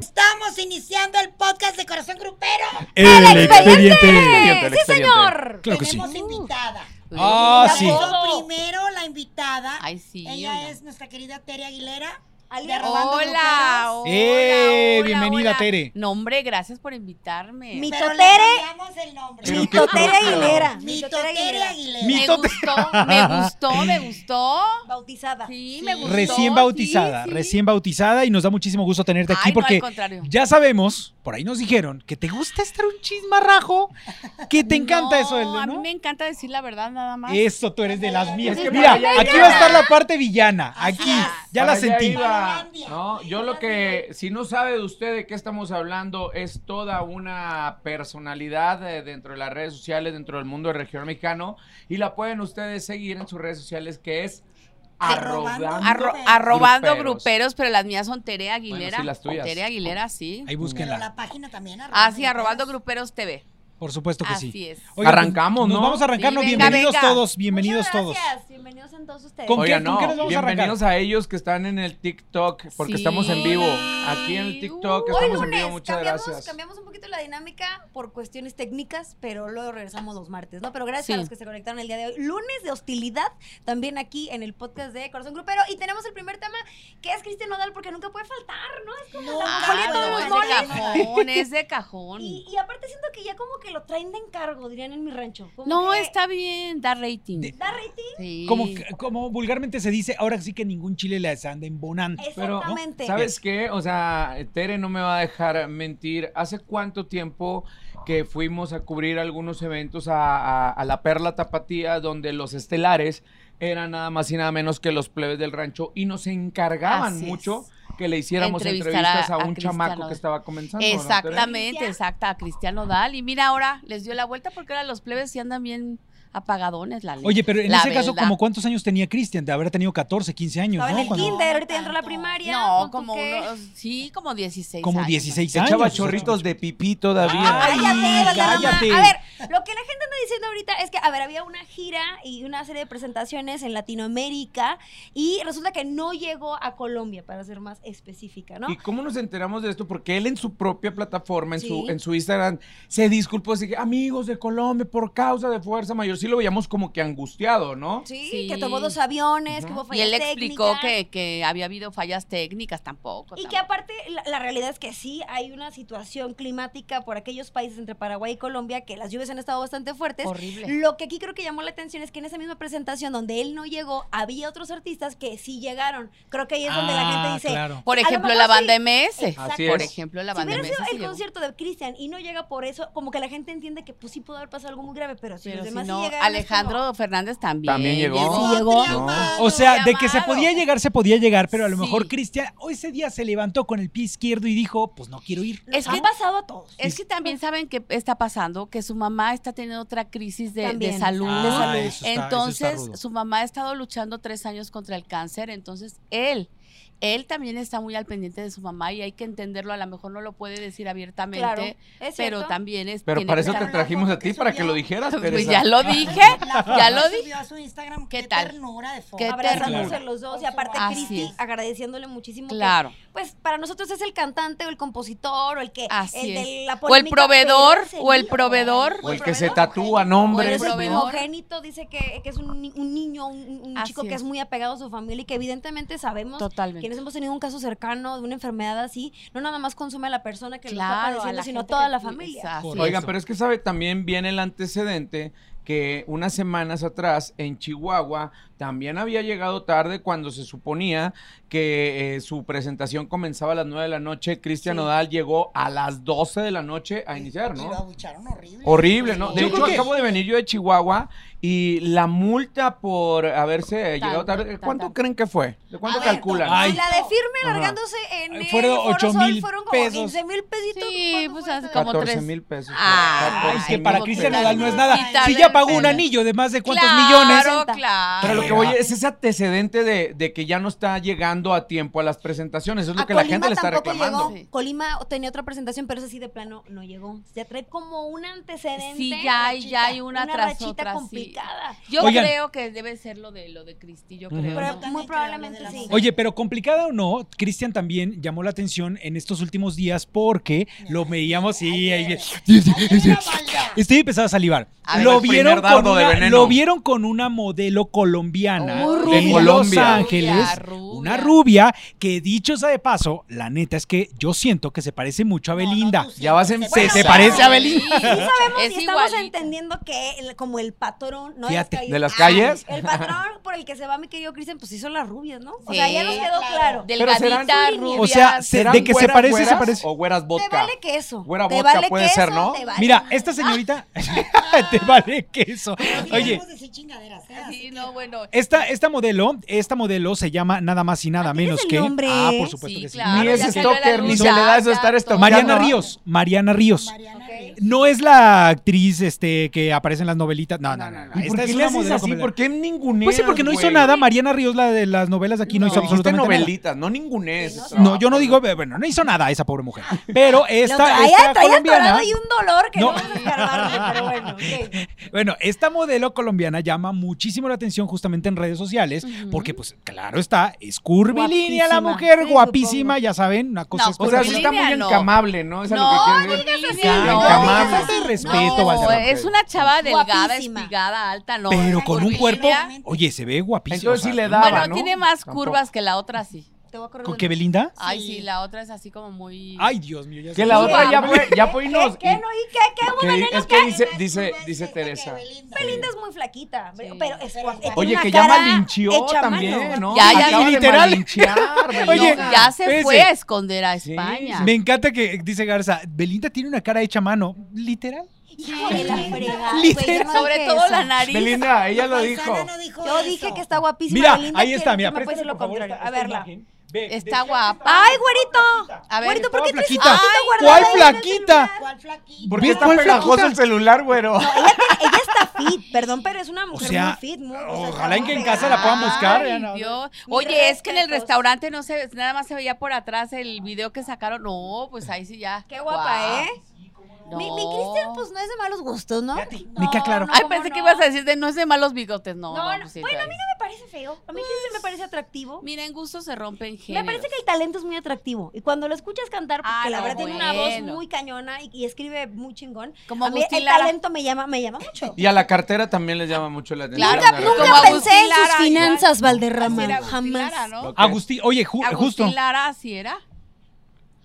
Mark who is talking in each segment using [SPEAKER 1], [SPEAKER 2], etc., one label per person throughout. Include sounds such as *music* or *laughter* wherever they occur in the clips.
[SPEAKER 1] Estamos iniciando el podcast de Corazón Grupero.
[SPEAKER 2] El
[SPEAKER 3] expediente.
[SPEAKER 2] El
[SPEAKER 3] Sí, señor.
[SPEAKER 2] Ah, Claro que sí.
[SPEAKER 1] Tenemos invitada.
[SPEAKER 2] Ah,
[SPEAKER 1] La
[SPEAKER 2] sí.
[SPEAKER 1] puso primero la invitada.
[SPEAKER 3] Ay, sí,
[SPEAKER 1] Ella
[SPEAKER 3] oiga.
[SPEAKER 1] es nuestra querida Tere Aguilera. de
[SPEAKER 3] Hola,
[SPEAKER 1] Arrobando
[SPEAKER 3] hola,
[SPEAKER 1] Gruperos.
[SPEAKER 2] Eh,
[SPEAKER 3] hola,
[SPEAKER 2] bienvenida,
[SPEAKER 3] hola.
[SPEAKER 2] Tere.
[SPEAKER 3] No, hombre, gracias por invitarme.
[SPEAKER 4] Mi-
[SPEAKER 1] Pero le
[SPEAKER 4] Mitotere.
[SPEAKER 1] cambiamos el nombre.
[SPEAKER 5] Pero qué
[SPEAKER 4] Mitotere
[SPEAKER 5] propio.
[SPEAKER 4] Aguilera.
[SPEAKER 1] Mitotere Aguilera.
[SPEAKER 2] Mi-
[SPEAKER 3] me gustó, me gustó,
[SPEAKER 2] *laughs*
[SPEAKER 3] me gustó.
[SPEAKER 4] Bautizada.
[SPEAKER 3] Sí, me gustó.
[SPEAKER 2] Recién bautizada,
[SPEAKER 3] sí, sí.
[SPEAKER 2] recién bautizada y nos da muchísimo gusto tenerte aquí
[SPEAKER 3] Ay, no,
[SPEAKER 2] porque
[SPEAKER 3] al contrario.
[SPEAKER 2] ya sabemos, por ahí nos dijeron, que te gusta estar un chismarrajo, que
[SPEAKER 3] *laughs*
[SPEAKER 2] te encanta
[SPEAKER 3] No,
[SPEAKER 2] eso, del-
[SPEAKER 3] A mí
[SPEAKER 2] ¿no?
[SPEAKER 3] me encanta decir la verdad nada más.
[SPEAKER 2] Eso, tú eres de las mías.
[SPEAKER 3] Es que
[SPEAKER 2] Mira,
[SPEAKER 3] para allá
[SPEAKER 2] aquí
[SPEAKER 3] iba.
[SPEAKER 2] va a estar la parte villana, aquí, ya la
[SPEAKER 5] Para allá
[SPEAKER 2] sentí.
[SPEAKER 5] iba. No, yo lo que, si no sabe de usted de qué estamos hablando, es toda una personalidad eh, dentro de las redes sociales, dentro del mundo del región mexicano, y la pueden ustedes seguir en sus redes sociales, que es
[SPEAKER 1] Arrobando.
[SPEAKER 5] arrobando.
[SPEAKER 3] Arro- arrobando
[SPEAKER 5] Gruperos.
[SPEAKER 3] gruperos. pero las mías son Tere Aguilera.
[SPEAKER 5] sí, las tuyas.
[SPEAKER 3] Tere Aguilera, sí.
[SPEAKER 2] Ahí
[SPEAKER 1] Pero la
[SPEAKER 2] búsquenla,
[SPEAKER 1] página también. arrobando
[SPEAKER 3] Ah, sí,
[SPEAKER 1] Gruperos.
[SPEAKER 3] arrobando gruperos TV.
[SPEAKER 2] por supuesto que
[SPEAKER 3] Así
[SPEAKER 2] sí.
[SPEAKER 3] es.
[SPEAKER 2] Oigan, pues,
[SPEAKER 5] Arrancamos,
[SPEAKER 2] nos
[SPEAKER 5] ¿no?
[SPEAKER 2] vamos a arrancarnos.
[SPEAKER 3] Sí, venga,
[SPEAKER 2] bienvenidos
[SPEAKER 3] venga.
[SPEAKER 2] todos, bienvenidos todos.
[SPEAKER 4] Gracias. Bienvenidos entonces ustedes.
[SPEAKER 2] ¿Con
[SPEAKER 5] Oiga,
[SPEAKER 2] qué-
[SPEAKER 5] no,
[SPEAKER 2] qué nos vamos a arrancar?
[SPEAKER 5] bienvenidos a, ellos que están en el TikTok, porque
[SPEAKER 3] Sí.
[SPEAKER 5] estamos en vivo. Aquí en el TikTok
[SPEAKER 3] Uy,
[SPEAKER 4] Hoy
[SPEAKER 5] estamos en
[SPEAKER 4] lunes
[SPEAKER 5] vivo, muchas
[SPEAKER 4] cambiamos,
[SPEAKER 5] gracias.
[SPEAKER 4] cambiamos un poquito la dinámica por cuestiones técnicas, pero luego regresamos los martes, ¿no? Pero gracias
[SPEAKER 3] Sí.
[SPEAKER 4] a los que se conectaron el día de hoy. Lunes de hostilidad, también aquí en el podcast de Corazón Grupero. Y tenemos el primer tema, que es Cristian Nodal, porque nunca puede faltar, ¿no? Es como
[SPEAKER 1] No,
[SPEAKER 4] la
[SPEAKER 3] Ah,
[SPEAKER 4] melancolía de
[SPEAKER 1] no,
[SPEAKER 4] todos
[SPEAKER 3] no,
[SPEAKER 4] los
[SPEAKER 1] no,
[SPEAKER 3] es
[SPEAKER 4] moles.
[SPEAKER 3] de cajón, es de cajón.
[SPEAKER 4] Y, y aparte siento que ya como que lo traen de encargo, dirían en mi rancho. Como
[SPEAKER 3] No,
[SPEAKER 4] que
[SPEAKER 3] está bien, da rating.
[SPEAKER 4] Da rating.
[SPEAKER 3] Sí.
[SPEAKER 2] Como, que- como vulgarmente se dice, ahora sí que ningún chile les anda embonando.
[SPEAKER 5] Pero,
[SPEAKER 4] Exactamente.
[SPEAKER 5] ¿sabes qué? O sea, Tere no me va a dejar mentir. ¿Hace cuánto tiempo que fuimos a cubrir algunos eventos a, a- a la Perla Tapatía, donde los estelares eran nada más y nada menos que los plebes del rancho y nos encargaban
[SPEAKER 3] Así es.
[SPEAKER 5] mucho que le hiciéramos
[SPEAKER 3] Entrevistar
[SPEAKER 5] entrevistas a,
[SPEAKER 3] a- a
[SPEAKER 5] un
[SPEAKER 3] Cristiano.
[SPEAKER 5] chamaco que estaba comenzando? ¿no, Tere?
[SPEAKER 3] Exactamente,
[SPEAKER 4] Cristian.
[SPEAKER 3] exacta, a Cristiano Dal. Y mira, ahora les dio la vuelta porque ahora los plebes sí andan bien apagadones, la ley.
[SPEAKER 2] Oye, pero en
[SPEAKER 3] La
[SPEAKER 2] ese caso,
[SPEAKER 3] verdad.
[SPEAKER 2] ¿como cuántos años tenía Cristian? De haber tenido 14, 15 años,
[SPEAKER 4] Estaba en
[SPEAKER 2] ¿no?
[SPEAKER 4] el
[SPEAKER 2] Cuando-
[SPEAKER 4] kinder, ahorita ya entró a la
[SPEAKER 1] No,
[SPEAKER 4] primaria.
[SPEAKER 3] No,
[SPEAKER 4] ¿tú
[SPEAKER 3] como
[SPEAKER 4] qué?
[SPEAKER 3] unos, sí, como 16
[SPEAKER 2] como
[SPEAKER 3] años.
[SPEAKER 2] 16 años.
[SPEAKER 5] Echaba
[SPEAKER 2] o sea,
[SPEAKER 5] chorritos de pipí todavía.
[SPEAKER 2] Ay,
[SPEAKER 4] Cállate,
[SPEAKER 2] cállate.
[SPEAKER 4] cállate. A ver, lo que la gente anda diciendo ahorita es que, a ver, había una gira y una serie de presentaciones en Latinoamérica y resulta que no llegó a Colombia, para ser más específica, ¿no?
[SPEAKER 5] ¿Y cómo nos enteramos de esto? Porque él en su propia plataforma, en,
[SPEAKER 4] Sí.
[SPEAKER 5] su, en su Instagram, se disculpó, así que amigos de Colombia, por causa de fuerza mayor, sí lo veíamos como que angustiado, ¿no?
[SPEAKER 4] Sí,
[SPEAKER 3] Sí.
[SPEAKER 4] que tomó dos aviones, que
[SPEAKER 5] Ujú.
[SPEAKER 4] hubo
[SPEAKER 3] Y
[SPEAKER 4] fallas
[SPEAKER 3] él explicó
[SPEAKER 4] técnicas.
[SPEAKER 3] que, que había habido fallas técnicas tampoco.
[SPEAKER 4] Y que
[SPEAKER 3] tampoco.
[SPEAKER 4] aparte, la, la realidad es que sí hay una situación climática por aquellos países entre Paraguay y Colombia que las lluvias han estado bastante fuertes.
[SPEAKER 3] Horrible.
[SPEAKER 4] Lo que aquí creo que llamó la atención es que en esa misma presentación donde él no llegó, había otros artistas que sí llegaron. Creo que ahí es donde la gente
[SPEAKER 2] Ah,
[SPEAKER 4] dice,
[SPEAKER 2] claro.
[SPEAKER 3] Por
[SPEAKER 4] a lo
[SPEAKER 3] ejemplo,
[SPEAKER 4] mejor
[SPEAKER 3] la
[SPEAKER 4] sí.
[SPEAKER 3] banda MS.
[SPEAKER 4] Exacto.
[SPEAKER 5] Así
[SPEAKER 3] Por
[SPEAKER 5] es.
[SPEAKER 3] ejemplo, la
[SPEAKER 4] si
[SPEAKER 3] banda
[SPEAKER 4] hubiera
[SPEAKER 3] MS.
[SPEAKER 4] sido
[SPEAKER 3] sí
[SPEAKER 4] el
[SPEAKER 3] llegó.
[SPEAKER 4] concierto de Cristian y no llega por eso, como que la gente entiende que pues sí pudo haber pasado algo muy grave, pero si
[SPEAKER 3] Pero
[SPEAKER 4] los
[SPEAKER 3] si
[SPEAKER 4] demás sí
[SPEAKER 3] no,
[SPEAKER 4] llegaron, es
[SPEAKER 3] Alejandro Fernández también.
[SPEAKER 5] También llegó.
[SPEAKER 3] Sí,
[SPEAKER 1] Otro
[SPEAKER 3] llegó.
[SPEAKER 1] llamado.
[SPEAKER 2] O sea, de que se
[SPEAKER 3] llamado.
[SPEAKER 2] podía llegar, se podía llegar, pero a lo
[SPEAKER 3] Sí.
[SPEAKER 2] mejor Cristian o ese día se levantó con el pie izquierdo y dijo, pues no quiero ir.
[SPEAKER 4] como,
[SPEAKER 3] Es
[SPEAKER 4] nos
[SPEAKER 3] que-
[SPEAKER 4] ha pasado a todos.
[SPEAKER 3] Es que también saben que está pasando, que su mamá está teniendo otra crisis de, de
[SPEAKER 4] También.
[SPEAKER 3] salud.
[SPEAKER 2] Ah,
[SPEAKER 3] De salud.
[SPEAKER 2] eso está- eso
[SPEAKER 3] entonces,
[SPEAKER 2] está rudo.
[SPEAKER 3] su mamá ha estado luchando tres años contra el cáncer, entonces él, él también está muy al pendiente de su mamá y hay que entenderlo, a lo mejor no lo puede decir abiertamente,
[SPEAKER 4] claro, es
[SPEAKER 3] pero
[SPEAKER 4] cierto.
[SPEAKER 3] también es...
[SPEAKER 5] Pero
[SPEAKER 3] tiene
[SPEAKER 5] para
[SPEAKER 3] que
[SPEAKER 5] eso te
[SPEAKER 3] estar-
[SPEAKER 1] Claro,
[SPEAKER 5] trajimos
[SPEAKER 1] la
[SPEAKER 5] a
[SPEAKER 1] foto
[SPEAKER 5] ti,
[SPEAKER 1] que
[SPEAKER 5] para que
[SPEAKER 1] subió.
[SPEAKER 5] lo
[SPEAKER 3] *laughs*
[SPEAKER 5] dijeras,
[SPEAKER 3] Pues
[SPEAKER 5] Teresa.
[SPEAKER 3] ya lo
[SPEAKER 4] *laughs*
[SPEAKER 3] dije.
[SPEAKER 1] La foto
[SPEAKER 3] Ya lo
[SPEAKER 1] que
[SPEAKER 3] dije.
[SPEAKER 1] subió a su Instagram.
[SPEAKER 3] ¿Qué
[SPEAKER 1] Qué
[SPEAKER 3] tal?
[SPEAKER 1] ternura de foto.
[SPEAKER 3] Qué
[SPEAKER 4] abrazándose
[SPEAKER 2] Claro.
[SPEAKER 4] los dos y aparte
[SPEAKER 3] Así
[SPEAKER 4] Cristi
[SPEAKER 3] es.
[SPEAKER 4] agradeciéndole muchísimo que,
[SPEAKER 3] Claro.
[SPEAKER 4] pues para nosotros es el cantante o el compositor o el que
[SPEAKER 3] Así
[SPEAKER 4] el de
[SPEAKER 3] es.
[SPEAKER 4] la
[SPEAKER 3] O el
[SPEAKER 4] polémica,
[SPEAKER 3] proveedor,
[SPEAKER 4] pero ese
[SPEAKER 3] o el
[SPEAKER 4] hijo,
[SPEAKER 3] proveedor.
[SPEAKER 5] O el que se
[SPEAKER 4] Pues proveedor.
[SPEAKER 5] tatúa
[SPEAKER 4] Pero
[SPEAKER 5] nombre.
[SPEAKER 3] el
[SPEAKER 4] es el
[SPEAKER 3] proveedor.
[SPEAKER 4] primogénito, dice que, que es un, ni- un niño, un, un
[SPEAKER 3] Así
[SPEAKER 4] chico que
[SPEAKER 3] es.
[SPEAKER 4] es muy apegado a su familia y que evidentemente sabemos
[SPEAKER 3] Totalmente.
[SPEAKER 4] quienes hemos tenido un caso cercano de una enfermedad así, no nada más consume a la persona que lo está
[SPEAKER 3] Claro, a
[SPEAKER 4] padeciendo,
[SPEAKER 3] la
[SPEAKER 4] sino
[SPEAKER 3] gente
[SPEAKER 4] toda
[SPEAKER 3] que
[SPEAKER 4] la
[SPEAKER 3] tú-
[SPEAKER 4] familia.
[SPEAKER 3] Así
[SPEAKER 2] Por-
[SPEAKER 3] es.
[SPEAKER 5] Oigan,
[SPEAKER 2] Eso.
[SPEAKER 5] pero es que sabe, también viene el antecedente que unas semanas atrás en Chihuahua también había llegado tarde cuando se suponía que eh, su presentación comenzaba a las 9 de la noche. Cristian
[SPEAKER 3] Sí.
[SPEAKER 5] Nodal llegó a las 12 de la noche a iniciar,
[SPEAKER 1] Y lo
[SPEAKER 5] ¿no?
[SPEAKER 1] abucharon horrible.
[SPEAKER 5] Horrible, ¿no? De
[SPEAKER 2] Yo
[SPEAKER 5] hecho,
[SPEAKER 2] creo que-
[SPEAKER 5] acabo de venir yo de Chihuahua y la multa por haberse llegado tarde,
[SPEAKER 3] tan,
[SPEAKER 5] ¿cuánto
[SPEAKER 3] tan.
[SPEAKER 5] creen que fue? ¿De cuánto
[SPEAKER 1] A ver,
[SPEAKER 5] calculan?
[SPEAKER 2] Ay.
[SPEAKER 4] Y la de firme
[SPEAKER 5] Ajá.
[SPEAKER 4] largándose en el
[SPEAKER 2] Fueron
[SPEAKER 4] Foro
[SPEAKER 2] ocho
[SPEAKER 4] Sol,
[SPEAKER 2] mil
[SPEAKER 4] fueron como
[SPEAKER 2] pesos.
[SPEAKER 4] 15 mil pesitos.
[SPEAKER 3] Sí,
[SPEAKER 4] ¿cuánto
[SPEAKER 3] pues,
[SPEAKER 4] fue
[SPEAKER 3] así
[SPEAKER 4] esa?
[SPEAKER 3] como
[SPEAKER 5] 14
[SPEAKER 3] tres.
[SPEAKER 5] mil pesos.
[SPEAKER 3] Ay,
[SPEAKER 5] 14
[SPEAKER 2] Ah, Ay, pues, que
[SPEAKER 5] mil
[SPEAKER 2] para
[SPEAKER 5] pesos.
[SPEAKER 2] Cristian
[SPEAKER 3] Nodal
[SPEAKER 2] Odal no es nada.
[SPEAKER 3] Quitarle
[SPEAKER 2] Si ya pagó un
[SPEAKER 3] pena.
[SPEAKER 2] anillo de más de cuántos
[SPEAKER 3] claro,
[SPEAKER 2] millones.
[SPEAKER 3] Claro,
[SPEAKER 5] Pero lo que voy es ese antecedente de, de que ya no está llegando a tiempo a las presentaciones. Eso es lo
[SPEAKER 4] A
[SPEAKER 5] que la
[SPEAKER 4] Colima
[SPEAKER 5] gente le está
[SPEAKER 4] tampoco
[SPEAKER 5] reclamando.
[SPEAKER 4] Llegó.
[SPEAKER 3] Sí.
[SPEAKER 4] Colima tenía otra presentación, pero esa sí de plano no llegó. Ya trae como un antecedente.
[SPEAKER 3] Sí, ya hay- ya hay una tras
[SPEAKER 4] rachita
[SPEAKER 3] otra, sí.
[SPEAKER 4] complicada.
[SPEAKER 3] Yo
[SPEAKER 2] Oigan.
[SPEAKER 3] creo que debe ser lo de lo de Cristi, yo
[SPEAKER 2] Ujú.
[SPEAKER 3] creo.
[SPEAKER 4] Pero
[SPEAKER 3] ¿no?
[SPEAKER 1] también
[SPEAKER 4] muy
[SPEAKER 1] creo,
[SPEAKER 4] probablemente
[SPEAKER 1] lo de la
[SPEAKER 4] sí.
[SPEAKER 1] mujer.
[SPEAKER 2] Oye, pero complicada o no, Cristian también llamó la atención en estos últimos días porque lo veíamos sí, ahí
[SPEAKER 1] Ahí
[SPEAKER 2] *laughs*
[SPEAKER 1] viene la maldad.
[SPEAKER 2] Estoy empezando a salivar.
[SPEAKER 3] A ver,
[SPEAKER 2] lo,
[SPEAKER 5] el primer
[SPEAKER 2] vieron con
[SPEAKER 5] dardo de
[SPEAKER 2] una,
[SPEAKER 5] veneno.
[SPEAKER 2] lo vieron con una modelo colombiana
[SPEAKER 3] Muy
[SPEAKER 2] de
[SPEAKER 5] rubia.
[SPEAKER 2] Los
[SPEAKER 5] Colombia.
[SPEAKER 2] Ángeles.
[SPEAKER 3] Rubia, rubia.
[SPEAKER 2] Una rubia que, dicho sea de paso, la neta es que yo siento que se parece mucho a
[SPEAKER 1] No, no,
[SPEAKER 2] Belinda.
[SPEAKER 1] tú sí.
[SPEAKER 5] Ya vas a
[SPEAKER 2] Se-
[SPEAKER 5] empezar.
[SPEAKER 2] se parece a Belinda.
[SPEAKER 4] Sí sabemos
[SPEAKER 3] Es
[SPEAKER 4] y estamos
[SPEAKER 3] igualita.
[SPEAKER 4] entendiendo que el- como el patrón, ¿no?
[SPEAKER 2] Fíjate.
[SPEAKER 5] ¿De las calles?
[SPEAKER 4] Ah, el patrón por el que se va mi querido Cristian, pues sí son las rubias, ¿no? O
[SPEAKER 3] Sí.
[SPEAKER 4] sea, ya nos quedó claro.
[SPEAKER 3] Delgadita,
[SPEAKER 5] serán-
[SPEAKER 3] rubia.
[SPEAKER 2] O sea, se-
[SPEAKER 5] ¿Serán
[SPEAKER 2] de que se
[SPEAKER 5] güeras,
[SPEAKER 2] parece, se
[SPEAKER 5] güeras
[SPEAKER 2] parece.
[SPEAKER 5] O güeras
[SPEAKER 4] Te
[SPEAKER 5] vodka.
[SPEAKER 4] vale queso.
[SPEAKER 5] Güera
[SPEAKER 4] te
[SPEAKER 5] vodka
[SPEAKER 4] vale
[SPEAKER 5] puede
[SPEAKER 4] queso,
[SPEAKER 5] ser, ¿no?
[SPEAKER 4] te vale-
[SPEAKER 2] Mira, esta señorita *laughs* te vale queso.
[SPEAKER 1] Pero
[SPEAKER 2] Oye,
[SPEAKER 1] dejemos de decir chingaderas, ¿eh? Así
[SPEAKER 3] Sí,
[SPEAKER 1] que-
[SPEAKER 3] no, bueno.
[SPEAKER 2] esta, esta modelo, esta modelo se llama nada más y nada
[SPEAKER 4] ¿A ti qué es
[SPEAKER 2] menos
[SPEAKER 4] el
[SPEAKER 2] que.
[SPEAKER 4] nombre?
[SPEAKER 2] Ah, por supuesto
[SPEAKER 3] Sí,
[SPEAKER 2] que sí.
[SPEAKER 3] claro,
[SPEAKER 5] Ni
[SPEAKER 3] ya
[SPEAKER 5] es
[SPEAKER 3] salió a la
[SPEAKER 5] stalker, ni
[SPEAKER 3] luz,
[SPEAKER 5] se
[SPEAKER 3] ya,
[SPEAKER 5] le da eso de
[SPEAKER 3] ya,
[SPEAKER 5] estar
[SPEAKER 3] todo.
[SPEAKER 5] stalkeando.
[SPEAKER 2] Mariana
[SPEAKER 5] ¿no?
[SPEAKER 2] Ríos, Mariana Ríos.
[SPEAKER 1] Mariana
[SPEAKER 3] Ok.
[SPEAKER 1] Ríos.
[SPEAKER 2] No es la actriz este, que aparece en las novelitas. No, no, no. no.
[SPEAKER 5] ¿Y por
[SPEAKER 2] Esta
[SPEAKER 5] qué
[SPEAKER 2] es
[SPEAKER 5] le
[SPEAKER 2] una
[SPEAKER 5] haces
[SPEAKER 2] modelo
[SPEAKER 5] así?
[SPEAKER 2] completa.
[SPEAKER 5] ¿Por qué ninguneas,
[SPEAKER 2] Pues sí, porque no hizo
[SPEAKER 5] güey?
[SPEAKER 2] nada. Mariana Ríos, la de las novelas de aquí, no,
[SPEAKER 5] No,
[SPEAKER 2] hizo
[SPEAKER 5] dijiste
[SPEAKER 2] absolutamente nada.
[SPEAKER 5] novelitas, no ningunees. ese
[SPEAKER 2] No, yo no
[SPEAKER 5] trabajo.
[SPEAKER 2] digo, bueno, no hizo nada esa pobre
[SPEAKER 5] *laughs*
[SPEAKER 2] mujer. Pero esta,
[SPEAKER 4] Lo traía,
[SPEAKER 2] esta
[SPEAKER 4] traía
[SPEAKER 2] colombiana,
[SPEAKER 4] atorado y un dolor que no,
[SPEAKER 2] No.
[SPEAKER 4] vamos a escarbarle, pero bueno, ok.
[SPEAKER 2] bueno, esta modelo colombiana llama muchísimo la atención justamente en redes sociales,
[SPEAKER 3] Ujú.
[SPEAKER 2] porque pues claro está, es curvilínea la
[SPEAKER 4] Guapísima.
[SPEAKER 2] mujer,
[SPEAKER 4] Sí,
[SPEAKER 2] guapísima, ya saben, una cosa
[SPEAKER 3] No,
[SPEAKER 2] es
[SPEAKER 5] O sea, sí
[SPEAKER 3] Curvilínea,
[SPEAKER 5] está muy
[SPEAKER 3] no.
[SPEAKER 5] encamable, ¿no? Eso Es
[SPEAKER 3] No,
[SPEAKER 5] lo que quieres decir.
[SPEAKER 3] digas así,
[SPEAKER 5] Ya,
[SPEAKER 3] no,
[SPEAKER 5] encamable.
[SPEAKER 2] digas así. respeto,
[SPEAKER 3] No,
[SPEAKER 2] Valderrama.
[SPEAKER 3] es una chava delgada,
[SPEAKER 4] Guapísima.
[SPEAKER 3] espigada, alta, no.
[SPEAKER 2] pero
[SPEAKER 3] es
[SPEAKER 2] con un
[SPEAKER 3] curvilínea.
[SPEAKER 2] cuerpo, oye, se ve guapísima.
[SPEAKER 5] Entonces
[SPEAKER 2] o sea,
[SPEAKER 5] sí le
[SPEAKER 2] ¿no?
[SPEAKER 5] daba,
[SPEAKER 3] Bueno,
[SPEAKER 5] ¿no?
[SPEAKER 3] tiene más
[SPEAKER 5] Tampoco.
[SPEAKER 3] curvas que la otra, sí.
[SPEAKER 4] Te voy a correr
[SPEAKER 2] ¿Con
[SPEAKER 4] de-
[SPEAKER 2] qué Belinda?
[SPEAKER 3] Ay,
[SPEAKER 1] Sí.
[SPEAKER 3] sí, la otra es así como muy.
[SPEAKER 2] Ay, Dios mío, ya
[SPEAKER 5] Que
[SPEAKER 2] se-
[SPEAKER 5] la
[SPEAKER 3] Sí,
[SPEAKER 5] otra ya
[SPEAKER 3] vamos.
[SPEAKER 5] fue, ya fue y
[SPEAKER 4] ¿Qué,
[SPEAKER 5] nos-
[SPEAKER 4] qué,
[SPEAKER 5] y-
[SPEAKER 4] no? ¿Y qué, qué?
[SPEAKER 5] que-
[SPEAKER 4] Bueno,
[SPEAKER 5] es que
[SPEAKER 1] Ay,
[SPEAKER 5] dice,
[SPEAKER 1] más
[SPEAKER 5] dice,
[SPEAKER 1] curvas
[SPEAKER 5] dice
[SPEAKER 1] que esta que
[SPEAKER 5] Teresa.
[SPEAKER 1] Belinda.
[SPEAKER 4] Belinda es muy flaquita,
[SPEAKER 3] Sí.
[SPEAKER 4] pero es guapa. Tiene
[SPEAKER 5] Oye,
[SPEAKER 4] una
[SPEAKER 5] que ya
[SPEAKER 4] cara
[SPEAKER 5] malinchió
[SPEAKER 4] hecha a mano.
[SPEAKER 5] también, ¿no?
[SPEAKER 3] Ya, ya,
[SPEAKER 5] Acaba de
[SPEAKER 2] literal.
[SPEAKER 5] malinchear, *laughs*
[SPEAKER 2] Oye,
[SPEAKER 5] Belinda.
[SPEAKER 3] No, ya se
[SPEAKER 2] ese.
[SPEAKER 3] fue a esconder a
[SPEAKER 5] Sí,
[SPEAKER 3] España.
[SPEAKER 2] Me encanta que dice Garza, Belinda tiene una cara hecha a mano, literal.
[SPEAKER 4] Hijo de la fregada, güey,
[SPEAKER 2] Literal.
[SPEAKER 4] yo no
[SPEAKER 3] Sobre
[SPEAKER 4] dije
[SPEAKER 3] todo
[SPEAKER 4] eso.
[SPEAKER 3] la nariz.
[SPEAKER 5] Belinda, ella lo dijo.
[SPEAKER 1] Paisana no dijo
[SPEAKER 4] Yo
[SPEAKER 1] eso.
[SPEAKER 4] dije que está guapísima.
[SPEAKER 2] Mira,
[SPEAKER 4] Belinda,
[SPEAKER 2] ahí
[SPEAKER 4] ¿quién-
[SPEAKER 2] está,
[SPEAKER 4] quién
[SPEAKER 2] mira,
[SPEAKER 4] me puede decir
[SPEAKER 2] préstame,
[SPEAKER 4] lo
[SPEAKER 2] por favor,
[SPEAKER 4] contrario.
[SPEAKER 2] esta-
[SPEAKER 4] a
[SPEAKER 2] esta
[SPEAKER 4] verla.
[SPEAKER 2] imagen. Ve, de- *laughs*
[SPEAKER 3] Está
[SPEAKER 2] de-
[SPEAKER 3] guapa.
[SPEAKER 4] Ay, güerito.
[SPEAKER 3] A ver,
[SPEAKER 4] güerito, ¿por qué
[SPEAKER 2] estaba
[SPEAKER 4] traes
[SPEAKER 2] flaquita.
[SPEAKER 4] un poquito guardado
[SPEAKER 2] ¿Cuál
[SPEAKER 4] ahí en el
[SPEAKER 2] flaquita?
[SPEAKER 4] celular?
[SPEAKER 1] ¿Cuál flaquita?
[SPEAKER 5] ¿Por qué
[SPEAKER 2] Ve
[SPEAKER 5] está
[SPEAKER 2] cuál
[SPEAKER 5] pegajoso
[SPEAKER 2] flaquita.
[SPEAKER 5] el celular, güero?
[SPEAKER 4] Ella está fit, perdón, pero es una mujer
[SPEAKER 2] sea,
[SPEAKER 4] muy fit. Muy, o sea,
[SPEAKER 2] ojalá
[SPEAKER 4] está
[SPEAKER 2] y que en
[SPEAKER 4] pegada.
[SPEAKER 2] casa la puedan buscar,
[SPEAKER 3] Ay,
[SPEAKER 2] ya no.
[SPEAKER 3] Dios.
[SPEAKER 4] Mis
[SPEAKER 3] Oye, es que en el
[SPEAKER 4] respetos.
[SPEAKER 3] restaurante no se nada más se veía por atrás el video que sacaron. No, pues ahí sí ya.
[SPEAKER 4] Qué guapa,
[SPEAKER 3] Guau.
[SPEAKER 4] ¿eh? Mi, mi
[SPEAKER 3] No.
[SPEAKER 4] Cristian, pues no es de malos gustos, ¿no? No,
[SPEAKER 2] Me queda claro.
[SPEAKER 4] no,
[SPEAKER 3] Ay,
[SPEAKER 4] ¿cómo
[SPEAKER 3] pensé que
[SPEAKER 4] no?
[SPEAKER 3] ibas a decir de no es de malos bigotes, no.
[SPEAKER 4] No, no,
[SPEAKER 3] pues sí,
[SPEAKER 4] bueno, a
[SPEAKER 3] traes.
[SPEAKER 4] mí no me parece feo. A
[SPEAKER 3] Pues,
[SPEAKER 4] mí Cristian me parece atractivo.
[SPEAKER 3] Mira, en gusto se rompen
[SPEAKER 4] Me
[SPEAKER 3] géneros.
[SPEAKER 4] parece que el talento es muy atractivo. Y cuando lo escuchas cantar, porque
[SPEAKER 3] Ah,
[SPEAKER 4] la
[SPEAKER 3] no,
[SPEAKER 4] verdad tiene una voz
[SPEAKER 3] bueno.
[SPEAKER 4] muy cañona y, y escribe muy chingón.
[SPEAKER 3] Como
[SPEAKER 4] a mí
[SPEAKER 3] Agustín
[SPEAKER 4] el
[SPEAKER 3] Lara.
[SPEAKER 4] talento me llama, me llama mucho.
[SPEAKER 5] Y a la cartera también les llama mucho la atención.
[SPEAKER 3] Claro,
[SPEAKER 5] la
[SPEAKER 3] nunca
[SPEAKER 5] cartera.
[SPEAKER 3] como
[SPEAKER 4] Nunca
[SPEAKER 3] Agustín
[SPEAKER 4] pensé en sus
[SPEAKER 3] Lara,
[SPEAKER 4] finanzas,
[SPEAKER 3] Así
[SPEAKER 4] Valderrama.
[SPEAKER 3] era Agustín
[SPEAKER 4] Jamás.
[SPEAKER 3] Lara, ¿no?
[SPEAKER 5] Ok.
[SPEAKER 2] Agustín, oye, ju-
[SPEAKER 3] Agustín
[SPEAKER 2] justo.
[SPEAKER 3] Lara así era.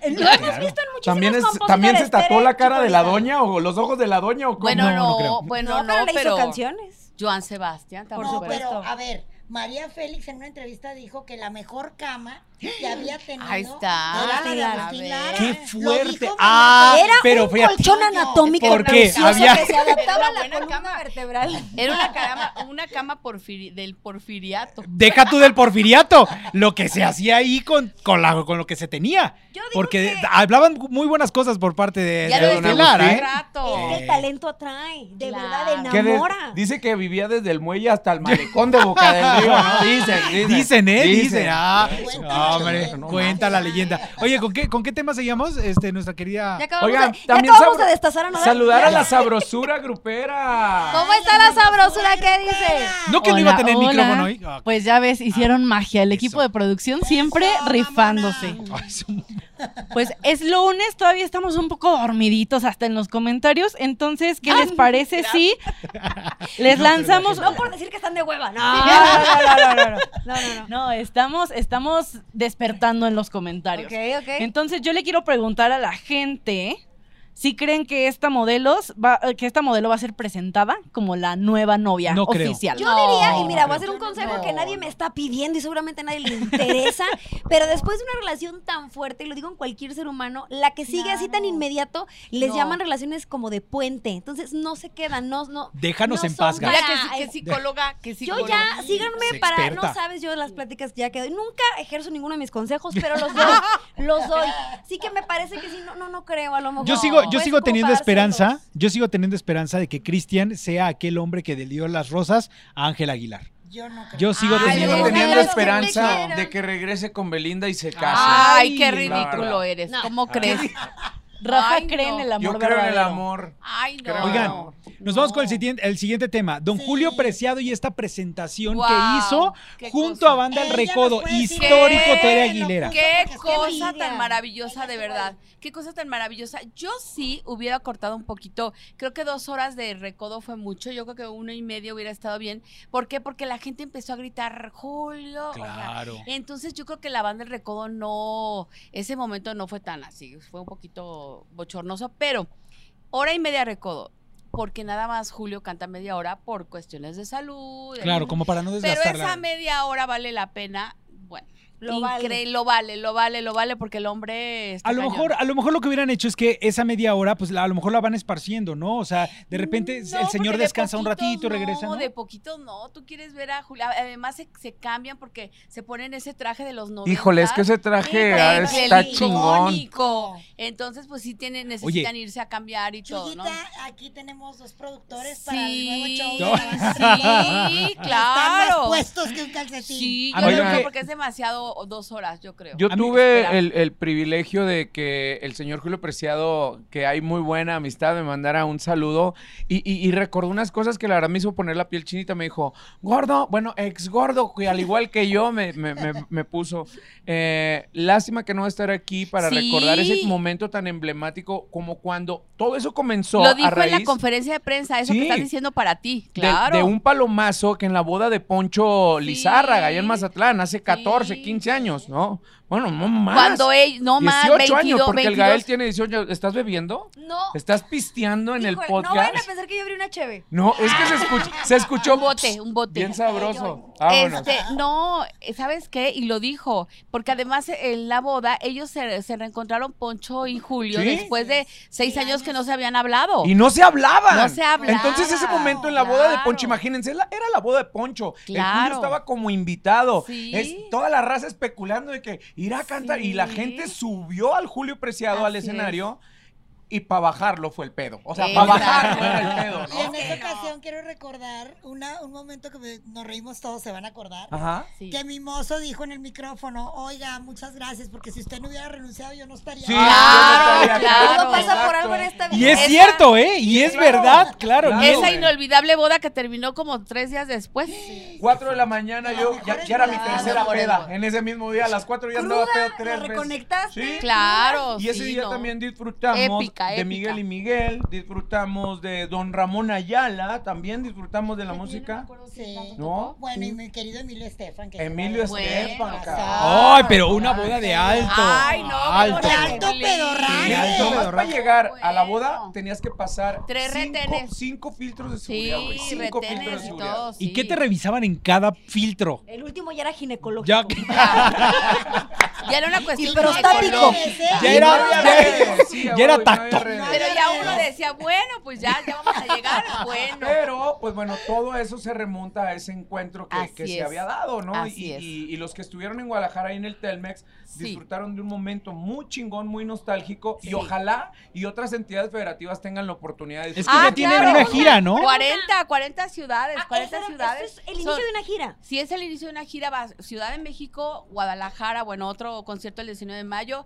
[SPEAKER 4] Lo
[SPEAKER 2] Claro.
[SPEAKER 4] hemos visto en muchísimos
[SPEAKER 5] ¿También, es,
[SPEAKER 4] compositores,
[SPEAKER 5] ¿También se tatuó
[SPEAKER 4] Tere
[SPEAKER 5] la cara de la
[SPEAKER 4] Chikorita.
[SPEAKER 5] doña o los ojos de la doña o cómo?
[SPEAKER 3] Bueno,
[SPEAKER 2] No, no
[SPEAKER 3] no,
[SPEAKER 2] creo.
[SPEAKER 3] bueno, no,
[SPEAKER 4] pero, le hizo
[SPEAKER 3] pero,
[SPEAKER 4] canciones.
[SPEAKER 3] Joan Sebastián
[SPEAKER 4] Por
[SPEAKER 3] también.
[SPEAKER 1] No,
[SPEAKER 4] supuesto.
[SPEAKER 1] pero a ver, María Félix en una entrevista dijo que la mejor cama que
[SPEAKER 3] *gasps*
[SPEAKER 1] había tenido
[SPEAKER 3] Ahí está.
[SPEAKER 1] era la de
[SPEAKER 3] A
[SPEAKER 1] Agustín Lara.
[SPEAKER 3] ver.
[SPEAKER 2] Qué
[SPEAKER 1] Lo dijo
[SPEAKER 2] fuerte.
[SPEAKER 1] Manuel
[SPEAKER 2] Ah,
[SPEAKER 1] Pérez.
[SPEAKER 4] Era
[SPEAKER 2] pero
[SPEAKER 4] un
[SPEAKER 2] fíjate.
[SPEAKER 4] colchón anatómico
[SPEAKER 2] ¿Por qué?
[SPEAKER 4] precioso
[SPEAKER 2] Había- *laughs*
[SPEAKER 4] que
[SPEAKER 3] *laughs*
[SPEAKER 4] se adaptaba
[SPEAKER 3] Era
[SPEAKER 4] a la
[SPEAKER 3] buena
[SPEAKER 4] columna
[SPEAKER 3] cama.
[SPEAKER 4] vertebral.
[SPEAKER 3] Era
[SPEAKER 4] *laughs*
[SPEAKER 3] una cama, una cama porfiri- del porfiriato.
[SPEAKER 2] Deja tú del porfiriato, lo que se hacía ahí con, con, la- con lo que se tenía.
[SPEAKER 4] Yo digo
[SPEAKER 2] Porque
[SPEAKER 4] que-
[SPEAKER 2] hablaban muy buenas cosas por parte de,
[SPEAKER 3] Ya
[SPEAKER 2] de
[SPEAKER 3] lo
[SPEAKER 5] don
[SPEAKER 2] Agustín
[SPEAKER 3] decía
[SPEAKER 2] Lara,
[SPEAKER 3] hace
[SPEAKER 2] ¿eh?
[SPEAKER 3] rato.
[SPEAKER 4] Es que el talento atrae, de
[SPEAKER 3] Claro.
[SPEAKER 4] verdad,
[SPEAKER 5] Que de-
[SPEAKER 4] enamora.
[SPEAKER 5] dice que vivía desde el muelle hasta el malecón de Boca
[SPEAKER 2] *laughs*
[SPEAKER 5] del Río, ¿no? Dicen, dicen.
[SPEAKER 2] Dicen, ¿eh? Dicen. Ah,
[SPEAKER 1] Cuenta la
[SPEAKER 2] hombre,
[SPEAKER 1] leyenda.
[SPEAKER 2] cuenta la leyenda. Oye, ¿con qué, ¿con qué tema seguíamos, este, nuestra querida?
[SPEAKER 4] Ya acabamos,
[SPEAKER 5] Oigan,
[SPEAKER 4] de, ya
[SPEAKER 5] también
[SPEAKER 4] acabamos
[SPEAKER 5] sabro-
[SPEAKER 4] de destazar a Nodal.
[SPEAKER 5] Saludar a la sabrosura grupera.
[SPEAKER 4] ¿Cómo está la sabrosura? ¿Qué dice?
[SPEAKER 2] No que no
[SPEAKER 6] Hola,
[SPEAKER 2] iba a tener
[SPEAKER 6] hola.
[SPEAKER 2] micrófono hoy. Ah,
[SPEAKER 6] Pues ya ves, hicieron magia. El equipo
[SPEAKER 2] eso.
[SPEAKER 6] de producción siempre
[SPEAKER 1] Eso,
[SPEAKER 6] rifándose.
[SPEAKER 1] mamona.
[SPEAKER 2] ay, su-
[SPEAKER 6] Pues es lunes, todavía estamos un poco dormiditos hasta en los comentarios. Entonces, ¿qué les parece *laughs* si les lanzamos?
[SPEAKER 4] Pues, No por decir que están de hueva, no.
[SPEAKER 6] *laughs* No, no, no, no, no.
[SPEAKER 4] No, no, no.
[SPEAKER 6] No, estamos, estamos despertando en los comentarios.
[SPEAKER 4] Ok, ok.
[SPEAKER 6] Entonces, yo le quiero preguntar a la gente ¿eh? si creen que esta modelos va, que esta modelo va a ser presentada como la nueva novia
[SPEAKER 2] No creo.
[SPEAKER 6] oficial.
[SPEAKER 4] Yo
[SPEAKER 3] No,
[SPEAKER 4] diría, y mira, voy
[SPEAKER 2] creo.
[SPEAKER 4] a hacer un consejo
[SPEAKER 3] No,
[SPEAKER 4] que nadie me está pidiendo y seguramente a nadie le interesa, *laughs* pero después de una relación tan fuerte, y lo digo en cualquier ser humano, la que sigue así tan
[SPEAKER 3] Claro.
[SPEAKER 4] inmediato, les
[SPEAKER 3] No.
[SPEAKER 4] llaman relaciones como de puente. Entonces no se quedan, no, no.
[SPEAKER 2] Déjanos
[SPEAKER 4] No
[SPEAKER 2] en
[SPEAKER 4] son
[SPEAKER 2] paz,
[SPEAKER 4] para-
[SPEAKER 2] Gaby.
[SPEAKER 3] Mira que, sí- que psicóloga, que
[SPEAKER 4] Ah, Yo
[SPEAKER 3] psicóloga.
[SPEAKER 4] ya, síganme
[SPEAKER 2] Es
[SPEAKER 4] para,
[SPEAKER 2] experta.
[SPEAKER 4] no sabes yo las pláticas ya que doy. Nunca ejerzo *laughs* ninguno de mis consejos, pero los doy, los doy. Sí que me parece que sí, no, no, no creo a lo mejor.
[SPEAKER 2] Yo sigo, yo
[SPEAKER 4] Pues
[SPEAKER 2] sigo teniendo
[SPEAKER 4] ocupárselos.
[SPEAKER 2] esperanza, yo sigo teniendo esperanza de que Cristian sea aquel hombre que le dio las rosas a Ángel Aguilar.
[SPEAKER 1] Yo no creo.
[SPEAKER 2] Yo sigo
[SPEAKER 3] Ay,
[SPEAKER 5] Sigo
[SPEAKER 2] teniendo...
[SPEAKER 3] ojalá
[SPEAKER 5] teniendo
[SPEAKER 3] que
[SPEAKER 4] me
[SPEAKER 5] esperanza
[SPEAKER 4] quieran.
[SPEAKER 5] de que regrese con Belinda y se case.
[SPEAKER 3] Ay, qué
[SPEAKER 5] la
[SPEAKER 3] ridículo
[SPEAKER 5] verdad.
[SPEAKER 3] eres.
[SPEAKER 4] No.
[SPEAKER 2] Ah. *laughs*
[SPEAKER 3] ¿Cómo crees?
[SPEAKER 6] Rafa
[SPEAKER 3] Ay,
[SPEAKER 6] cree
[SPEAKER 3] no.
[SPEAKER 6] en el amor
[SPEAKER 5] Yo creo en el
[SPEAKER 6] verdadero.
[SPEAKER 5] amor.
[SPEAKER 3] Ay, no.
[SPEAKER 5] Creo-
[SPEAKER 2] Oigan,
[SPEAKER 5] No.
[SPEAKER 2] Nos vamos
[SPEAKER 3] No.
[SPEAKER 2] con el siguiente, el siguiente tema. Don
[SPEAKER 1] Sí.
[SPEAKER 2] Julio Preciado y esta presentación que
[SPEAKER 3] Guau,
[SPEAKER 2] hizo
[SPEAKER 3] qué
[SPEAKER 2] junto
[SPEAKER 3] cosa.
[SPEAKER 2] a Banda El
[SPEAKER 1] Ella nos
[SPEAKER 2] Recodo,
[SPEAKER 1] puede decir-
[SPEAKER 2] histórico
[SPEAKER 3] ¿Qué?
[SPEAKER 2] Tere Aguilera.
[SPEAKER 3] Qué
[SPEAKER 1] Qué
[SPEAKER 3] cosa
[SPEAKER 4] envidia.
[SPEAKER 3] tan maravillosa, de verdad. Qué cosa tan maravillosa. Yo sí hubiera cortado un poquito. Creo que dos horas de recodo fue mucho. Yo creo que una y media hubiera estado bien. ¿Por qué? Porque la gente empezó a gritar, Julio. o sea,
[SPEAKER 2] Claro.
[SPEAKER 3] entonces yo creo que la banda del recodo no, ese momento no fue tan así, fue un poquito bochornoso, pero hora y media recodo, porque nada más Julio canta media hora por cuestiones de salud.
[SPEAKER 2] Claro,
[SPEAKER 3] eh,
[SPEAKER 2] como para no
[SPEAKER 3] pero
[SPEAKER 2] desgastarla.
[SPEAKER 3] esa media hora vale la pena. Bueno,
[SPEAKER 4] Lo
[SPEAKER 3] lo
[SPEAKER 4] vale.
[SPEAKER 3] vale. lo vale, lo vale, lo vale, porque el hombre está
[SPEAKER 2] A lo,
[SPEAKER 3] cañón.
[SPEAKER 2] mejor, a lo mejor lo que hubieran hecho es que esa media hora, pues la- a lo mejor la van esparciendo, ¿no? O sea, de repente
[SPEAKER 3] Mm, No,
[SPEAKER 2] el señor
[SPEAKER 3] porque de
[SPEAKER 2] descansa un
[SPEAKER 3] poquitos
[SPEAKER 2] ratito,
[SPEAKER 3] no,
[SPEAKER 2] regresa. ¿no?
[SPEAKER 3] de poquito no. Tú quieres ver a Julio. Además, se, se cambian porque se ponen ese traje de los 90.
[SPEAKER 5] Híjole, es que ese traje
[SPEAKER 4] Sí,
[SPEAKER 5] ah,
[SPEAKER 4] Belinda.
[SPEAKER 5] está
[SPEAKER 4] Icónico.
[SPEAKER 5] chingón.
[SPEAKER 3] Icónico. Entonces, pues sí tienen, necesitan irse a cambiar y todo,
[SPEAKER 1] Chuyita,
[SPEAKER 3] ¿no?
[SPEAKER 1] aquí tenemos dos productores para el nuevo
[SPEAKER 3] Sí,
[SPEAKER 1] show.
[SPEAKER 2] No. *laughs*
[SPEAKER 1] de pues, la banda. Están
[SPEAKER 3] *laughs* sí,
[SPEAKER 1] más
[SPEAKER 3] claro.
[SPEAKER 1] puestos que un calcetín.
[SPEAKER 3] Sí,
[SPEAKER 2] A
[SPEAKER 3] yo
[SPEAKER 2] mí
[SPEAKER 3] creo
[SPEAKER 5] lo
[SPEAKER 3] que
[SPEAKER 2] que-
[SPEAKER 3] porque es demasiado o dos horas, yo creo.
[SPEAKER 5] Yo
[SPEAKER 2] A mí-
[SPEAKER 5] tuve
[SPEAKER 3] espera.
[SPEAKER 5] el, el privilegio de que el señor Julio Preciado, que hay muy buena amistad, me mandara un saludo y, y- y recordó unas cosas que la verdad me hizo poner la piel chinita. Me dijo, gordo, bueno, ex gordo, que al igual que yo me, me- me- me puso. eh, lástima que no va a estar aquí para
[SPEAKER 3] Sí.
[SPEAKER 5] recordar ese momento tan emblemático como cuando todo eso comenzó
[SPEAKER 3] Lo
[SPEAKER 5] a
[SPEAKER 3] dijo en
[SPEAKER 5] raíz
[SPEAKER 3] la conferencia de prensa, eso
[SPEAKER 5] Sí.
[SPEAKER 3] que estás diciendo para ti,
[SPEAKER 5] de-
[SPEAKER 3] claro.
[SPEAKER 5] de, un palomazo que en la boda de Poncho
[SPEAKER 3] Sí.
[SPEAKER 5] Lizárraga, allá en Mazatlán, hace 14,
[SPEAKER 3] Sí.
[SPEAKER 5] 15 años, ¿no? Bueno, no más.
[SPEAKER 3] Cuando él, no más,
[SPEAKER 5] 18
[SPEAKER 3] 22,
[SPEAKER 5] años, porque el
[SPEAKER 3] 22.
[SPEAKER 5] Gael tiene 18 años. ¿Estás bebiendo?
[SPEAKER 4] No.
[SPEAKER 5] ¿Estás pisteando Pues, en
[SPEAKER 4] híjole,
[SPEAKER 5] el
[SPEAKER 4] No vayan a
[SPEAKER 5] podcast?
[SPEAKER 4] pensar que yo abrí una cheve.
[SPEAKER 5] No, es que se escuchó, se escuchó
[SPEAKER 3] Un bote, un bote.
[SPEAKER 5] bien sabroso. Vámonos.
[SPEAKER 3] Este, no, ¿sabes qué? Y lo dijo, porque además eh, en la boda ellos se, se reencontraron Poncho y Julio
[SPEAKER 5] ¿Sí?
[SPEAKER 3] después de seis
[SPEAKER 1] Sí,
[SPEAKER 3] años que
[SPEAKER 1] años.
[SPEAKER 3] no se habían hablado.
[SPEAKER 5] Y no se hablaban.
[SPEAKER 3] No se hablaban,
[SPEAKER 5] Entonces ese momento en la boda de
[SPEAKER 3] claro.
[SPEAKER 5] Poncho, imagínense, la- era la boda de Poncho. El
[SPEAKER 3] Claro.
[SPEAKER 5] Julio estaba como invitado.
[SPEAKER 3] Sí.
[SPEAKER 5] Es, toda la raza especulando de que irá a cantar. Y la
[SPEAKER 3] Sí.
[SPEAKER 5] gente subió al Julio Preciado al
[SPEAKER 3] Así
[SPEAKER 5] escenario y para bajarlo fue el pedo. O sea, para
[SPEAKER 3] Exacto.
[SPEAKER 5] bajarlo era el pedo,
[SPEAKER 1] Y en
[SPEAKER 5] ¿no?
[SPEAKER 1] esta ocasión quiero recordar una, un momento que me- nos reímos todos, se van a acordar.
[SPEAKER 5] Ajá.
[SPEAKER 3] Sí.
[SPEAKER 1] Que mi mozo dijo en el micrófono, oiga, muchas gracias, porque si usted no hubiera renunciado yo no estaría.
[SPEAKER 5] Sí,
[SPEAKER 1] aquí".
[SPEAKER 3] Claro,
[SPEAKER 4] Ah,
[SPEAKER 5] yo no estaría-
[SPEAKER 3] claro.
[SPEAKER 4] Todo pasa por
[SPEAKER 5] Exacto.
[SPEAKER 4] algo en esta vida.
[SPEAKER 2] Y es
[SPEAKER 3] Esa-
[SPEAKER 2] cierto, ¿eh? Y es
[SPEAKER 5] claro.
[SPEAKER 2] verdad, claro.
[SPEAKER 5] Claro.
[SPEAKER 2] mira.
[SPEAKER 3] Esa
[SPEAKER 5] güey.
[SPEAKER 3] inolvidable boda que terminó como tres días después.
[SPEAKER 5] 4 de la mañana
[SPEAKER 1] Las
[SPEAKER 5] yo ya,
[SPEAKER 1] mejores
[SPEAKER 5] ya era mi
[SPEAKER 1] voladas.
[SPEAKER 5] tercera
[SPEAKER 3] Por
[SPEAKER 5] peda.
[SPEAKER 3] eso.
[SPEAKER 5] En ese mismo día a las 4 ya andaba pedo
[SPEAKER 4] Cruda,
[SPEAKER 5] tres
[SPEAKER 4] lo
[SPEAKER 5] veces.
[SPEAKER 4] reconectaste.
[SPEAKER 5] Sí.
[SPEAKER 3] Claro.
[SPEAKER 5] Y ese
[SPEAKER 3] sí,
[SPEAKER 5] día
[SPEAKER 3] ¿no?
[SPEAKER 5] también disfrutamos
[SPEAKER 3] Épica,
[SPEAKER 5] de
[SPEAKER 3] épica.
[SPEAKER 5] Miguel y Miguel, disfrutamos de Don Ramón Ayala, también disfrutamos de la música.
[SPEAKER 1] Sí.
[SPEAKER 5] ¿No?
[SPEAKER 1] Bueno, y mi querido Emilio Estefan. Que
[SPEAKER 5] Emilio
[SPEAKER 3] Bueno,
[SPEAKER 5] Estefan, cabrón.
[SPEAKER 2] Ay, pero una boda de alto.
[SPEAKER 3] Ay, no,
[SPEAKER 2] alto.
[SPEAKER 1] De alto pedorral.
[SPEAKER 5] Sí,
[SPEAKER 1] Ay,
[SPEAKER 5] nomás
[SPEAKER 1] bueno.
[SPEAKER 5] para llegar a la boda
[SPEAKER 3] Bueno.
[SPEAKER 5] tenías que pasar
[SPEAKER 3] Tres
[SPEAKER 5] cinco,
[SPEAKER 3] retenes.
[SPEAKER 5] cinco filtros de seguridad, güey.
[SPEAKER 3] Sí,
[SPEAKER 5] Cinco filtros
[SPEAKER 3] retenes
[SPEAKER 5] de
[SPEAKER 3] y
[SPEAKER 5] seguridad.
[SPEAKER 3] todo.
[SPEAKER 2] ¿Y
[SPEAKER 3] sí.
[SPEAKER 2] qué te revisaban en cada filtro?
[SPEAKER 4] El último ya era ginecológico.
[SPEAKER 2] Ya,
[SPEAKER 3] *laughs* Ya era una cuestión
[SPEAKER 4] Y prostático.
[SPEAKER 3] ginecológica.
[SPEAKER 2] ya
[SPEAKER 5] Y no
[SPEAKER 2] era,
[SPEAKER 5] había
[SPEAKER 2] ya,
[SPEAKER 5] redes, sí,
[SPEAKER 2] ya
[SPEAKER 5] güey,
[SPEAKER 2] era
[SPEAKER 5] no había
[SPEAKER 2] tacto.
[SPEAKER 5] redes.
[SPEAKER 3] Pero ya uno decía, bueno, pues ya, ya vamos a llegar. Bueno.
[SPEAKER 5] Pero, pues bueno, todo eso se remonta a ese encuentro que, que
[SPEAKER 3] Así
[SPEAKER 5] se
[SPEAKER 3] es.
[SPEAKER 5] había dado, ¿no?
[SPEAKER 3] Así
[SPEAKER 5] y,
[SPEAKER 3] es.
[SPEAKER 5] y- y los que estuvieron en Guadalajara ahí en el Telmex
[SPEAKER 3] Sí.
[SPEAKER 5] disfrutaron de un momento muy chingón, muy nostálgico. Y
[SPEAKER 3] Sí.
[SPEAKER 5] ojalá y otras entidades federativas tengan la oportunidad de
[SPEAKER 2] Es que
[SPEAKER 3] Ah,
[SPEAKER 5] disfrutar.
[SPEAKER 2] ya tienen una gira, ¿no?
[SPEAKER 3] 40, 40 ciudades,
[SPEAKER 4] Ah,
[SPEAKER 3] 40
[SPEAKER 4] eso era-
[SPEAKER 3] ciudades.
[SPEAKER 4] eso es el inicio
[SPEAKER 3] Son-
[SPEAKER 4] de una gira.
[SPEAKER 3] Sí, es el inicio de una gira, va Ciudad de México, Guadalajara, bueno, otro concierto el 19 de mayo,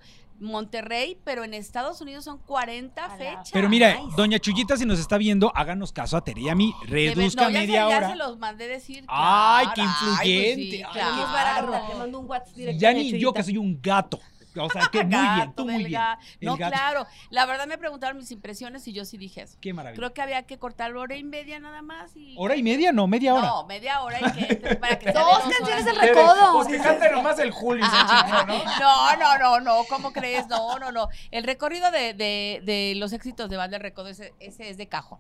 [SPEAKER 3] Monterrey, pero en Estados Unidos son 40
[SPEAKER 4] la-
[SPEAKER 3] fechas.
[SPEAKER 2] Pero mira,
[SPEAKER 4] Ay,
[SPEAKER 2] doña Chullita, si nos está viendo, háganos caso a Tere y a mí.
[SPEAKER 3] De ver-
[SPEAKER 2] Reduzca
[SPEAKER 3] no, ya se-
[SPEAKER 2] media
[SPEAKER 3] ya
[SPEAKER 2] hora.
[SPEAKER 3] se los mandé decir.
[SPEAKER 2] Ay, qué
[SPEAKER 3] claro, ay, pues sí,
[SPEAKER 2] influyente, ay,
[SPEAKER 3] claro.
[SPEAKER 4] Muy barata, le mando un WhatsApp directo
[SPEAKER 2] Ya
[SPEAKER 4] a
[SPEAKER 2] ni yo,
[SPEAKER 4] Chuyita.
[SPEAKER 2] que soy un gato. O sea, que muy bien,
[SPEAKER 3] *laughs* Gato,
[SPEAKER 2] tú muy bien.
[SPEAKER 3] delga-
[SPEAKER 2] El
[SPEAKER 3] No,
[SPEAKER 2] gato.
[SPEAKER 3] claro. La verdad me preguntaron mis impresiones y yo sí dije eso.
[SPEAKER 2] Qué maravilla.
[SPEAKER 3] Creo que había que cortar hora y media nada más. Y...
[SPEAKER 2] ¿Hora y media? No, media hora.
[SPEAKER 3] No, media hora y que para
[SPEAKER 4] *laughs*
[SPEAKER 3] que sea de
[SPEAKER 4] Dos
[SPEAKER 3] horas.
[SPEAKER 4] canciones del
[SPEAKER 3] *laughs*
[SPEAKER 5] Tere,
[SPEAKER 4] recodo.
[SPEAKER 5] Pues que cante nomás el Julio,
[SPEAKER 3] Ah,
[SPEAKER 5] se chingó, ¿no?
[SPEAKER 3] No, no, no, no, ¿cómo crees? No, no, no. El recorrido de, de- de los éxitos de Banda del Recodo, ese, ese es de cajón.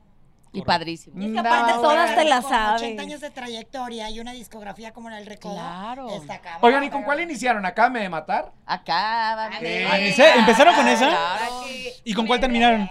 [SPEAKER 3] Y
[SPEAKER 2] Correcto.
[SPEAKER 3] padrísimo.
[SPEAKER 1] Es que
[SPEAKER 2] Mm.
[SPEAKER 5] No,
[SPEAKER 1] aparte
[SPEAKER 5] güey.
[SPEAKER 4] todas te las
[SPEAKER 1] con
[SPEAKER 4] sabes.
[SPEAKER 1] 80 años de trayectoria y una discografía como la del Recodo.
[SPEAKER 3] Claro.
[SPEAKER 1] está cabrón.
[SPEAKER 5] Oigan, ¿y con cuál iniciaron? ¿Acábame de matar?
[SPEAKER 3] Acá,
[SPEAKER 5] Eh,
[SPEAKER 2] Ah, ¿empezaron con esa?
[SPEAKER 3] Claro.
[SPEAKER 2] ¿Y con cuál terminaron?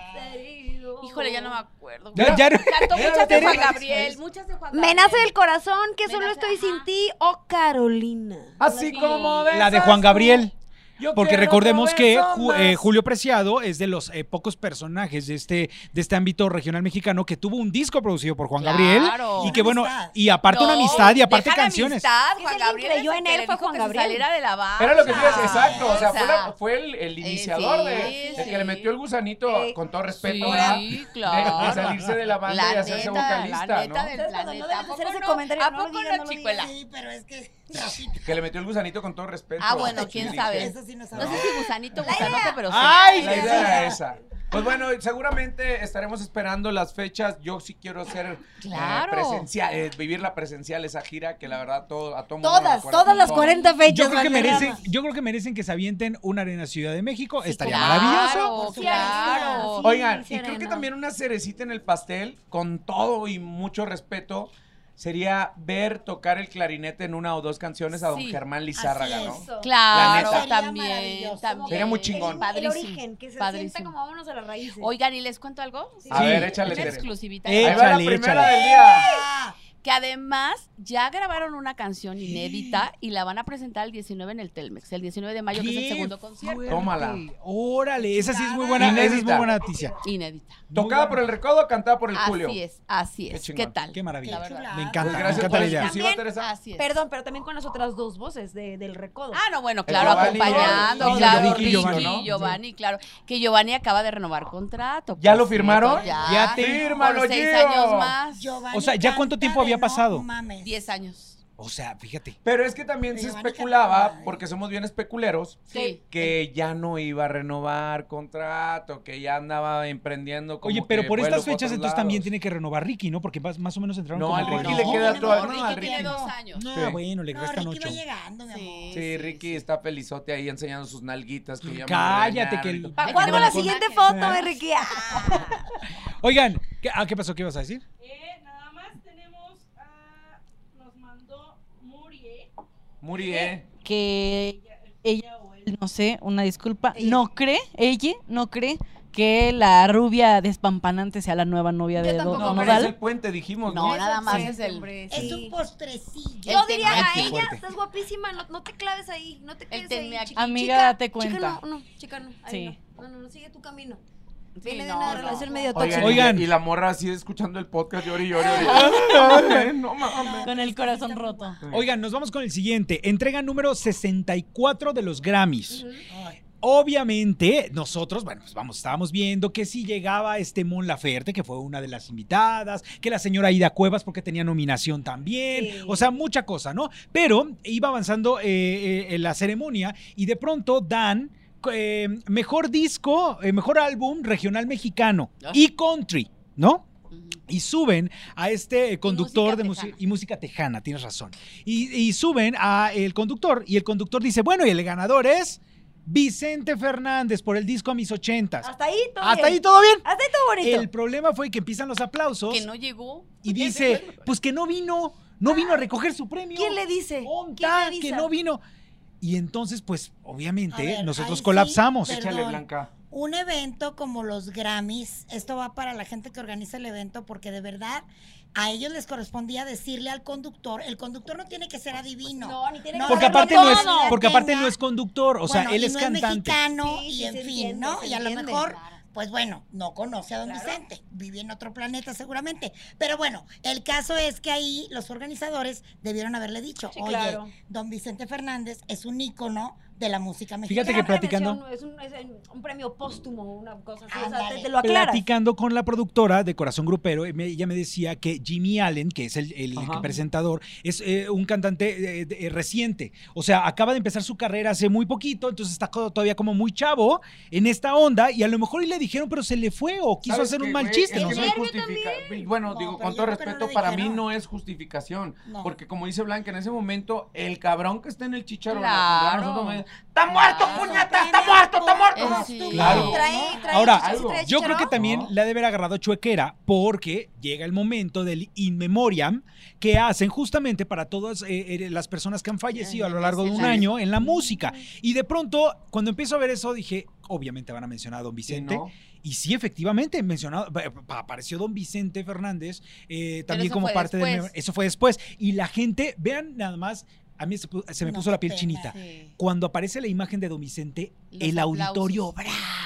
[SPEAKER 3] Híjole, ya no me acuerdo.
[SPEAKER 2] Ya- ya-
[SPEAKER 3] Cantó
[SPEAKER 5] Mira,
[SPEAKER 3] muchas de
[SPEAKER 5] Tere.
[SPEAKER 3] Juan Gabriel, muchas de Juan Gabriel.
[SPEAKER 4] Me nace del corazón que
[SPEAKER 3] Me
[SPEAKER 4] solo
[SPEAKER 3] nace,
[SPEAKER 4] estoy sin
[SPEAKER 3] ajá.
[SPEAKER 4] ti, oh Carolina.
[SPEAKER 5] Así como
[SPEAKER 2] La de Juan Gabriel.
[SPEAKER 5] Yo
[SPEAKER 2] Porque
[SPEAKER 5] quiero
[SPEAKER 2] recordemos
[SPEAKER 5] otra
[SPEAKER 2] que
[SPEAKER 5] vez
[SPEAKER 2] Ju- eh,
[SPEAKER 5] ondas.
[SPEAKER 2] Julio Preciado es de los eh, pocos personajes de este, de este ámbito regional mexicano que tuvo un disco producido por Juan Gabriel.
[SPEAKER 3] Claro.
[SPEAKER 2] Y que bueno,
[SPEAKER 1] Amistad.
[SPEAKER 2] y aparte una
[SPEAKER 3] No,
[SPEAKER 2] amistad y aparte
[SPEAKER 3] deja la
[SPEAKER 2] canciones.
[SPEAKER 3] amistad,
[SPEAKER 4] Es
[SPEAKER 3] Juan
[SPEAKER 4] alguien
[SPEAKER 3] Gabriel
[SPEAKER 4] creyó
[SPEAKER 3] es el
[SPEAKER 4] en
[SPEAKER 3] que
[SPEAKER 4] él,
[SPEAKER 3] le
[SPEAKER 4] fue
[SPEAKER 3] dijo
[SPEAKER 4] Juan
[SPEAKER 3] que se
[SPEAKER 4] Gabriel.
[SPEAKER 3] saliera de la banda.
[SPEAKER 5] Era lo que te iba a decir, exacto. O sea,
[SPEAKER 3] O
[SPEAKER 5] fue, la- fue el, el
[SPEAKER 3] eh,
[SPEAKER 5] iniciador de,
[SPEAKER 3] sí,
[SPEAKER 5] de que le
[SPEAKER 3] sí.
[SPEAKER 5] metió el gusanito,
[SPEAKER 4] Eh,
[SPEAKER 5] con todo respeto, ¿verdad? De-
[SPEAKER 3] Sí,
[SPEAKER 5] De,
[SPEAKER 3] claro.
[SPEAKER 5] salirse de la banda y hacerse vocalista,
[SPEAKER 3] la neta
[SPEAKER 5] ¿no?
[SPEAKER 3] del
[SPEAKER 4] Ustedes cuando
[SPEAKER 3] planeta.
[SPEAKER 4] no deben
[SPEAKER 3] ¿A
[SPEAKER 4] hacer
[SPEAKER 3] poco
[SPEAKER 4] ese
[SPEAKER 3] no?
[SPEAKER 4] comentario,
[SPEAKER 3] ¿A
[SPEAKER 4] no lo
[SPEAKER 3] poco
[SPEAKER 4] digan,
[SPEAKER 3] no,
[SPEAKER 4] no lo
[SPEAKER 3] chicuela?
[SPEAKER 1] Sí, pero es que Rafita,
[SPEAKER 5] *laughs* Que le metió el gusanito con todo respeto.
[SPEAKER 3] Ah, bueno, quién
[SPEAKER 5] Sí,
[SPEAKER 3] sabe.
[SPEAKER 5] dije,
[SPEAKER 1] eso sí nos
[SPEAKER 3] No sé si gusanito, gusanote, pero sí.
[SPEAKER 2] ¡Ay!
[SPEAKER 5] La
[SPEAKER 3] *laughs*
[SPEAKER 5] idea era esa. Pues bueno, seguramente estaremos esperando las fechas. Yo sí quiero hacer
[SPEAKER 3] Claro.
[SPEAKER 5] presencial, vivir la presencial esa gira que la verdad todo, a todo mundo le
[SPEAKER 4] Todas,
[SPEAKER 5] recuerda
[SPEAKER 4] todas las
[SPEAKER 5] mucho.
[SPEAKER 4] 40 fechas.
[SPEAKER 2] Yo creo, que
[SPEAKER 4] Manuel
[SPEAKER 2] merecen,
[SPEAKER 4] Rama.
[SPEAKER 2] yo creo que merecen que se avienten una arena Ciudad de México. Estaría
[SPEAKER 3] claro,
[SPEAKER 2] maravilloso.
[SPEAKER 1] por supuesto.
[SPEAKER 3] Claro.
[SPEAKER 4] Sí,
[SPEAKER 5] Oigan,
[SPEAKER 4] sí,
[SPEAKER 5] y creo que
[SPEAKER 4] Arena.
[SPEAKER 5] también una cerecita en el pastel, con todo y mucho respeto, sería ver tocar el clarinete en una o dos canciones a don
[SPEAKER 3] Sí,
[SPEAKER 5] Germán Lizárraga,
[SPEAKER 1] así
[SPEAKER 5] ¿no?
[SPEAKER 1] es.
[SPEAKER 3] Claro,
[SPEAKER 5] La neta.
[SPEAKER 1] Sería
[SPEAKER 3] también,
[SPEAKER 1] maravilloso.
[SPEAKER 3] también.
[SPEAKER 5] Sería muy chingón.
[SPEAKER 4] El- El,
[SPEAKER 3] Padrísimo,
[SPEAKER 4] origen, que se sienta
[SPEAKER 3] padrísimo.
[SPEAKER 4] como vámonos a las raíces.
[SPEAKER 3] Oigan, ¿y les cuento algo?
[SPEAKER 4] Sí.
[SPEAKER 5] A
[SPEAKER 2] Sí.
[SPEAKER 5] ver, Ah, échale,
[SPEAKER 3] Una
[SPEAKER 5] Tere.
[SPEAKER 3] exclusivita.
[SPEAKER 2] Eh,
[SPEAKER 5] Ahí va la
[SPEAKER 2] Échale,
[SPEAKER 5] primera
[SPEAKER 2] échale.
[SPEAKER 5] del día.
[SPEAKER 1] Ah,
[SPEAKER 3] Que además ya grabaron una canción inédita y la van a presentar el 19 en el Telmex, el 19 de mayo, que es el
[SPEAKER 2] ¡Qué
[SPEAKER 3] segundo concierto.
[SPEAKER 2] fuerte!
[SPEAKER 5] Tómala.
[SPEAKER 2] Órale, esa sí es muy buena, esa es muy
[SPEAKER 5] Inédita.
[SPEAKER 2] buena noticia.
[SPEAKER 3] Inédita.
[SPEAKER 5] Tocada por el recodo, cantada por el
[SPEAKER 3] Así
[SPEAKER 5] Julio.
[SPEAKER 3] es, así
[SPEAKER 5] Qué
[SPEAKER 3] es. ¿Qué,
[SPEAKER 5] chingón.
[SPEAKER 3] tal?
[SPEAKER 2] Qué maravilla.
[SPEAKER 3] La verdad.
[SPEAKER 2] Me encanta,
[SPEAKER 5] Pues
[SPEAKER 2] me
[SPEAKER 5] gracias
[SPEAKER 2] encanta
[SPEAKER 5] por
[SPEAKER 2] la
[SPEAKER 5] la
[SPEAKER 2] idea.
[SPEAKER 5] exclusiva, Teresa.
[SPEAKER 3] Así es.
[SPEAKER 4] Perdón, pero también con las otras dos voces de- del recodo.
[SPEAKER 3] Ah, no, bueno,
[SPEAKER 5] El
[SPEAKER 3] claro,
[SPEAKER 5] Giovanni,
[SPEAKER 3] acompañando,
[SPEAKER 5] Giovanni,
[SPEAKER 3] claro,
[SPEAKER 2] Ricky,
[SPEAKER 3] Ricky,
[SPEAKER 2] Giovanni,
[SPEAKER 3] Giovanni,
[SPEAKER 2] ¿no?
[SPEAKER 3] claro. Que Giovanni acaba de renovar contrato.
[SPEAKER 5] ¿Ya
[SPEAKER 3] por
[SPEAKER 5] lo firmaron?
[SPEAKER 3] cierto, pues Ya,
[SPEAKER 2] Ya te-
[SPEAKER 5] Fírmalo,
[SPEAKER 3] por seis
[SPEAKER 5] Gio.
[SPEAKER 3] años más.
[SPEAKER 2] O sea, ¿ya cuánto tiempo había pasado?
[SPEAKER 3] Diez años.
[SPEAKER 2] O sea, fíjate.
[SPEAKER 5] Pero es que también se
[SPEAKER 1] Pero van a
[SPEAKER 5] especulaba,
[SPEAKER 1] cantar.
[SPEAKER 5] porque somos bien especuleros,
[SPEAKER 3] ¿eh? Sí.
[SPEAKER 5] que ya no iba a renovar contrato, que ya andaba emprendiendo como
[SPEAKER 2] Oye, pero
[SPEAKER 5] que
[SPEAKER 2] por
[SPEAKER 5] vuelo
[SPEAKER 2] estas
[SPEAKER 5] pa'
[SPEAKER 2] fechas
[SPEAKER 5] otros
[SPEAKER 2] entonces también
[SPEAKER 5] lados.
[SPEAKER 2] tiene que renovar Ricky, ¿no? Porque más, más o menos entraron
[SPEAKER 5] No,
[SPEAKER 2] como
[SPEAKER 5] al Ricky
[SPEAKER 2] por-
[SPEAKER 5] le
[SPEAKER 2] No,
[SPEAKER 5] queda
[SPEAKER 2] no,
[SPEAKER 5] todo-
[SPEAKER 2] no,
[SPEAKER 5] no,
[SPEAKER 3] Ricky
[SPEAKER 5] al
[SPEAKER 3] tiene
[SPEAKER 5] Ricky.
[SPEAKER 3] dos años.
[SPEAKER 2] No,
[SPEAKER 5] Sí.
[SPEAKER 2] Ah, bueno, le
[SPEAKER 1] No,
[SPEAKER 2] restan
[SPEAKER 1] Ricky
[SPEAKER 2] ocho.
[SPEAKER 1] va llegando, mi amor.
[SPEAKER 5] Sí, Ricky está pelizote ahí enseñando sus nalguitas. Que ya me
[SPEAKER 2] Pues Cállate,
[SPEAKER 5] regañaron
[SPEAKER 2] que
[SPEAKER 5] y
[SPEAKER 2] el-
[SPEAKER 5] todo.
[SPEAKER 3] ¿Pa'
[SPEAKER 4] ¿A ¿Cuándo
[SPEAKER 3] Ay,
[SPEAKER 4] la
[SPEAKER 3] con-
[SPEAKER 4] siguiente
[SPEAKER 3] con-
[SPEAKER 4] foto, Enrique? Ah.
[SPEAKER 2] Oigan, ¿qué, ah, ¿qué pasó? ¿Qué ibas a decir?
[SPEAKER 7] Eh, nada más tenemos a. Nos mandó Murie.
[SPEAKER 5] Muri, ¿eh?
[SPEAKER 6] que ella o él, no sé, una disculpa, no cree, ella no cree que la rubia despampanante sea la nueva novia
[SPEAKER 4] Yo
[SPEAKER 6] de
[SPEAKER 4] tampoco
[SPEAKER 5] No,
[SPEAKER 6] Don
[SPEAKER 5] pero es
[SPEAKER 6] Nodal.
[SPEAKER 5] el puente, dijimos,
[SPEAKER 3] No,
[SPEAKER 5] ¿no?
[SPEAKER 3] nada más es el-
[SPEAKER 4] Hombre,
[SPEAKER 1] Es
[SPEAKER 4] sí.
[SPEAKER 1] un postrecillo.
[SPEAKER 4] Yo
[SPEAKER 3] El
[SPEAKER 4] diría
[SPEAKER 3] tema
[SPEAKER 4] a
[SPEAKER 3] aquí.
[SPEAKER 4] ella,
[SPEAKER 2] Fuerte.
[SPEAKER 4] estás guapísima, no, no te claves ahí, no te quedes ahí,
[SPEAKER 3] tema aquí.
[SPEAKER 4] chiqui-
[SPEAKER 6] Amiga,
[SPEAKER 4] chica,
[SPEAKER 6] date cuenta.
[SPEAKER 4] Chica, no, no, chica, no, ahí
[SPEAKER 6] Sí.
[SPEAKER 4] no. No, no, no, sigue tu camino.
[SPEAKER 3] Sí,
[SPEAKER 4] Viene de
[SPEAKER 3] no,
[SPEAKER 4] una
[SPEAKER 3] no.
[SPEAKER 4] relación medio
[SPEAKER 5] Oigan,
[SPEAKER 4] tóxica.
[SPEAKER 2] Oigan.
[SPEAKER 5] Y, y la morra así escuchando el podcast, llori, llori,
[SPEAKER 2] *laughs*
[SPEAKER 5] llori. no mames.
[SPEAKER 6] Con el corazón roto.
[SPEAKER 2] Oigan, nos vamos con el siguiente. Entrega número 64 de los Grammys.
[SPEAKER 4] Ujú.
[SPEAKER 1] Ay,
[SPEAKER 2] Obviamente, nosotros, bueno, pues vamos, estábamos viendo que si llegaba este Mon Laferte, que fue una de las invitadas, que la señora Ida Cuevas, porque tenía nominación también,
[SPEAKER 4] Sí.
[SPEAKER 2] o sea, mucha cosa, ¿no? Pero iba avanzando eh, eh, en la ceremonia y de pronto dan eh, mejor disco, eh, mejor álbum regional mexicano
[SPEAKER 3] Ah.
[SPEAKER 2] y country, ¿no?
[SPEAKER 3] Ujú.
[SPEAKER 2] Y suben a este eh, conductor de
[SPEAKER 3] música
[SPEAKER 2] música
[SPEAKER 3] tejana.
[SPEAKER 2] y música tejana, tienes razón. Y, y suben a el conductor y el conductor dice, bueno, y el ganador es Vicente Fernández por el disco a mis ochentas.
[SPEAKER 4] Hasta ahí Ah, todo
[SPEAKER 2] Hasta
[SPEAKER 4] bien.
[SPEAKER 2] ahí todo bien.
[SPEAKER 4] Hasta ahí todo bonito.
[SPEAKER 2] El problema fue que empiezan los aplausos
[SPEAKER 3] Que no llegó.
[SPEAKER 2] y dice, pues que no vino, no vino a recoger su premio.
[SPEAKER 4] ¿Quién le dice?
[SPEAKER 2] Onta,
[SPEAKER 4] ¿Quién le
[SPEAKER 2] que
[SPEAKER 4] avisa?
[SPEAKER 2] no vino. Y entonces, pues, obviamente,
[SPEAKER 1] A ver, ahí
[SPEAKER 2] nosotros
[SPEAKER 1] sí,
[SPEAKER 2] colapsamos.
[SPEAKER 1] pero-
[SPEAKER 5] Échale,
[SPEAKER 1] Perdón.
[SPEAKER 5] Blanca.
[SPEAKER 1] un evento como los Grammys, esto va para la gente que organiza el evento porque de verdad a ellos les correspondía decirle al conductor, el conductor no tiene que ser adivino.
[SPEAKER 4] No, ni tiene
[SPEAKER 1] No,
[SPEAKER 4] que
[SPEAKER 2] porque
[SPEAKER 4] saberlo
[SPEAKER 2] aparte no es,
[SPEAKER 4] todo.
[SPEAKER 2] porque aparte
[SPEAKER 1] Tenga-
[SPEAKER 2] no es conductor, o sea,
[SPEAKER 1] Bueno,
[SPEAKER 2] él
[SPEAKER 1] y
[SPEAKER 2] es
[SPEAKER 1] no
[SPEAKER 2] cantante.
[SPEAKER 1] mexicano
[SPEAKER 4] Sí,
[SPEAKER 1] y
[SPEAKER 4] sí,
[SPEAKER 1] en
[SPEAKER 4] se
[SPEAKER 1] fin,
[SPEAKER 4] entiende,
[SPEAKER 1] ¿no?
[SPEAKER 4] se
[SPEAKER 1] Y a lo
[SPEAKER 4] entiende.
[SPEAKER 1] mejor, pues bueno, no conoce a don Vicente, vive en otro planeta seguramente. Pero bueno, el caso es que ahí los organizadores debieron haberle dicho,
[SPEAKER 4] Sí,
[SPEAKER 1] oye,
[SPEAKER 4] claro.
[SPEAKER 1] don Vicente Fernández es un ícono de la música mexicana.
[SPEAKER 2] Fíjate que
[SPEAKER 4] Gran
[SPEAKER 2] platicando-
[SPEAKER 4] premiación, Es un, es un premio póstumo, una cosa así. O sea,
[SPEAKER 1] Ándale.
[SPEAKER 4] te, te lo aclaras.
[SPEAKER 2] Platicando con la productora de Corazón Grupero, eh, me- ella me decía que Jimmy Allen, que es el, el
[SPEAKER 5] Ajá.
[SPEAKER 2] presentador, es eh, un cantante eh, de- eh, reciente. O sea, acaba de empezar su carrera hace muy poquito, entonces está co- todavía como muy chavo en esta onda y a lo mejor y le dijeron, pero se le fue o quiso
[SPEAKER 5] ¿Sabes
[SPEAKER 2] hacer un
[SPEAKER 5] qué,
[SPEAKER 2] mal
[SPEAKER 5] güey?
[SPEAKER 2] chiste.
[SPEAKER 5] Es
[SPEAKER 2] No
[SPEAKER 5] que
[SPEAKER 2] sé.
[SPEAKER 5] no es justifica- Bueno,
[SPEAKER 1] No,
[SPEAKER 5] digo,
[SPEAKER 1] pero
[SPEAKER 5] con
[SPEAKER 1] yo
[SPEAKER 5] todo
[SPEAKER 1] creo que no
[SPEAKER 5] respeto,
[SPEAKER 1] le
[SPEAKER 5] para mí
[SPEAKER 1] dijeron.
[SPEAKER 5] no es justificación.
[SPEAKER 1] No.
[SPEAKER 5] Porque como dice Blanca, en ese momento, el cabrón que está en el chicharro,
[SPEAKER 3] Claro.
[SPEAKER 5] ¡Está muerto,
[SPEAKER 3] Claro.
[SPEAKER 5] puñata! ¡Está muerto, está
[SPEAKER 3] Eh,
[SPEAKER 5] muerto!
[SPEAKER 3] sí.
[SPEAKER 2] Claro.
[SPEAKER 4] Trae, trae
[SPEAKER 2] Ahora,
[SPEAKER 4] chichis y
[SPEAKER 5] algo.
[SPEAKER 4] trae
[SPEAKER 2] Yo creo que
[SPEAKER 4] chicharrón.
[SPEAKER 2] también
[SPEAKER 5] No.
[SPEAKER 2] la debe haber agarrado chuequera porque llega el momento del in memoriam que hacen justamente para todas eh, eh, las personas que han fallecido a lo largo de un
[SPEAKER 3] Claro.
[SPEAKER 2] año en la música. Y de pronto, cuando empiezo a ver eso, dije, obviamente van a mencionar a don
[SPEAKER 5] Sí,
[SPEAKER 2] Vicente.
[SPEAKER 5] ¿no?
[SPEAKER 2] Y sí, efectivamente, mencionado, pa- pa- apareció don Vicente Fernández eh, también
[SPEAKER 3] eso
[SPEAKER 2] como
[SPEAKER 3] fue
[SPEAKER 2] parte de...
[SPEAKER 3] después.
[SPEAKER 2] Eso fue después. Y la gente, vean nada más a mí se, pu- se me
[SPEAKER 1] No,
[SPEAKER 2] puso la
[SPEAKER 1] qué
[SPEAKER 2] piel
[SPEAKER 1] pena.
[SPEAKER 2] chinita.
[SPEAKER 3] Sí.
[SPEAKER 2] Cuando aparece la imagen de Don Vicente,
[SPEAKER 3] Los
[SPEAKER 2] el auditorio,
[SPEAKER 3] aplausos.
[SPEAKER 2] brava.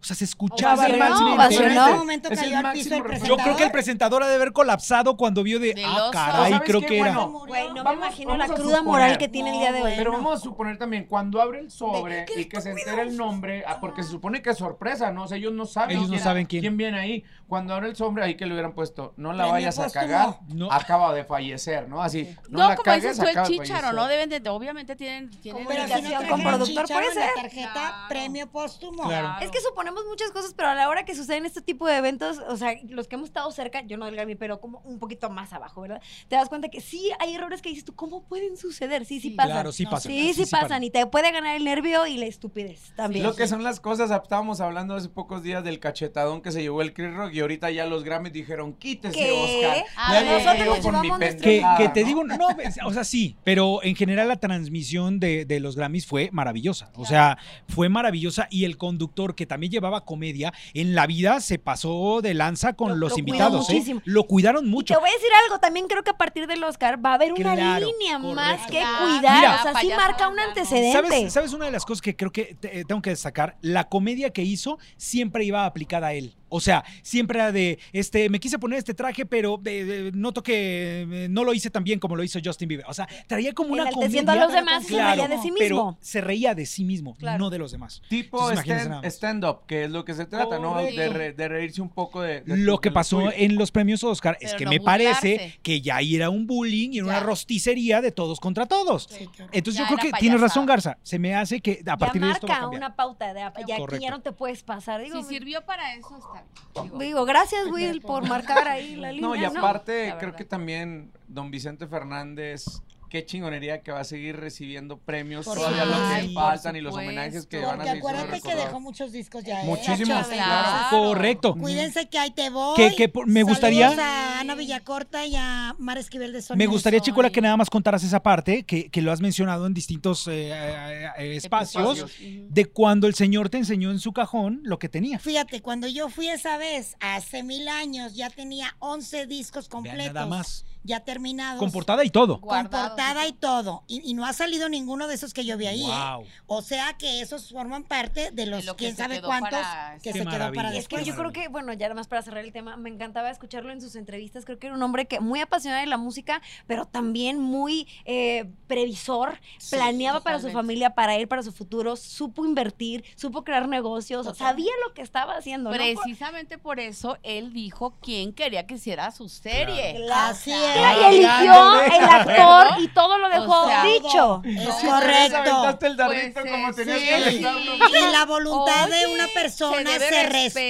[SPEAKER 2] O sea, se escuchaba
[SPEAKER 5] Ovacionó,
[SPEAKER 2] realmente.
[SPEAKER 4] ovacionó.
[SPEAKER 1] En un momento
[SPEAKER 5] Es el
[SPEAKER 1] cayó al
[SPEAKER 5] máximo
[SPEAKER 1] piso el
[SPEAKER 5] representante.
[SPEAKER 2] Yo
[SPEAKER 1] presentador.
[SPEAKER 2] creo que el presentador ha de haber colapsado cuando vio de,
[SPEAKER 3] Del
[SPEAKER 2] ah,
[SPEAKER 3] oso.
[SPEAKER 2] caray,
[SPEAKER 5] ¿Sabes
[SPEAKER 2] creo
[SPEAKER 5] qué?
[SPEAKER 2] que era.
[SPEAKER 5] Bueno,
[SPEAKER 1] Murió.
[SPEAKER 4] Güey, no
[SPEAKER 5] Vamos-
[SPEAKER 4] me imagino la
[SPEAKER 5] vamos a
[SPEAKER 4] cruda moral
[SPEAKER 5] suponer.
[SPEAKER 4] que tiene el día de hoy.
[SPEAKER 5] Pero
[SPEAKER 1] Bueno.
[SPEAKER 5] vamos a suponer también, cuando abre el sobre
[SPEAKER 4] qué
[SPEAKER 5] y que se entera el nombre, ah, porque se supone que es sorpresa, ¿no? O sea, ellos no saben,
[SPEAKER 2] Ellos no saben quién.
[SPEAKER 5] viene ahí. Cuando abre el sobre, ahí que le hubieran puesto, no la
[SPEAKER 1] Premio
[SPEAKER 5] vayas a
[SPEAKER 1] póstumo.
[SPEAKER 5] cagar,
[SPEAKER 2] No.
[SPEAKER 5] acaba de fallecer, ¿no? Así, no,
[SPEAKER 3] No,
[SPEAKER 5] la
[SPEAKER 3] como
[SPEAKER 5] cagues,
[SPEAKER 3] dices tú, el
[SPEAKER 5] acaba de
[SPEAKER 3] chicharo, ¿no?
[SPEAKER 5] fallecer.
[SPEAKER 3] Deben de, obviamente tienen, tienen
[SPEAKER 1] Pero si no
[SPEAKER 4] Comunicación
[SPEAKER 1] trajeron
[SPEAKER 4] con productor,
[SPEAKER 1] chicharo
[SPEAKER 4] puede
[SPEAKER 1] en la
[SPEAKER 4] ser.
[SPEAKER 1] tarjeta,
[SPEAKER 3] Claro.
[SPEAKER 1] premio póstumo.
[SPEAKER 2] Claro.
[SPEAKER 4] Es que suponemos muchas cosas, pero a la hora que suceden este tipo de eventos, o sea, los que hemos estado cerca, yo no del Grammy, pero como un poquito más abajo, ¿verdad? Te das cuenta que sí hay errores que dices tú, ¿cómo pueden suceder? Sí, sí,
[SPEAKER 3] Sí,
[SPEAKER 4] pasan.
[SPEAKER 2] Claro, sí
[SPEAKER 1] No,
[SPEAKER 2] pasa.
[SPEAKER 4] sí, sí, pasan. Y te puede ganar el nervio y la estupidez también.
[SPEAKER 5] Lo que son las cosas, ah, estábamos hablando hace pocos días del cachetadón que se llevó el Chris Rock y ahorita ya los Grammys dijeron, quítese
[SPEAKER 4] ¿Qué?
[SPEAKER 5] Oscar.
[SPEAKER 3] A
[SPEAKER 5] Nadie
[SPEAKER 3] nosotros
[SPEAKER 5] me
[SPEAKER 3] nos
[SPEAKER 5] dio por mi
[SPEAKER 4] llevamos nuestro-
[SPEAKER 2] Que,
[SPEAKER 5] pendejada,
[SPEAKER 2] que te
[SPEAKER 5] ¿no?
[SPEAKER 2] digo, no, *laughs* es- o sea, sí, pero en general la transmisión de, de los Grammys fue maravillosa. O sea, fue maravillosa y el conductor que también llevaba comedia en la vida se pasó de lanza con
[SPEAKER 4] Lo-
[SPEAKER 2] los
[SPEAKER 4] lo cuidó
[SPEAKER 2] invitados. ¿eh?
[SPEAKER 4] muchísimo.
[SPEAKER 2] Lo cuidaron
[SPEAKER 4] Y
[SPEAKER 2] mucho.
[SPEAKER 4] te voy a decir algo, también creo que a partir del Oscar va a haber una
[SPEAKER 2] Claro,
[SPEAKER 4] línea
[SPEAKER 2] correcto.
[SPEAKER 4] más que
[SPEAKER 3] Ah,
[SPEAKER 4] cuidar.
[SPEAKER 2] mira,
[SPEAKER 4] o sea, sí
[SPEAKER 3] payasadas,
[SPEAKER 4] marca un
[SPEAKER 3] ya no.
[SPEAKER 4] antecedente.
[SPEAKER 2] ¿Sabes, ¿Sabes una de las cosas que creo que te- eh, tengo que destacar? La comedia que hizo siempre iba aplicada a él. O sea, siempre era de, este, me quise poner este traje, pero eh, eh, noto que eh, no lo hice tan bien como lo hizo Justin Bieber. O sea, traía como una
[SPEAKER 4] Enalteciendo
[SPEAKER 2] comedia.
[SPEAKER 4] a los demás y se
[SPEAKER 2] Claro,
[SPEAKER 4] reía de sí
[SPEAKER 2] pero
[SPEAKER 4] mismo.
[SPEAKER 2] se reía de sí mismo,
[SPEAKER 4] Claro.
[SPEAKER 2] no de los demás.
[SPEAKER 5] Tipo
[SPEAKER 2] Entonces, imagínense nada
[SPEAKER 5] stand-
[SPEAKER 2] más.
[SPEAKER 5] stand-up, que es lo que se trata, ¿no? De,
[SPEAKER 3] Correcto.
[SPEAKER 5] re- de reírse un poco de... de-
[SPEAKER 2] Lo que
[SPEAKER 5] de
[SPEAKER 2] pasó
[SPEAKER 5] tuyo.
[SPEAKER 2] en los premios Oscar es
[SPEAKER 3] Pero
[SPEAKER 2] que
[SPEAKER 3] no
[SPEAKER 2] me parece
[SPEAKER 3] burlarse.
[SPEAKER 2] que ya ahí era un bullying y era una
[SPEAKER 3] Ya.
[SPEAKER 2] rosticería de todos contra todos.
[SPEAKER 1] Sí, claro.
[SPEAKER 2] Entonces
[SPEAKER 3] Ya
[SPEAKER 2] yo creo
[SPEAKER 3] era
[SPEAKER 2] que tienes razón,
[SPEAKER 3] payasada.
[SPEAKER 2] Garza. Se me hace que a
[SPEAKER 4] Ya
[SPEAKER 2] partir de esto va a
[SPEAKER 4] marca
[SPEAKER 2] cambiar.
[SPEAKER 4] una pauta de ya aquí
[SPEAKER 2] Correcto.
[SPEAKER 4] ya no te puedes pasar. Digo,
[SPEAKER 3] Si sirvió para eso, está bien. Digo,
[SPEAKER 4] digo, gracias Will por marcar ahí la línea.
[SPEAKER 5] No, y
[SPEAKER 3] la
[SPEAKER 5] aparte,
[SPEAKER 3] verdad.
[SPEAKER 5] creo que también don Vicente Fernández, qué chingonería que va a seguir recibiendo premios
[SPEAKER 1] Por
[SPEAKER 5] todavía los que
[SPEAKER 2] supuesto.
[SPEAKER 5] le faltan y los homenajes
[SPEAKER 3] Porque
[SPEAKER 5] que van a
[SPEAKER 1] Porque
[SPEAKER 5] seguir siendo
[SPEAKER 1] acuérdate que
[SPEAKER 5] recordados.
[SPEAKER 1] dejó muchos discos ya. ¿eh?
[SPEAKER 5] Muchísimos,
[SPEAKER 1] Chava.
[SPEAKER 5] claro.
[SPEAKER 2] Correcto.
[SPEAKER 1] Cuídense que ahí te voy.
[SPEAKER 2] Que- que por- me gustaría-
[SPEAKER 1] Saludos a Ana Villacorta y a Mar Esquivel de Sonido.
[SPEAKER 2] Me gustaría, Chicuela,
[SPEAKER 3] soy.
[SPEAKER 2] que nada más contaras esa parte, que, que lo has mencionado en distintos eh, eh, eh, espacios,
[SPEAKER 5] Espacios.
[SPEAKER 2] de cuando el señor te enseñó en su cajón lo que tenía.
[SPEAKER 1] Fíjate, cuando yo fui esa vez, hace mil años, ya tenía 11 discos
[SPEAKER 2] Vean
[SPEAKER 1] completos.
[SPEAKER 2] nada más.
[SPEAKER 1] Ya terminados.
[SPEAKER 2] Con portada y todo.
[SPEAKER 1] con portada y todo. Y, y no ha salido ninguno de esos que yo vi ahí. ¿eh?
[SPEAKER 2] Wow.
[SPEAKER 1] O sea que esos forman parte de los
[SPEAKER 3] lo que
[SPEAKER 1] quién
[SPEAKER 3] se
[SPEAKER 1] sabe
[SPEAKER 3] quedó
[SPEAKER 1] cuántos
[SPEAKER 3] para- este
[SPEAKER 1] que
[SPEAKER 2] Qué
[SPEAKER 1] se quedó para
[SPEAKER 2] maravilla.
[SPEAKER 4] Es
[SPEAKER 1] después.
[SPEAKER 4] que yo creo que, bueno, ya nada más para cerrar el tema, me encantaba escucharlo en sus entrevistas. Creo que era un hombre que muy apasionado de la música, pero también muy eh, previsor.
[SPEAKER 3] Sí,
[SPEAKER 4] planeaba para su
[SPEAKER 3] totalmente.
[SPEAKER 4] familia, para él, para su futuro. Supo invertir, supo crear negocios.
[SPEAKER 3] Totalmente.
[SPEAKER 4] Sabía lo que estaba haciendo. ¿no?
[SPEAKER 3] Precisamente por eso él dijo quién quería que hiciera su serie.
[SPEAKER 4] Claro.
[SPEAKER 1] Así
[SPEAKER 4] Claro,
[SPEAKER 1] es.
[SPEAKER 4] y eligió el actor y todo lo dejó
[SPEAKER 3] O sea,
[SPEAKER 4] dicho.
[SPEAKER 1] Es
[SPEAKER 3] No,
[SPEAKER 5] Te
[SPEAKER 1] correcto.
[SPEAKER 5] aventaste el
[SPEAKER 3] Pues,
[SPEAKER 5] dardito
[SPEAKER 3] eh,
[SPEAKER 5] como tenías
[SPEAKER 3] sí,
[SPEAKER 5] que aventarlo.
[SPEAKER 3] sí.
[SPEAKER 1] Y la voluntad de
[SPEAKER 3] Oye,
[SPEAKER 1] una persona se,
[SPEAKER 3] debe
[SPEAKER 1] respeta.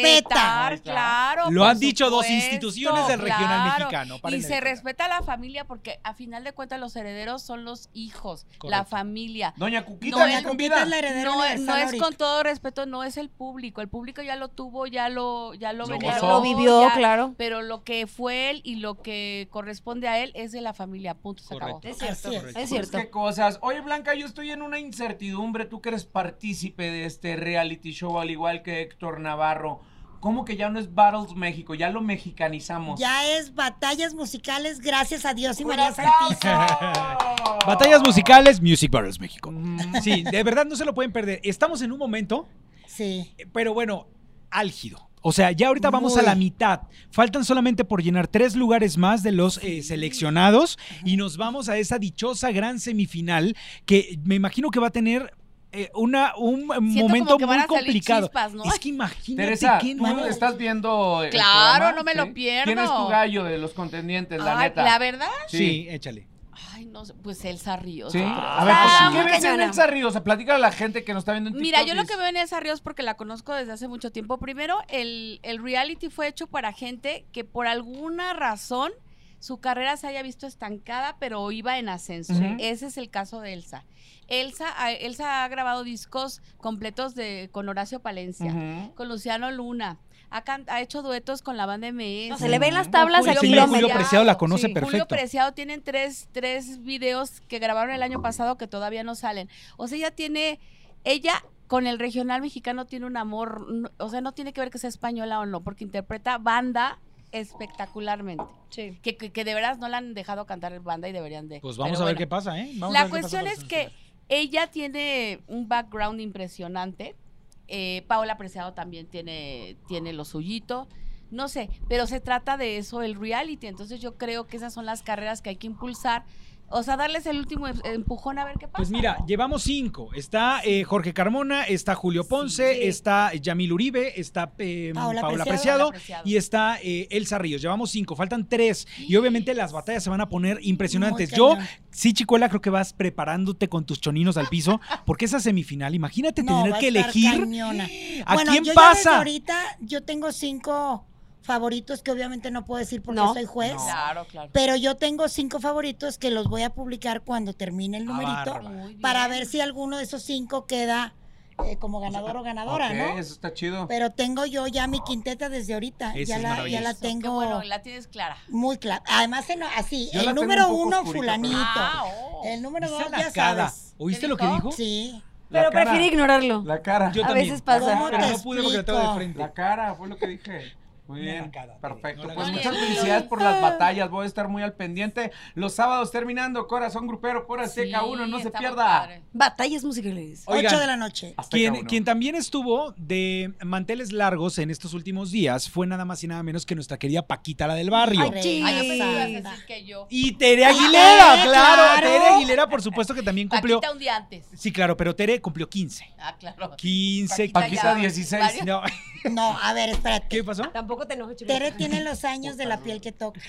[SPEAKER 3] respetar, Claro,
[SPEAKER 2] Lo
[SPEAKER 3] por
[SPEAKER 2] han dicho dos
[SPEAKER 3] supuesto,
[SPEAKER 2] instituciones del regional
[SPEAKER 3] claro.
[SPEAKER 2] mexicano.
[SPEAKER 3] Y
[SPEAKER 2] párenle de
[SPEAKER 3] se
[SPEAKER 2] contar.
[SPEAKER 3] respeta a la familia porque a final de cuentas los herederos son los hijos, la
[SPEAKER 2] Correcto.
[SPEAKER 3] familia.
[SPEAKER 5] Doña Cuquita,
[SPEAKER 3] No,
[SPEAKER 5] doña
[SPEAKER 3] el-
[SPEAKER 5] Cuquita.
[SPEAKER 1] Es la heredera
[SPEAKER 3] No,
[SPEAKER 1] universal
[SPEAKER 3] no es
[SPEAKER 1] ahorita.
[SPEAKER 3] con todo respeto, no es el público. El público ya lo tuvo, ya lo, ya lo,
[SPEAKER 5] Lo
[SPEAKER 3] veneró,
[SPEAKER 5] gozó.
[SPEAKER 4] Lo vivió,
[SPEAKER 3] ya-
[SPEAKER 4] claro.
[SPEAKER 3] Pero lo que fue él y lo que corresponde a él es de la familia. Punto, se acabó.
[SPEAKER 2] Correcto.
[SPEAKER 4] Es cierto.
[SPEAKER 1] Así es.
[SPEAKER 2] Correcto.
[SPEAKER 4] Es cierto.
[SPEAKER 5] Pues, Qué cosas. Oye, Blanca, yo estoy en una incertidumbre. Tú que eres partícipe de este reality show, al igual que Héctor Navarro. ¿Cómo que ya no es Battles México? Ya lo mexicanizamos. Pues
[SPEAKER 1] Ya es batallas musicales, gracias a Dios y
[SPEAKER 5] ¡Un
[SPEAKER 1] María
[SPEAKER 5] aplauso!
[SPEAKER 1] Santísima.
[SPEAKER 2] *laughs* Batallas musicales, Music Battles México.
[SPEAKER 5] Mm.
[SPEAKER 2] Sí, de verdad no se lo pueden perder. Estamos en un momento
[SPEAKER 1] Sí.
[SPEAKER 2] pero bueno, álgido. O sea, ya ahorita vamos a
[SPEAKER 1] Muy.
[SPEAKER 2] la mitad. Faltan solamente por llenar tres lugares más de los eh, seleccionados y nos vamos a esa dichosa gran semifinal que me imagino que va a tener eh, una, un
[SPEAKER 3] Siento
[SPEAKER 2] momento
[SPEAKER 3] como que van
[SPEAKER 2] muy
[SPEAKER 3] a salir
[SPEAKER 2] complicado.
[SPEAKER 3] chispas, ¿no?
[SPEAKER 2] Es que imagínate
[SPEAKER 5] Teresa,
[SPEAKER 2] qué
[SPEAKER 5] tú
[SPEAKER 2] mal-
[SPEAKER 5] estás viendo. el
[SPEAKER 3] Claro,
[SPEAKER 5] programa?
[SPEAKER 3] no me lo pierdo.
[SPEAKER 5] ¿Quién es tu gallo de los contendientes, la
[SPEAKER 3] Ay,
[SPEAKER 5] neta?
[SPEAKER 3] la verdad,
[SPEAKER 2] Sí. échale.
[SPEAKER 3] ay, no sé, pues Elsa Ríos.
[SPEAKER 5] Sí.
[SPEAKER 3] yo creo.
[SPEAKER 5] A ver, pues,
[SPEAKER 4] Ah,
[SPEAKER 5] ¿qué
[SPEAKER 4] muy
[SPEAKER 5] ves en
[SPEAKER 4] cañona.
[SPEAKER 5] Elsa Ríos? O sea, platícale a la gente que nos está viendo en
[SPEAKER 3] Mira,
[SPEAKER 5] TikTok
[SPEAKER 3] yo
[SPEAKER 5] y-
[SPEAKER 3] lo que veo en Elsa Ríos, porque la conozco desde hace mucho tiempo, primero, el, el reality fue hecho para gente que por alguna razón su carrera se haya visto estancada, pero iba en ascenso.
[SPEAKER 5] Ujú.
[SPEAKER 3] Ese es el caso de Elsa. Elsa, a- Elsa ha grabado discos completos de, con Horacio Palencia,
[SPEAKER 5] Ujú.
[SPEAKER 3] con Luciano Luna, ha, can- ha hecho duetos con la banda MS.
[SPEAKER 4] No, se le ven las
[SPEAKER 5] Con
[SPEAKER 4] tablas
[SPEAKER 3] Julio
[SPEAKER 4] a
[SPEAKER 2] El señor Julio
[SPEAKER 4] kilómetros.
[SPEAKER 3] Preciado.
[SPEAKER 2] Preciado la conoce
[SPEAKER 3] Sí. Julio
[SPEAKER 2] perfecto.
[SPEAKER 3] Preciado tienen tres, tres videos que grabaron el año pasado que todavía no salen. O sea, ella tiene, ella con el regional mexicano tiene un amor, no- o sea, no tiene que ver que sea española o no, porque interpreta banda espectacularmente.
[SPEAKER 4] Sí.
[SPEAKER 3] Que, que, que de veras no la han dejado cantar en banda y deberían de.
[SPEAKER 2] Pues vamos
[SPEAKER 3] Pero
[SPEAKER 2] a ver
[SPEAKER 3] bueno.
[SPEAKER 2] qué pasa, ¿eh? Vamos a
[SPEAKER 3] La
[SPEAKER 2] ver qué pasa
[SPEAKER 3] cuestión
[SPEAKER 2] con
[SPEAKER 3] es
[SPEAKER 2] los
[SPEAKER 3] que ella tiene un background impresionante. Eh, Paola Preciado también tiene, tiene lo suyito. No sé, pero se trata de eso, el reality. Entonces yo creo que esas son las carreras que hay que impulsar. O sea, darles el último em- empujón a ver qué pasa.
[SPEAKER 2] Pues mira, llevamos cinco. Está eh, Jorge Carmona, está Julio Ponce,
[SPEAKER 4] Sí.
[SPEAKER 2] está Yamil Uribe, está eh, Paola,
[SPEAKER 1] Paola
[SPEAKER 2] Preciado,
[SPEAKER 1] Preciado.
[SPEAKER 2] y está eh, Elsa Ríos. Llevamos cinco, faltan tres. Y obviamente las batallas se van a poner impresionantes.
[SPEAKER 1] Muy
[SPEAKER 2] Yo,
[SPEAKER 1] cañón.
[SPEAKER 2] sí, Chicuela, creo que vas preparándote con tus choninos
[SPEAKER 1] *laughs*
[SPEAKER 2] al piso, porque esa semifinal, imagínate
[SPEAKER 1] No,
[SPEAKER 2] tener
[SPEAKER 1] va a
[SPEAKER 2] que
[SPEAKER 1] estar
[SPEAKER 2] elegir
[SPEAKER 1] cañona.
[SPEAKER 2] a
[SPEAKER 1] Bueno,
[SPEAKER 2] quién
[SPEAKER 1] yo ya desde
[SPEAKER 2] pasa.
[SPEAKER 1] ahorita yo tengo cinco favoritos que obviamente no puedo decir porque
[SPEAKER 4] No.
[SPEAKER 1] soy juez.
[SPEAKER 3] Claro, claro.
[SPEAKER 1] Pero yo tengo cinco favoritos que los voy a publicar cuando termine el
[SPEAKER 2] Ah,
[SPEAKER 1] numerito
[SPEAKER 2] bárbaro.
[SPEAKER 3] Muy bien.
[SPEAKER 1] para ver si alguno de esos cinco queda eh, como ganador o ganadora,
[SPEAKER 5] Ok,
[SPEAKER 1] ¿no?
[SPEAKER 5] Eso está chido.
[SPEAKER 1] Pero tengo yo ya mi quinteta desde ahorita.
[SPEAKER 2] Eso
[SPEAKER 1] Ya
[SPEAKER 2] es
[SPEAKER 1] la, ya
[SPEAKER 2] maravilloso.
[SPEAKER 1] la
[SPEAKER 3] Qué
[SPEAKER 1] tengo
[SPEAKER 3] bueno, la tienes clara.
[SPEAKER 1] muy clara. Además, en- así,
[SPEAKER 5] Yo la
[SPEAKER 1] el
[SPEAKER 5] tengo
[SPEAKER 1] número
[SPEAKER 5] un poco
[SPEAKER 1] uno,
[SPEAKER 5] oscurita,
[SPEAKER 1] fulanito.
[SPEAKER 5] pero-
[SPEAKER 3] Ah, oh.
[SPEAKER 1] El número
[SPEAKER 2] Esa
[SPEAKER 1] dos, ya
[SPEAKER 2] lacada.
[SPEAKER 1] sabes.
[SPEAKER 2] ¿Oíste
[SPEAKER 3] ¿Qué
[SPEAKER 2] lo que
[SPEAKER 3] dijo?
[SPEAKER 2] dijo?
[SPEAKER 1] Sí.
[SPEAKER 5] La
[SPEAKER 4] Pero
[SPEAKER 5] cara,
[SPEAKER 4] prefiere ignorarlo.
[SPEAKER 5] La cara. Ah,
[SPEAKER 2] Yo
[SPEAKER 4] A
[SPEAKER 2] también.
[SPEAKER 4] veces pasa.
[SPEAKER 1] ¿Cómo
[SPEAKER 2] Pero
[SPEAKER 1] te
[SPEAKER 2] no pude porque la estaba de
[SPEAKER 1] explico?
[SPEAKER 2] frente.
[SPEAKER 5] La cara, fue lo que dije. Muy
[SPEAKER 2] No
[SPEAKER 5] bien,
[SPEAKER 2] la cara,
[SPEAKER 5] perfecto.
[SPEAKER 2] no la
[SPEAKER 5] pues
[SPEAKER 3] cara.
[SPEAKER 5] muchas
[SPEAKER 3] Oye,
[SPEAKER 5] felicidades
[SPEAKER 3] lo
[SPEAKER 5] por las batallas. Voy a estar muy al pendiente. Los sábados terminando, Corazón Grupero por Azteca 1, no se
[SPEAKER 3] está muy
[SPEAKER 5] pierda.
[SPEAKER 3] padre.
[SPEAKER 4] Batallas musicales.
[SPEAKER 2] Oigan.
[SPEAKER 1] Ocho de la noche.
[SPEAKER 5] Azteca
[SPEAKER 2] Quien,
[SPEAKER 5] 1.
[SPEAKER 2] quien también estuvo de manteles largos en estos últimos días fue nada más y nada menos que nuestra querida Paquita, la del barrio.
[SPEAKER 4] Ay, chis.
[SPEAKER 3] Ay, yo pensé que ibas a
[SPEAKER 1] Anda.
[SPEAKER 3] decir que yo.
[SPEAKER 2] Y Tere Aguilera,
[SPEAKER 1] Tere,
[SPEAKER 2] claro.
[SPEAKER 1] claro.
[SPEAKER 2] Tere Aguilera, por supuesto que también cumplió.
[SPEAKER 3] Paquita un día antes.
[SPEAKER 2] Sí, claro, pero Tere cumplió 15.
[SPEAKER 3] Ah, claro.
[SPEAKER 2] 15,
[SPEAKER 3] ya,
[SPEAKER 5] Paquita 16.
[SPEAKER 3] varios-
[SPEAKER 2] No, *laughs*
[SPEAKER 1] No, a ver, espérate.
[SPEAKER 2] ¿Qué pasó?
[SPEAKER 4] Tampoco te enojes, chulita.
[SPEAKER 1] Tere tiene los años de la piel que
[SPEAKER 3] *laughs*
[SPEAKER 1] toca.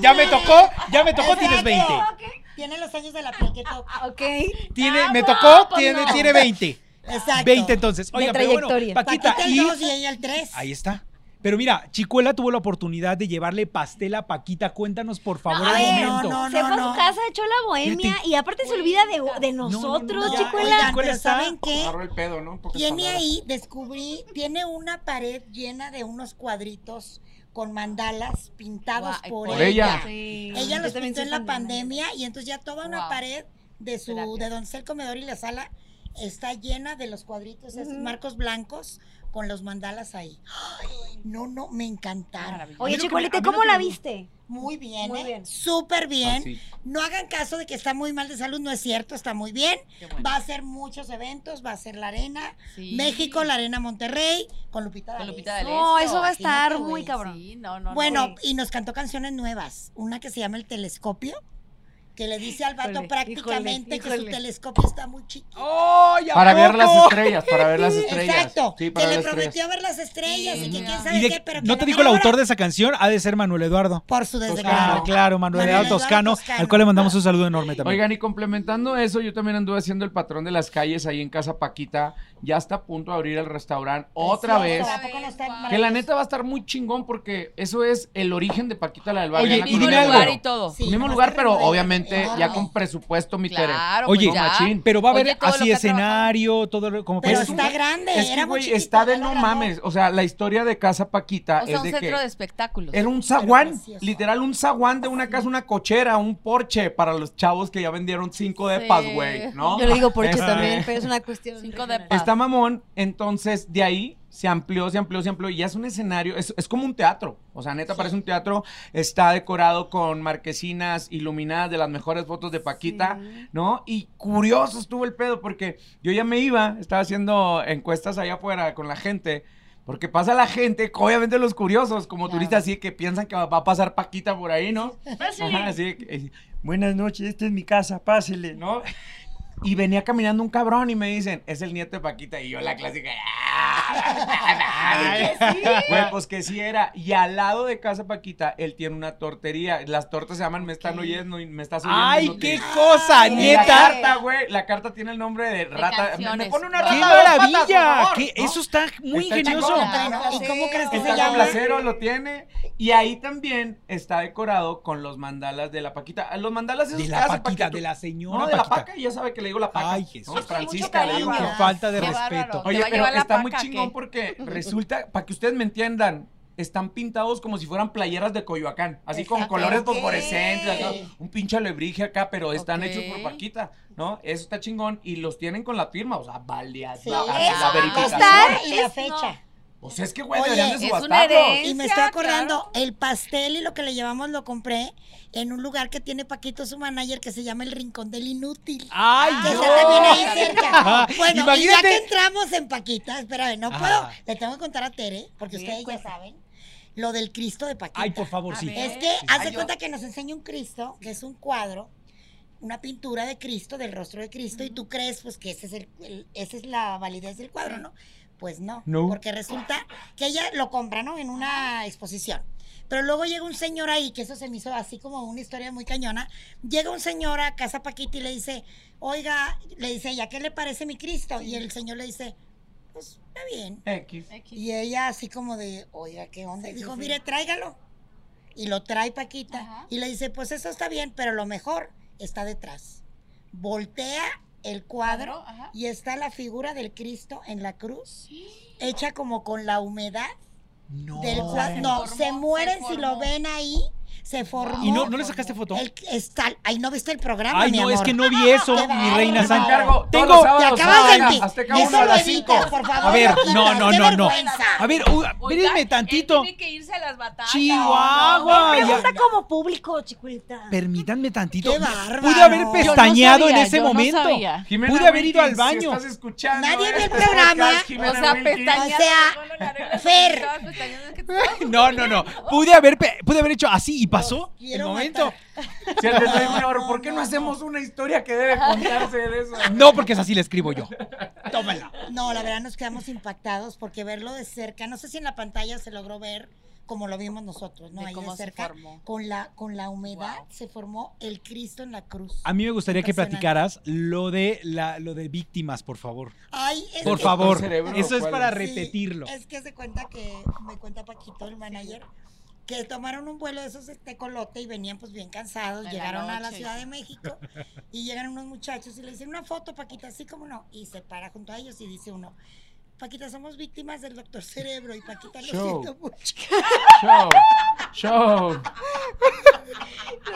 [SPEAKER 2] Ya me tocó, ya me tocó, tienes
[SPEAKER 1] Exacto.
[SPEAKER 2] 20.
[SPEAKER 1] Tiene los años de la piel que toca.
[SPEAKER 4] Ok.
[SPEAKER 2] Tiene, me tocó, tiene, tiene 20.
[SPEAKER 1] Exacto.
[SPEAKER 2] 20 entonces.
[SPEAKER 4] De
[SPEAKER 2] Oiga, pero bueno,
[SPEAKER 4] trayectoria.
[SPEAKER 2] Paquita,
[SPEAKER 1] Paquita el
[SPEAKER 2] y-
[SPEAKER 1] 2 y ella el 3.
[SPEAKER 2] Ahí está. Pero mira, Chicuela tuvo la oportunidad de llevarle pastel a Paquita. Cuéntanos, por favor,
[SPEAKER 1] a
[SPEAKER 2] el
[SPEAKER 1] ver, no,
[SPEAKER 2] momento.
[SPEAKER 1] no,
[SPEAKER 4] se fue a
[SPEAKER 1] no.
[SPEAKER 4] su casa, echó la bohemia
[SPEAKER 2] Fíjate.
[SPEAKER 4] y aparte se olvida de, de
[SPEAKER 2] no, no,
[SPEAKER 4] nosotros,
[SPEAKER 2] ya,
[SPEAKER 4] chicuela.
[SPEAKER 2] oigan.
[SPEAKER 1] Oigan, pero ¿saben qué?
[SPEAKER 5] Agarró el pedo, ¿no? En pocas
[SPEAKER 1] Tiene
[SPEAKER 5] palabras.
[SPEAKER 1] ahí, descubrí, tiene una pared llena de unos cuadritos con mandalas pintados
[SPEAKER 3] Guau,
[SPEAKER 1] por,
[SPEAKER 5] por
[SPEAKER 1] ella.
[SPEAKER 5] ella.
[SPEAKER 4] Sí.
[SPEAKER 1] Ella
[SPEAKER 4] Yo
[SPEAKER 1] los
[SPEAKER 4] también
[SPEAKER 1] pintó
[SPEAKER 4] soy
[SPEAKER 1] en la
[SPEAKER 4] fan de Ana.
[SPEAKER 1] pandemia y entonces ya toda una
[SPEAKER 3] Guau.
[SPEAKER 1] pared de su,
[SPEAKER 3] Terapia.
[SPEAKER 1] de donde está el comedor y la sala está llena de los cuadritos, esos
[SPEAKER 4] Ujú.
[SPEAKER 1] marcos blancos con los mandalas ahí. Ay, no, no, me encantaron.
[SPEAKER 3] Maravilloso.
[SPEAKER 4] Oye,
[SPEAKER 2] A mí lo que
[SPEAKER 4] Chicuelita,
[SPEAKER 2] me- a mí lo
[SPEAKER 4] ¿cómo
[SPEAKER 2] que
[SPEAKER 4] la
[SPEAKER 2] me-
[SPEAKER 4] viste?
[SPEAKER 1] Muy bien,
[SPEAKER 4] Muy
[SPEAKER 1] ¿eh?
[SPEAKER 4] bien.
[SPEAKER 1] Súper bien.
[SPEAKER 5] Así.
[SPEAKER 1] No hagan caso de que está muy mal de salud, no es cierto, está muy bien.
[SPEAKER 3] Qué bueno.
[SPEAKER 1] Va a hacer muchos eventos, va a ser la arena,
[SPEAKER 3] Sí.
[SPEAKER 1] México, la arena Monterrey, con Lupita
[SPEAKER 3] Con
[SPEAKER 1] D'Alessio.
[SPEAKER 3] Lupita D'Alessio.
[SPEAKER 4] No,
[SPEAKER 3] Listo,
[SPEAKER 4] eso va a
[SPEAKER 1] aquí no te
[SPEAKER 4] estar
[SPEAKER 1] voy a
[SPEAKER 4] muy
[SPEAKER 1] decir.
[SPEAKER 4] cabrón.
[SPEAKER 3] Sí, no, no, no.
[SPEAKER 1] Bueno,
[SPEAKER 4] Sí.
[SPEAKER 1] y nos cantó canciones nuevas. Una que se llama El Telescopio, que le dice al vato
[SPEAKER 4] Híjole,
[SPEAKER 1] prácticamente
[SPEAKER 4] híjole,
[SPEAKER 1] que su
[SPEAKER 4] híjole.
[SPEAKER 1] telescopio está muy chiquito.
[SPEAKER 2] ¡Ay, a
[SPEAKER 5] Para ver
[SPEAKER 2] poco!
[SPEAKER 5] las estrellas, para ver las Oh, estrellas.
[SPEAKER 1] Exacto,
[SPEAKER 5] Sí,
[SPEAKER 1] que
[SPEAKER 5] para
[SPEAKER 1] le
[SPEAKER 5] ver las estrellas.
[SPEAKER 1] prometió ver las estrellas y que quién sabe
[SPEAKER 2] ¿Y de-
[SPEAKER 1] qué, pero que
[SPEAKER 2] ¿No
[SPEAKER 1] la
[SPEAKER 2] te dijo el
[SPEAKER 1] mera
[SPEAKER 2] autor
[SPEAKER 1] hora-
[SPEAKER 2] de esa canción? Ha de ser Manuel Eduardo.
[SPEAKER 1] Por
[SPEAKER 5] Pues
[SPEAKER 1] su desgracia.
[SPEAKER 2] Ah, claro, Manuel
[SPEAKER 1] Pues Manuel
[SPEAKER 2] Eduardo
[SPEAKER 1] Eduardo
[SPEAKER 2] Toscano,
[SPEAKER 1] Toscano.
[SPEAKER 2] al cual le mandamos un saludo enorme también.
[SPEAKER 5] Oigan, y complementando eso, yo también anduve haciendo el patrón de las calles ahí en Casa Paquita. Ya está a punto de abrir el restaurante otra vez.
[SPEAKER 1] ¿A poco no está
[SPEAKER 3] Otra vez,
[SPEAKER 5] Que la neta va a estar muy chingón porque eso es el origen de Paquita la del Barrio.
[SPEAKER 2] Oye,
[SPEAKER 5] en la
[SPEAKER 3] el mismo
[SPEAKER 5] colonia
[SPEAKER 2] dime
[SPEAKER 3] lugar
[SPEAKER 2] algo.
[SPEAKER 3] y todo.
[SPEAKER 1] Sí,
[SPEAKER 5] mismo
[SPEAKER 1] nomás
[SPEAKER 5] lugar,
[SPEAKER 1] que
[SPEAKER 5] pero
[SPEAKER 1] remodelan.
[SPEAKER 5] obviamente
[SPEAKER 1] Claro.
[SPEAKER 5] ya con presupuesto, mi Tere.
[SPEAKER 3] Claro, pues
[SPEAKER 2] Oye,
[SPEAKER 5] pues
[SPEAKER 2] ah,
[SPEAKER 5] No,
[SPEAKER 3] ya.
[SPEAKER 5] machín.
[SPEAKER 2] pero va a haber
[SPEAKER 3] Oye, todo lo
[SPEAKER 2] así
[SPEAKER 3] que ha trabajado.
[SPEAKER 2] escenario, todo lo- como
[SPEAKER 1] Pero
[SPEAKER 5] Es
[SPEAKER 1] está
[SPEAKER 5] un-
[SPEAKER 1] grande,
[SPEAKER 5] Es que,
[SPEAKER 1] era muy
[SPEAKER 5] güey,
[SPEAKER 1] chiquito,
[SPEAKER 5] está de
[SPEAKER 1] era
[SPEAKER 5] no
[SPEAKER 1] grande.
[SPEAKER 5] mames. O sea, la historia de Casa Paquita
[SPEAKER 3] O sea,
[SPEAKER 5] es
[SPEAKER 3] un
[SPEAKER 5] de que
[SPEAKER 3] centro de espectáculos.
[SPEAKER 5] era un zaguán,
[SPEAKER 1] precioso.
[SPEAKER 5] literal un zaguán de una casa, una cochera, un Porsche para los chavos que ya vendieron cinco
[SPEAKER 3] Sí.
[SPEAKER 5] de depas, güey, ¿no?
[SPEAKER 4] Yo le digo porche
[SPEAKER 5] Este,
[SPEAKER 4] también, pero es una cuestión.
[SPEAKER 3] Cinco
[SPEAKER 4] regional.
[SPEAKER 3] de paz.
[SPEAKER 5] Está mamón, entonces de ahí se amplió, se amplió, se amplió y ya es un escenario, es, es como un teatro, o sea, neta parece un teatro, está decorado con marquesinas iluminadas de las mejores fotos de Paquita, ¿no? Y curioso estuvo el pedo porque yo ya me iba, estaba haciendo encuestas allá afuera con la gente. Porque pasa la gente, obviamente los curiosos, como
[SPEAKER 3] Claro. Pues
[SPEAKER 5] turistas, así que piensan que va va a pasar Paquita por ahí, ¿no? Ajá, así que, eh, Buenas noches, esta es mi casa, pásele, ¿no? Y venía caminando un cabrón y me dicen, es el nieto de Paquita. Y yo la clásica, "Ah". Güey, pues que sí era. Y al lado de casa Paquita, él tiene una tortería. Las tortas se llaman Me están oyendo y me estás oyendo. y no
[SPEAKER 2] ¡Ay,
[SPEAKER 5] te
[SPEAKER 2] qué
[SPEAKER 5] oyendo".
[SPEAKER 2] cosa,
[SPEAKER 4] Ay,
[SPEAKER 5] Y la
[SPEAKER 2] neta!
[SPEAKER 5] carta, güey, la carta tiene el nombre de rata. Me- Me
[SPEAKER 3] canciones.
[SPEAKER 5] pone una
[SPEAKER 3] ¡Qué
[SPEAKER 5] rata.
[SPEAKER 2] ¡Qué
[SPEAKER 5] de dos patas, por
[SPEAKER 2] maravilla!
[SPEAKER 5] favor,
[SPEAKER 2] ¡Qué-
[SPEAKER 5] ¿no?
[SPEAKER 2] Eso está muy
[SPEAKER 5] Está
[SPEAKER 2] ingenioso.
[SPEAKER 5] chingón.
[SPEAKER 1] Bueno, ¿y cómo crees que se
[SPEAKER 5] Está con
[SPEAKER 1] llama?
[SPEAKER 5] Placero, lo tiene. Y ahí también está decorado con los mandalas de la Paquita. Los mandalas esos
[SPEAKER 2] De
[SPEAKER 5] que
[SPEAKER 2] la
[SPEAKER 5] hace
[SPEAKER 2] Paquita,
[SPEAKER 5] Paquito.
[SPEAKER 2] de la señora
[SPEAKER 5] No, de la
[SPEAKER 2] Paquita.
[SPEAKER 5] paca, ya sabe que le digo la paca.
[SPEAKER 2] Ay, Jesús.
[SPEAKER 5] No,
[SPEAKER 2] Es
[SPEAKER 5] Francisca le digo.
[SPEAKER 1] cariño.
[SPEAKER 2] Qué
[SPEAKER 1] Ah,
[SPEAKER 2] falta de
[SPEAKER 3] qué
[SPEAKER 2] respeto.
[SPEAKER 3] bárbaro.
[SPEAKER 5] Oye,
[SPEAKER 3] Te va a
[SPEAKER 5] pero
[SPEAKER 3] llevar la
[SPEAKER 5] está muy
[SPEAKER 3] paca, ¿qué?
[SPEAKER 5] chingón porque
[SPEAKER 3] *laughs*
[SPEAKER 5] resulta, para que ustedes me entiendan, están pintados como si fueran playeras de Coyoacán, así con
[SPEAKER 1] Exacto.
[SPEAKER 5] colores
[SPEAKER 1] Ok.
[SPEAKER 5] fosforescentes, ¿no? un pinche alebrije acá, pero están
[SPEAKER 3] Ok.
[SPEAKER 5] hechos por Paquita, ¿no? Eso está chingón y los tienen con la firma, o sea, vale,
[SPEAKER 1] Sí,
[SPEAKER 5] la,
[SPEAKER 1] eso,
[SPEAKER 5] verificación.
[SPEAKER 1] costar y la
[SPEAKER 4] Es- no.
[SPEAKER 1] fecha.
[SPEAKER 5] Pues es que, güey,
[SPEAKER 1] Oye,
[SPEAKER 5] deberían de
[SPEAKER 1] es
[SPEAKER 3] una
[SPEAKER 5] subastarlo.
[SPEAKER 3] herencia.
[SPEAKER 1] Y me estoy
[SPEAKER 3] Claro.
[SPEAKER 1] acordando, el pastel y lo que le llevamos lo compré en un lugar que tiene Paquito, su manager, que se llama El Rincón del Inútil.
[SPEAKER 2] ¡Ay,
[SPEAKER 1] Que
[SPEAKER 2] Ah, no! Ah,
[SPEAKER 1] está también ahí cerca. Bueno, y ya
[SPEAKER 2] Imagínate.
[SPEAKER 1] que entramos en Paquita, espérame, no
[SPEAKER 2] Ah.
[SPEAKER 1] puedo. Le tengo que contar a Tere, porque
[SPEAKER 3] Sí,
[SPEAKER 1] ustedes ya
[SPEAKER 3] cuenta.
[SPEAKER 1] saben, lo del Cristo de Paquita.
[SPEAKER 2] Ay, por favor,
[SPEAKER 3] A
[SPEAKER 2] sí.
[SPEAKER 3] ver.
[SPEAKER 1] Es que hace
[SPEAKER 3] yo-
[SPEAKER 1] cuenta que nos enseña un Cristo, que es un cuadro, una pintura de Cristo, del rostro de Cristo, y tú crees pues que ese es el, el- esa es la validez del cuadro, ¿no? Pues no,
[SPEAKER 5] No.
[SPEAKER 1] porque resulta que ella lo compra, ¿no? En una exposición. Pero luego llega un señor ahí, que eso se me hizo así como una historia muy cañona. Llega un señor a casa Paquita y le dice, oiga, le dice ella, ¿qué le parece mi Cristo? Y el señor le dice, pues está bien.
[SPEAKER 5] X.
[SPEAKER 1] Y ella así como de, oiga, ¿qué onda? Y dijo, mire, tráigalo. Y lo trae Paquita.
[SPEAKER 3] Ajá.
[SPEAKER 1] Y le dice, pues eso está bien, pero lo mejor está detrás. Voltea el cuadro
[SPEAKER 3] Ajá.
[SPEAKER 1] y está la figura del Cristo en la cruz, hecha como con la humedad
[SPEAKER 2] No.
[SPEAKER 1] del cuadro.
[SPEAKER 3] Se
[SPEAKER 1] No,
[SPEAKER 3] formó,
[SPEAKER 1] se
[SPEAKER 3] se
[SPEAKER 1] mueren si
[SPEAKER 3] formó.
[SPEAKER 1] lo ven ahí. Se formó.
[SPEAKER 2] ¿Y no, no le sacaste foto?
[SPEAKER 1] El- está, ahí no viste el programa,
[SPEAKER 2] Ay,
[SPEAKER 1] mi
[SPEAKER 2] no, es
[SPEAKER 1] amor.
[SPEAKER 2] que no vi eso,
[SPEAKER 1] Qué
[SPEAKER 2] mi
[SPEAKER 1] bárbaro.
[SPEAKER 2] reina
[SPEAKER 1] No.
[SPEAKER 2] santa.
[SPEAKER 5] Todos
[SPEAKER 2] Tengo.
[SPEAKER 5] los
[SPEAKER 1] Te
[SPEAKER 5] sábados
[SPEAKER 1] acabas de
[SPEAKER 5] a
[SPEAKER 1] mentir.
[SPEAKER 5] Azteca uno
[SPEAKER 1] Eso
[SPEAKER 5] a
[SPEAKER 1] lo
[SPEAKER 5] las cinco.
[SPEAKER 1] evitas, por favor.
[SPEAKER 2] A ver,
[SPEAKER 1] lo
[SPEAKER 2] no,
[SPEAKER 1] quitas.
[SPEAKER 2] no,
[SPEAKER 1] Qué
[SPEAKER 2] no, no.
[SPEAKER 1] vergüenza.
[SPEAKER 2] A ver, u- espérenme tantito.
[SPEAKER 3] Tiene que irse a las batallas.
[SPEAKER 2] Chihuahua. ya-
[SPEAKER 4] Pregunta como público, chiquita.
[SPEAKER 2] Permítanme tantito.
[SPEAKER 1] Qué bárbaro.
[SPEAKER 2] Pude haber
[SPEAKER 1] Yo no
[SPEAKER 2] pestañeado
[SPEAKER 6] sabía,
[SPEAKER 2] en ese
[SPEAKER 6] yo no
[SPEAKER 2] momento.
[SPEAKER 6] sabía.
[SPEAKER 5] Jimena
[SPEAKER 2] Pude haber ido al
[SPEAKER 5] Wilkins,
[SPEAKER 2] baño.
[SPEAKER 5] si
[SPEAKER 2] *laughs*
[SPEAKER 5] estás escuchando
[SPEAKER 1] Nadie
[SPEAKER 5] *laughs*
[SPEAKER 1] ve el
[SPEAKER 5] este
[SPEAKER 1] programa.
[SPEAKER 5] podcast,
[SPEAKER 3] O
[SPEAKER 5] Jimena
[SPEAKER 3] sea,
[SPEAKER 5] Wilkins.
[SPEAKER 3] pestañas.
[SPEAKER 1] O sea, Fer.
[SPEAKER 2] *laughs* No, no, no. Pude haber, pe- pude haber hecho así y pasó el
[SPEAKER 1] quiero
[SPEAKER 2] momento.
[SPEAKER 1] matar.
[SPEAKER 5] Si antes de irme, ahora,
[SPEAKER 1] No,
[SPEAKER 5] ¿por qué
[SPEAKER 3] *laughs*
[SPEAKER 5] no
[SPEAKER 1] no,
[SPEAKER 5] hacemos una historia que debe contarse de eso?
[SPEAKER 2] No, porque es así le
[SPEAKER 1] *laughs*
[SPEAKER 2] escribo yo. Tómala.
[SPEAKER 1] No, la verdad nos quedamos impactados porque verlo de cerca, no sé si en la pantalla se logró ver como lo vimos nosotros, ¿no?
[SPEAKER 3] De
[SPEAKER 1] Ahí
[SPEAKER 3] cómo
[SPEAKER 1] de
[SPEAKER 3] se
[SPEAKER 1] cerca.
[SPEAKER 3] formó.
[SPEAKER 1] Con la, con la humedad
[SPEAKER 3] Wow.
[SPEAKER 1] se formó el Cristo en la cruz.
[SPEAKER 2] A mí me gustaría que
[SPEAKER 1] Impresionante.
[SPEAKER 2] platicaras lo de la, lo de víctimas, por favor.
[SPEAKER 1] Ay, es
[SPEAKER 2] Por
[SPEAKER 1] que-
[SPEAKER 2] favor.
[SPEAKER 5] cerebro,
[SPEAKER 2] Eso es
[SPEAKER 5] ¿cuál
[SPEAKER 2] para
[SPEAKER 5] es?
[SPEAKER 1] sí,
[SPEAKER 2] repetirlo.
[SPEAKER 1] es que se cuenta que me cuenta Paquito, el manager, que tomaron un vuelo de esos de tecolote y venían pues bien cansados,
[SPEAKER 3] En la
[SPEAKER 1] llegaron a la
[SPEAKER 3] noche.
[SPEAKER 1] Ciudad de México y llegan unos muchachos y le dicen una foto, Paquita, así como no, y se para junto a ellos y dice uno, Paquita, somos víctimas del doctor Cerebro y Paquita lo
[SPEAKER 5] Show.
[SPEAKER 1] siento mucho.
[SPEAKER 5] Show. Show.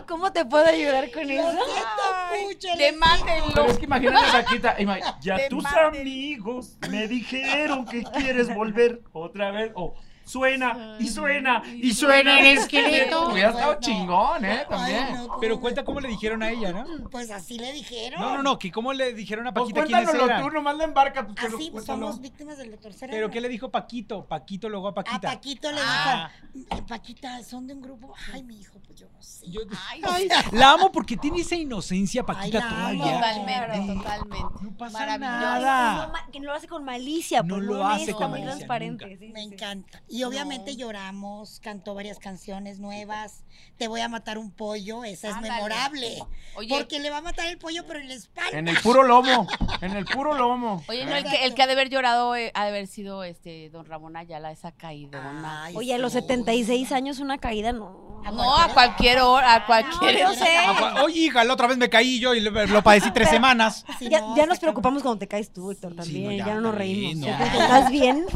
[SPEAKER 4] ¿Cómo te puedo ayudar con
[SPEAKER 1] Lo
[SPEAKER 4] eso?
[SPEAKER 1] siento mucho. le
[SPEAKER 5] Pero
[SPEAKER 3] Demándenlo.
[SPEAKER 5] es que imagínate a Paquita. ima-
[SPEAKER 8] Ya
[SPEAKER 3] Te
[SPEAKER 8] tus
[SPEAKER 3] maten.
[SPEAKER 8] amigos me dijeron que quieres volver otra vez. O suena y suena y suena el esqueleto.
[SPEAKER 5] Hubiera estado
[SPEAKER 1] Bueno.
[SPEAKER 5] chingón, ¿eh?
[SPEAKER 1] Ay,
[SPEAKER 5] También.
[SPEAKER 1] no, ¿cómo
[SPEAKER 2] Pero
[SPEAKER 1] me-
[SPEAKER 2] cuenta cómo le dijeron a ella, ¿no?
[SPEAKER 1] Pues así le dijeron.
[SPEAKER 2] No, no, no, que cómo le dijeron a
[SPEAKER 5] Pues
[SPEAKER 2] Paquita quiénes
[SPEAKER 5] cuéntanoslo
[SPEAKER 2] eran.
[SPEAKER 5] tú, nomás la embarca. Pues, pero
[SPEAKER 1] Así pues,
[SPEAKER 5] cuéntalo.
[SPEAKER 1] somos víctimas del doctor Cerebro.
[SPEAKER 2] Pero ¿qué le dijo Paquito? Paquito luego a
[SPEAKER 1] A
[SPEAKER 2] Paquita.
[SPEAKER 1] Paquito le
[SPEAKER 2] Ah.
[SPEAKER 1] dijo, Paquita, son de un grupo. Ay, mi hijo, pues yo no sé.
[SPEAKER 2] Yo-
[SPEAKER 3] Ay,
[SPEAKER 2] Ay, la amo porque tiene esa inocencia
[SPEAKER 1] Ay,
[SPEAKER 2] Paquita
[SPEAKER 1] la amo.
[SPEAKER 2] todavía.
[SPEAKER 3] Totalmente,
[SPEAKER 2] Ay,
[SPEAKER 3] totalmente.
[SPEAKER 2] No pasa
[SPEAKER 3] Maravilloso.
[SPEAKER 4] No, no
[SPEAKER 2] nada.
[SPEAKER 4] ma- que no lo hace con malicia,
[SPEAKER 2] No
[SPEAKER 4] pues,
[SPEAKER 2] lo
[SPEAKER 4] honesto,
[SPEAKER 2] hace
[SPEAKER 3] con
[SPEAKER 4] muy
[SPEAKER 3] malicia,
[SPEAKER 4] transparente.
[SPEAKER 2] nunca.
[SPEAKER 4] sí, sí,
[SPEAKER 1] Me
[SPEAKER 4] sí.
[SPEAKER 1] encanta. Y obviamente lloramos, cantó varias canciones nuevas. Te voy a matar un pollo, esa es
[SPEAKER 3] Ándale.
[SPEAKER 1] memorable.
[SPEAKER 3] Oye,
[SPEAKER 1] Porque le va a matar el pollo, pero en la espalda.
[SPEAKER 5] En el puro lomo. En el puro
[SPEAKER 3] *laughs*
[SPEAKER 5] lomo.
[SPEAKER 3] oye no, el, que, el que ha de haber llorado eh, ha de haber sido este don Ramón Ayala, esa caidona.
[SPEAKER 1] Ay,
[SPEAKER 4] Oye, a los
[SPEAKER 1] sí.
[SPEAKER 4] 76 años una caída, no.
[SPEAKER 3] no, a cualquier hora, a cualquier
[SPEAKER 4] yo sé.
[SPEAKER 2] Ah, cua- Oye, hija, la otra vez me caí yo y le- lo padecí tres semanas.
[SPEAKER 1] Sí,
[SPEAKER 4] Ya,
[SPEAKER 1] no, está
[SPEAKER 4] ya nos
[SPEAKER 1] cañón.
[SPEAKER 4] preocupamos cuando te caes tú, Héctor,
[SPEAKER 2] Sí, no,
[SPEAKER 4] también.
[SPEAKER 2] ya
[SPEAKER 4] ya, no nos
[SPEAKER 2] también,
[SPEAKER 4] reímos.
[SPEAKER 2] no.
[SPEAKER 4] ¿Estás bien?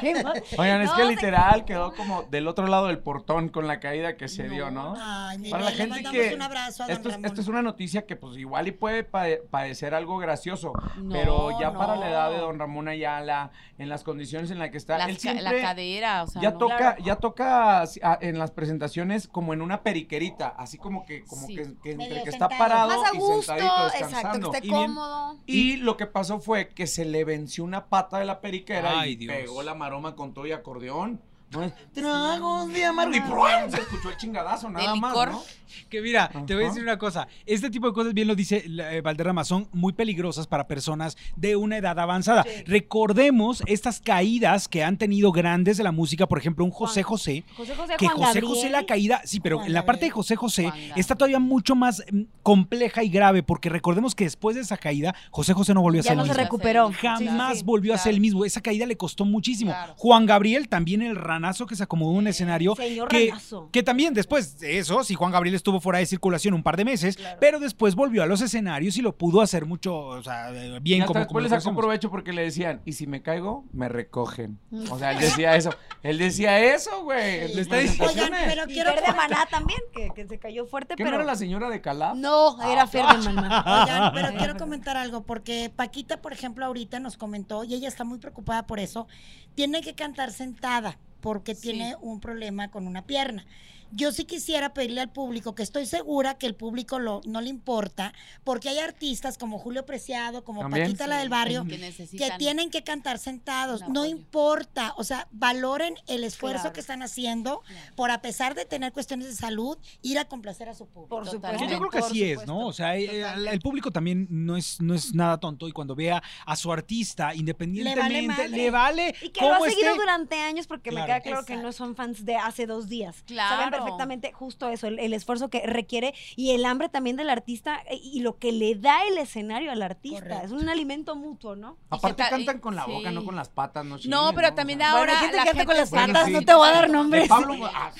[SPEAKER 4] Sí, ma-
[SPEAKER 5] Oigan, es
[SPEAKER 4] No,
[SPEAKER 5] que
[SPEAKER 4] se-
[SPEAKER 5] literal quedó como del otro lado del portón con la caída que se dio, ¿no?
[SPEAKER 1] Ay, mi
[SPEAKER 5] Para
[SPEAKER 1] rey,
[SPEAKER 5] la
[SPEAKER 1] le
[SPEAKER 5] gente
[SPEAKER 1] mandamos
[SPEAKER 5] que.
[SPEAKER 1] un abrazo a don
[SPEAKER 5] Esto es,
[SPEAKER 1] Ramón.
[SPEAKER 5] esto es una noticia que, pues, igual y puede pade- padecer algo gracioso,
[SPEAKER 3] No,
[SPEAKER 5] pero ya para
[SPEAKER 3] no.
[SPEAKER 5] la edad de don Ramón Ayala, en las condiciones en las que está,
[SPEAKER 3] Las
[SPEAKER 5] él
[SPEAKER 3] ca-
[SPEAKER 5] siempre
[SPEAKER 3] la cadera, o sea,
[SPEAKER 5] ya
[SPEAKER 3] no.
[SPEAKER 5] toca, ya toca así, a- en las presentaciones como en una periquerita, así como que, como
[SPEAKER 3] Sí.
[SPEAKER 5] que, que entre
[SPEAKER 1] Medio
[SPEAKER 5] que está
[SPEAKER 1] sentado.
[SPEAKER 5] parado
[SPEAKER 4] Más a
[SPEAKER 5] y
[SPEAKER 4] gusto,
[SPEAKER 5] sentadito
[SPEAKER 4] exacto,
[SPEAKER 5] descansando.
[SPEAKER 4] que esté
[SPEAKER 2] Y bien-
[SPEAKER 4] cómodo.
[SPEAKER 5] Y lo que pasó fue que se le venció una pata de la periquera
[SPEAKER 2] Ay,
[SPEAKER 5] y
[SPEAKER 2] Dios.
[SPEAKER 5] pegó la maroma con todo y acordeón. ¿no? Tragos de amargo. Y ¡pruam! se escuchó el chingadazo, nada más.
[SPEAKER 3] licor.
[SPEAKER 5] ¿no?
[SPEAKER 2] Que mira, te voy a
[SPEAKER 5] Ajá.
[SPEAKER 2] decir una cosa. Este tipo de cosas, bien lo dice la- eh, Valderrama, son muy peligrosas para personas de una edad avanzada. Recordemos estas caídas que han tenido grandes de la música, por ejemplo, un José José.
[SPEAKER 4] José José,
[SPEAKER 2] Que
[SPEAKER 4] Juan
[SPEAKER 2] José
[SPEAKER 4] Gabriel.
[SPEAKER 2] José la caída, sí, pero
[SPEAKER 1] Juan
[SPEAKER 2] en la parte de
[SPEAKER 1] Gabriel.
[SPEAKER 2] José José
[SPEAKER 3] Juan Gabriel.
[SPEAKER 2] está todavía mucho más mm, compleja y grave, porque recordemos que después de esa caída, José José no volvió a
[SPEAKER 4] Ya
[SPEAKER 2] ser
[SPEAKER 4] no
[SPEAKER 2] el
[SPEAKER 4] se
[SPEAKER 2] mismo.
[SPEAKER 4] recuperó.
[SPEAKER 2] Jamás
[SPEAKER 4] sí, sí.
[SPEAKER 2] volvió a ser
[SPEAKER 3] claro.
[SPEAKER 2] el mismo. Esa caída le costó muchísimo.
[SPEAKER 3] Claro.
[SPEAKER 2] Juan Gabriel también el ranazo que se acomodó en un escenario.
[SPEAKER 4] Señor
[SPEAKER 2] que-
[SPEAKER 4] Ranazo.
[SPEAKER 2] Que también después de eso, si Juan Gabriel estuvo fuera de circulación un par de meses, pero después volvió a los escenarios y lo pudo hacer mucho, o sea, eh, bien
[SPEAKER 5] Y hasta
[SPEAKER 2] como, como
[SPEAKER 5] después
[SPEAKER 2] lo
[SPEAKER 5] le sacó
[SPEAKER 2] conocemos.
[SPEAKER 5] provecho porque le decían, y si me caigo, me recogen. O sea, él decía eso. Él decía eso, güey.
[SPEAKER 1] Sí.
[SPEAKER 5] Le está
[SPEAKER 2] Oigan,
[SPEAKER 5] diciendo.
[SPEAKER 1] Oigan, pero
[SPEAKER 4] Y
[SPEAKER 1] quiero.
[SPEAKER 4] Fer de Maná también, que, que se cayó fuerte,
[SPEAKER 5] ¿Qué
[SPEAKER 4] pero...
[SPEAKER 5] no era la señora de Calaf?
[SPEAKER 4] No, era Fer de Maná. *laughs*
[SPEAKER 1] Oigan, pero quiero comentar algo, porque Paquita, por ejemplo, ahorita nos comentó, y ella está muy preocupada por eso, tiene que cantar sentada porque tiene un problema con una pierna. Yo sí quisiera pedirle al público, que estoy segura que el público lo, no le importa, porque hay artistas como Julio Preciado, como
[SPEAKER 5] También.
[SPEAKER 1] Paquita la del Barrio,
[SPEAKER 3] que,
[SPEAKER 1] que
[SPEAKER 3] necesitan-
[SPEAKER 1] tienen que cantar sentados.
[SPEAKER 3] un
[SPEAKER 1] No
[SPEAKER 3] apoyo.
[SPEAKER 1] importa, o sea, valoren el esfuerzo
[SPEAKER 4] Claro.
[SPEAKER 1] que están haciendo por, a pesar de tener cuestiones de salud, ir a complacer a su público.
[SPEAKER 4] Por
[SPEAKER 3] Totalmente.
[SPEAKER 4] supuesto.
[SPEAKER 2] Que yo creo que
[SPEAKER 4] por
[SPEAKER 2] así es, ¿no?
[SPEAKER 4] supuesto.
[SPEAKER 2] O sea, eh, al- el público también no es, no es nada tonto y cuando vea a su artista, independientemente,
[SPEAKER 1] madre.
[SPEAKER 2] le vale,
[SPEAKER 4] Y que lo ha
[SPEAKER 2] cómo
[SPEAKER 4] seguido
[SPEAKER 2] esté.
[SPEAKER 4] durante años porque me
[SPEAKER 2] Claro.
[SPEAKER 4] queda claro que no son fans de hace dos días. Saben
[SPEAKER 3] Claro.
[SPEAKER 4] perfectamente justo eso, el, el esfuerzo que requiere y el hambre también del artista eh, y lo que le da el escenario al artista.
[SPEAKER 1] Correcto.
[SPEAKER 4] Es un alimento mutuo, ¿no?
[SPEAKER 5] Aparte
[SPEAKER 3] Y se ta-
[SPEAKER 5] cantan con la boca,
[SPEAKER 3] sí.
[SPEAKER 5] no con las patas, no chinguen,
[SPEAKER 3] No, pero también
[SPEAKER 5] O sea,
[SPEAKER 3] ahora
[SPEAKER 4] Bueno, hay gente
[SPEAKER 3] la
[SPEAKER 4] que canta con las
[SPEAKER 5] Bueno,
[SPEAKER 4] patas,
[SPEAKER 5] sí.
[SPEAKER 4] no te voy a dar
[SPEAKER 5] de
[SPEAKER 4] nombres.
[SPEAKER 5] Pablo, ah,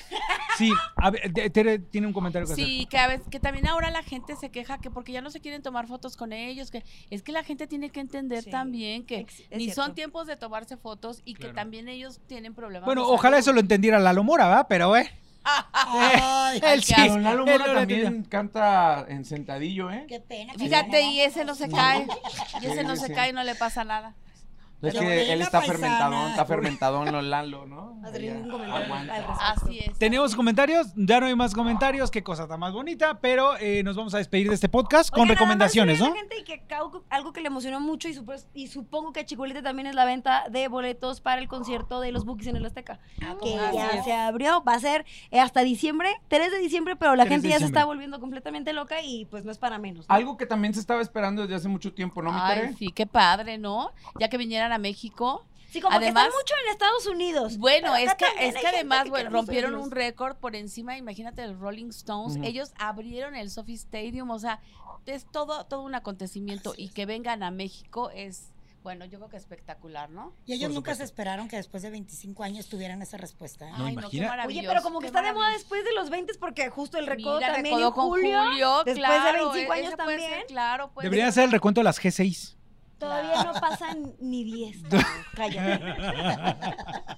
[SPEAKER 2] Sí, a ver, de- Tere tiene un comentario que hacer.
[SPEAKER 3] Sí, que a veces, que también ahora la gente se queja que porque ya no se quieren tomar fotos con ellos, que es que la gente tiene que entender
[SPEAKER 4] Sí.
[SPEAKER 3] también que
[SPEAKER 4] Ex- es
[SPEAKER 3] ni son
[SPEAKER 4] cierto.
[SPEAKER 3] tiempos de tomarse fotos y que
[SPEAKER 2] Claro.
[SPEAKER 3] también ellos tienen problemas.
[SPEAKER 2] Bueno,
[SPEAKER 3] de
[SPEAKER 2] ojalá eso
[SPEAKER 3] salud.
[SPEAKER 2] lo entendiera Lalo Mora, ¿verdad? Pero, eh,
[SPEAKER 1] Ay,
[SPEAKER 2] él
[SPEAKER 3] qué
[SPEAKER 2] sí.
[SPEAKER 3] asco.
[SPEAKER 5] Don Lalo
[SPEAKER 2] él
[SPEAKER 5] Mora
[SPEAKER 2] no lo
[SPEAKER 5] también
[SPEAKER 2] entendió.
[SPEAKER 5] canta en sentadillo, ¿eh?
[SPEAKER 1] qué pena.
[SPEAKER 3] Fíjate, y ese no se
[SPEAKER 5] No.
[SPEAKER 3] cae, y ese
[SPEAKER 5] Sí,
[SPEAKER 3] no
[SPEAKER 5] sí,
[SPEAKER 3] se
[SPEAKER 5] sí.
[SPEAKER 3] cae y no le pasa nada.
[SPEAKER 5] Es
[SPEAKER 1] Pero
[SPEAKER 5] que
[SPEAKER 1] bueno,
[SPEAKER 5] él está
[SPEAKER 1] paisana.
[SPEAKER 5] fermentadón, está fermentadón Don Lalo, ¿no?
[SPEAKER 4] No hacer
[SPEAKER 5] Ella
[SPEAKER 4] ningún comentario
[SPEAKER 5] aguanta.
[SPEAKER 4] al respecto.
[SPEAKER 3] Así es.
[SPEAKER 2] ¿Tenemos comentarios? Ya no hay más comentarios, qué cosa tan más bonita, pero eh, nos vamos a despedir de este podcast con
[SPEAKER 4] Oigan, nada más
[SPEAKER 2] recomendaciones,
[SPEAKER 4] decirle a
[SPEAKER 2] ¿no?
[SPEAKER 4] la gente y que cau- algo que le emocionó mucho y, supo- y supongo que a Chicolita también es la venta de boletos para el concierto de los Bookies en el Azteca. que
[SPEAKER 3] Así
[SPEAKER 4] ya
[SPEAKER 3] es.
[SPEAKER 4] se abrió, va a ser eh, hasta diciembre, 3 de diciembre, pero la
[SPEAKER 2] 3 de
[SPEAKER 4] gente ya se
[SPEAKER 2] diciembre.
[SPEAKER 4] está volviendo completamente loca y pues no es para menos. ¿no?
[SPEAKER 5] Algo que también se estaba esperando desde hace mucho tiempo, ¿no, mi
[SPEAKER 3] Ay,
[SPEAKER 5] Tere?
[SPEAKER 3] sí, qué padre, ¿no? Ya que vinieran a México.
[SPEAKER 4] Sí, como
[SPEAKER 3] Además-
[SPEAKER 4] que están mucho en Estados Unidos.
[SPEAKER 3] Bueno,
[SPEAKER 4] Pero acá
[SPEAKER 3] es que,
[SPEAKER 4] también
[SPEAKER 3] es
[SPEAKER 4] hay
[SPEAKER 3] que
[SPEAKER 4] gente
[SPEAKER 3] además
[SPEAKER 4] que
[SPEAKER 3] bueno,
[SPEAKER 4] queremos
[SPEAKER 3] rompieron
[SPEAKER 4] oírlos.
[SPEAKER 3] un récord por encima, imagínate, de Rolling Stones.
[SPEAKER 5] Ujú.
[SPEAKER 3] Ellos abrieron el Sophie Stadium, o sea, es todo, todo un acontecimiento. y que vengan a México es, bueno, yo creo que espectacular, ¿no?
[SPEAKER 1] Y ellos
[SPEAKER 2] Por
[SPEAKER 1] nunca se
[SPEAKER 2] supuesto.
[SPEAKER 1] esperaron que después de 25 años tuvieran esa respuesta. ¿eh?
[SPEAKER 2] No, imagina-
[SPEAKER 4] Oye, pero como que
[SPEAKER 3] qué
[SPEAKER 4] está de moda
[SPEAKER 3] maravilloso.
[SPEAKER 4] después de los 20 porque justo el recodo
[SPEAKER 3] Mira,
[SPEAKER 4] también
[SPEAKER 3] recodo
[SPEAKER 4] en julio, después de
[SPEAKER 3] claro,
[SPEAKER 4] 25 años
[SPEAKER 3] ese puede ser,
[SPEAKER 4] también.
[SPEAKER 3] claro, puede
[SPEAKER 2] Deberían
[SPEAKER 3] ser.
[SPEAKER 2] hacer el recuento de las G6.
[SPEAKER 4] todavía no pasan
[SPEAKER 2] *laughs*
[SPEAKER 4] ni 10.
[SPEAKER 5] *laughs*
[SPEAKER 4] Cállate.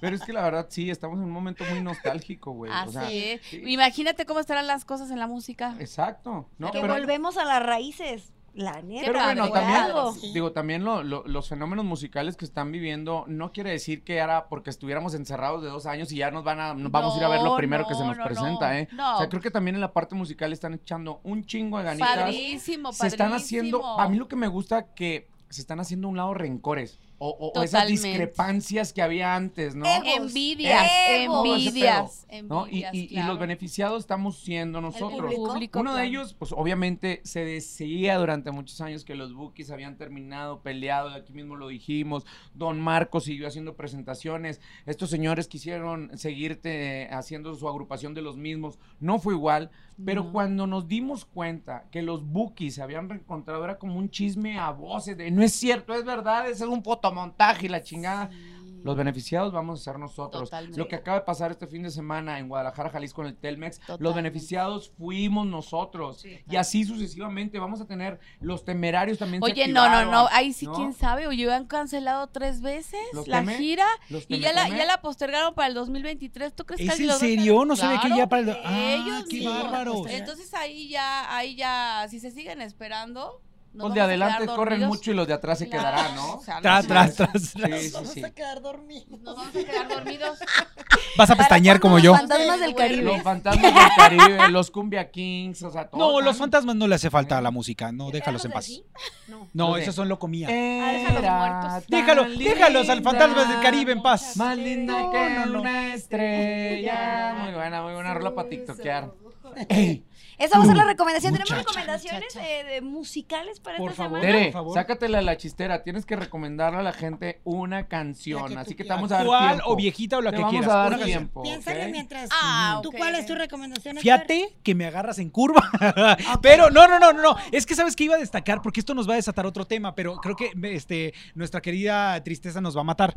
[SPEAKER 5] Pero es que la verdad sí, estamos en un momento muy nostálgico, güey.
[SPEAKER 3] Así
[SPEAKER 5] pues, o sea,
[SPEAKER 3] es.
[SPEAKER 5] sí. Eh,
[SPEAKER 3] Imagínate cómo estarán las cosas en la música.
[SPEAKER 5] Exacto. No,
[SPEAKER 4] que
[SPEAKER 5] pero,
[SPEAKER 4] volvemos a las raíces. La neta,
[SPEAKER 5] pero bueno,
[SPEAKER 4] por
[SPEAKER 5] también,
[SPEAKER 4] algo.
[SPEAKER 1] Sí.
[SPEAKER 5] digo, también lo- lo- los fenómenos musicales que están viviendo no quiere decir que ahora porque estuviéramos encerrados de dos años y ya nos van a, nos vamos a ir a ver lo
[SPEAKER 3] No,
[SPEAKER 5] primero que
[SPEAKER 3] no,
[SPEAKER 5] se nos
[SPEAKER 3] no,
[SPEAKER 5] presenta,
[SPEAKER 3] no.
[SPEAKER 5] ¿eh?
[SPEAKER 3] No.
[SPEAKER 5] O sea, creo que también en la parte musical están echando un chingo de ganitas.
[SPEAKER 3] Padrísimo, padrísimo.
[SPEAKER 5] se están haciendo, a mí lo que me gusta que se están haciendo a un lado rencores o, o- o esas
[SPEAKER 3] Totalmente.
[SPEAKER 5] discrepancias que había antes, ¿no?
[SPEAKER 4] Ego.
[SPEAKER 3] Envidias,
[SPEAKER 4] Ego.
[SPEAKER 3] envidias,
[SPEAKER 5] ¿No? Y,
[SPEAKER 3] envidias,
[SPEAKER 5] y- y
[SPEAKER 3] claro.
[SPEAKER 5] los beneficiados estamos siendo nosotros.
[SPEAKER 4] público.
[SPEAKER 5] Uno de
[SPEAKER 3] claro.
[SPEAKER 5] ellos, pues obviamente se decía durante muchos años que los Bookies habían terminado peleados, aquí mismo lo dijimos, Don Marco siguió haciendo presentaciones, estos señores quisieron seguirte haciendo su agrupación de los mismos, no fue igual, pero
[SPEAKER 3] No.
[SPEAKER 5] cuando nos dimos cuenta que los Bookies se habían reencontrado era como un chisme a voces de, no es cierto, es verdad, es un fotomontaje y la chingada.
[SPEAKER 3] Sí.
[SPEAKER 5] Los beneficiados vamos a ser nosotros.
[SPEAKER 3] Totalmente.
[SPEAKER 5] Lo que acaba de pasar este fin de semana en Guadalajara, Jalisco, en el Telmex, los
[SPEAKER 3] Totalmente.
[SPEAKER 5] beneficiados fuimos nosotros. Y así sucesivamente vamos a tener los temerarios también. se
[SPEAKER 3] Oye, no, no, no,
[SPEAKER 5] activaron,
[SPEAKER 3] ahí sí
[SPEAKER 5] ¿no?
[SPEAKER 3] quién sabe, oye, han cancelado tres veces
[SPEAKER 5] Los
[SPEAKER 3] la
[SPEAKER 5] teme-
[SPEAKER 3] gira
[SPEAKER 5] Los
[SPEAKER 3] y ya la,
[SPEAKER 5] temetome-
[SPEAKER 3] ya la postergaron para el 2023, ¿tú crees que
[SPEAKER 2] ¿Es
[SPEAKER 3] alguien
[SPEAKER 2] en
[SPEAKER 3] Pues los va a
[SPEAKER 2] serio?
[SPEAKER 3] hacer?
[SPEAKER 2] No sabía que ya
[SPEAKER 3] Claro,
[SPEAKER 2] para el... ¡Ah,
[SPEAKER 3] ellos
[SPEAKER 2] qué
[SPEAKER 3] mismos.
[SPEAKER 2] bárbaro!
[SPEAKER 1] Pues,
[SPEAKER 3] Entonces ahí ya, ahí ya, si se siguen esperando, nos
[SPEAKER 5] Los Pues, de
[SPEAKER 3] vamos a quedar
[SPEAKER 5] adelante corren
[SPEAKER 3] dormidos.
[SPEAKER 5] mucho y los de atrás se
[SPEAKER 3] Claro,
[SPEAKER 5] quedarán, ¿no?
[SPEAKER 3] *laughs* o sea,
[SPEAKER 2] Tras,
[SPEAKER 3] no
[SPEAKER 2] tras,
[SPEAKER 3] sé,
[SPEAKER 2] tras, tras.
[SPEAKER 5] Sí, sí,
[SPEAKER 1] Vamos
[SPEAKER 5] sí.
[SPEAKER 1] a quedar dormidos.
[SPEAKER 3] Nos vamos a quedar dormidos.
[SPEAKER 2] Vas a
[SPEAKER 4] ¿Para
[SPEAKER 2] pestañear como
[SPEAKER 4] cuándo los
[SPEAKER 2] yo.
[SPEAKER 4] Fantasmas del
[SPEAKER 3] Bueno,
[SPEAKER 4] Caribe.
[SPEAKER 5] Los fantasmas del
[SPEAKER 3] *laughs*
[SPEAKER 5] Caribe, los Cumbia Kings, o sea, todo.
[SPEAKER 2] No, los
[SPEAKER 5] tan-
[SPEAKER 2] fantasmas no le hace falta a la música. No, déjalos en paz.
[SPEAKER 4] No.
[SPEAKER 2] No,
[SPEAKER 5] Los de-
[SPEAKER 2] esos son lo comía.
[SPEAKER 5] Era
[SPEAKER 3] déjalos muertos.
[SPEAKER 5] Eh, tan
[SPEAKER 2] Déjalo, déjalos al
[SPEAKER 5] linda,
[SPEAKER 2] fantasmas del Caribe en paz.
[SPEAKER 5] Más linda
[SPEAKER 2] No,
[SPEAKER 5] que
[SPEAKER 2] no, no. *laughs*
[SPEAKER 5] una estrella. Muy buena, muy buena rola para tiktokear.
[SPEAKER 4] Esa va a ser la recomendación.
[SPEAKER 2] Mm. Muchacha.
[SPEAKER 4] ¿Tenemos recomendaciones eh, de musicales para
[SPEAKER 2] Por
[SPEAKER 4] esta
[SPEAKER 2] favor.
[SPEAKER 4] semana?
[SPEAKER 5] Tere,
[SPEAKER 2] Por favor.
[SPEAKER 5] sácatela de la chistera. Tienes que recomendarle a la gente una canción.
[SPEAKER 1] La que
[SPEAKER 5] así
[SPEAKER 1] tú
[SPEAKER 5] que te vamos a dar
[SPEAKER 2] ¿Cuál
[SPEAKER 5] tiempo.
[SPEAKER 2] o viejita o la
[SPEAKER 5] Te
[SPEAKER 2] que
[SPEAKER 5] vamos
[SPEAKER 2] quieras?
[SPEAKER 5] a dar
[SPEAKER 2] Una canción.
[SPEAKER 5] tiempo.
[SPEAKER 1] Piénsale
[SPEAKER 5] ¿ok?
[SPEAKER 1] mientras.
[SPEAKER 3] Ah,
[SPEAKER 1] ¿Tú
[SPEAKER 3] ok,
[SPEAKER 1] cuál es
[SPEAKER 3] ok.
[SPEAKER 1] tu recomendación? Héctor?
[SPEAKER 2] Fíjate que me agarras en
[SPEAKER 4] *laughs*
[SPEAKER 2] curva. Pero no, no, no, no, no. Es que sabes que iba a destacar porque esto nos va a desatar otro tema, pero creo que este, nuestra querida tristeza nos va a matar.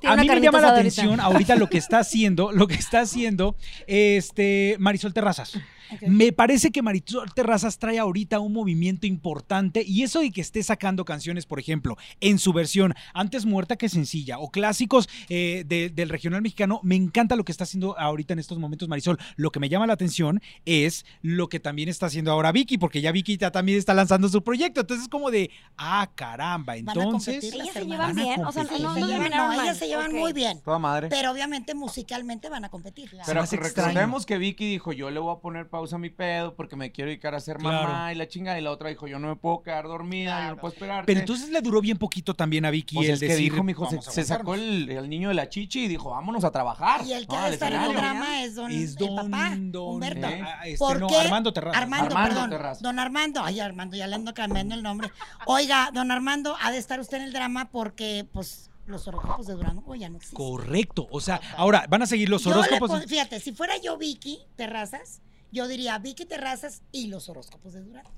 [SPEAKER 4] Tiene
[SPEAKER 2] a
[SPEAKER 4] una
[SPEAKER 2] mí me
[SPEAKER 4] carnita
[SPEAKER 2] llama la
[SPEAKER 4] asada
[SPEAKER 2] atención ahorita lo que está haciendo, lo que está haciendo este Marisol Terrazas.
[SPEAKER 1] Ok.
[SPEAKER 2] Me parece que Marisol Terrazas trae ahorita un movimiento importante y eso de que esté sacando canciones, por ejemplo, en su versión antes muerta que sencilla o clásicos eh, de- del regional mexicano, me encanta lo que está haciendo ahorita en estos momentos Marisol. Lo que me llama la atención es lo que también está haciendo ahora Vicky, porque ya Vicky ya también está lanzando su proyecto. Entonces es como de, ah, caramba,
[SPEAKER 1] Van a
[SPEAKER 2] entonces...
[SPEAKER 1] competir.
[SPEAKER 4] Ellas se
[SPEAKER 1] Las
[SPEAKER 4] llevan
[SPEAKER 2] hermanas.
[SPEAKER 4] bien, o sea,
[SPEAKER 2] Van a
[SPEAKER 4] no,
[SPEAKER 1] Sí,
[SPEAKER 4] no,
[SPEAKER 1] se
[SPEAKER 4] no
[SPEAKER 1] llevan-
[SPEAKER 4] terminaron
[SPEAKER 1] no,
[SPEAKER 4] mal.
[SPEAKER 1] ellas se llevan
[SPEAKER 4] Ok.
[SPEAKER 1] muy bien.
[SPEAKER 5] Toda madre.
[SPEAKER 1] Pero obviamente musicalmente van a competir.
[SPEAKER 2] Se me
[SPEAKER 5] Pero
[SPEAKER 2] hace
[SPEAKER 5] recordemos que Vicky dijo, yo le voy a poner pausa a mi pedo porque me quiero dedicar a ser mamá
[SPEAKER 2] Claro.
[SPEAKER 5] y la chingada. Y la otra dijo, yo no me puedo quedar dormida, yo
[SPEAKER 3] Claro.
[SPEAKER 5] no puedo esperar.
[SPEAKER 2] Pero entonces le duró bien poquito también a Vicky
[SPEAKER 5] pues
[SPEAKER 2] el
[SPEAKER 5] es que
[SPEAKER 2] decir,
[SPEAKER 5] dijo, mijo, se,
[SPEAKER 2] "Vamos a
[SPEAKER 5] se sacó
[SPEAKER 2] aguantarnos".
[SPEAKER 5] el, el niño de la chichi y dijo, vámonos a trabajar.
[SPEAKER 1] Y el que
[SPEAKER 5] ¿no?
[SPEAKER 1] ha de
[SPEAKER 5] Al
[SPEAKER 1] estar en el
[SPEAKER 5] escenario.
[SPEAKER 1] drama es don,
[SPEAKER 2] es
[SPEAKER 1] el
[SPEAKER 2] don,
[SPEAKER 1] papá,
[SPEAKER 2] don-
[SPEAKER 1] Humberto.
[SPEAKER 5] ¿Eh?
[SPEAKER 2] ah, este,
[SPEAKER 1] ¿Por
[SPEAKER 2] no,
[SPEAKER 1] qué?
[SPEAKER 2] Armando Terrazas.
[SPEAKER 1] Armando,
[SPEAKER 5] Armando
[SPEAKER 1] perdón.
[SPEAKER 5] Terrazas.
[SPEAKER 1] Don Armando. Ay, Armando, ya le ando cambiando el nombre. Oiga, don Armando, ha de estar usted en el drama porque, pues, los horóscopos de Durango ya no existen.
[SPEAKER 2] Correcto. O sea, ahora van a seguir los
[SPEAKER 1] Yo le
[SPEAKER 2] horóscopos.
[SPEAKER 1] pon- fíjate, si fuera yo Vicky Terrazas, yo diría Vicky Terrazas y los horóscopos de Durango.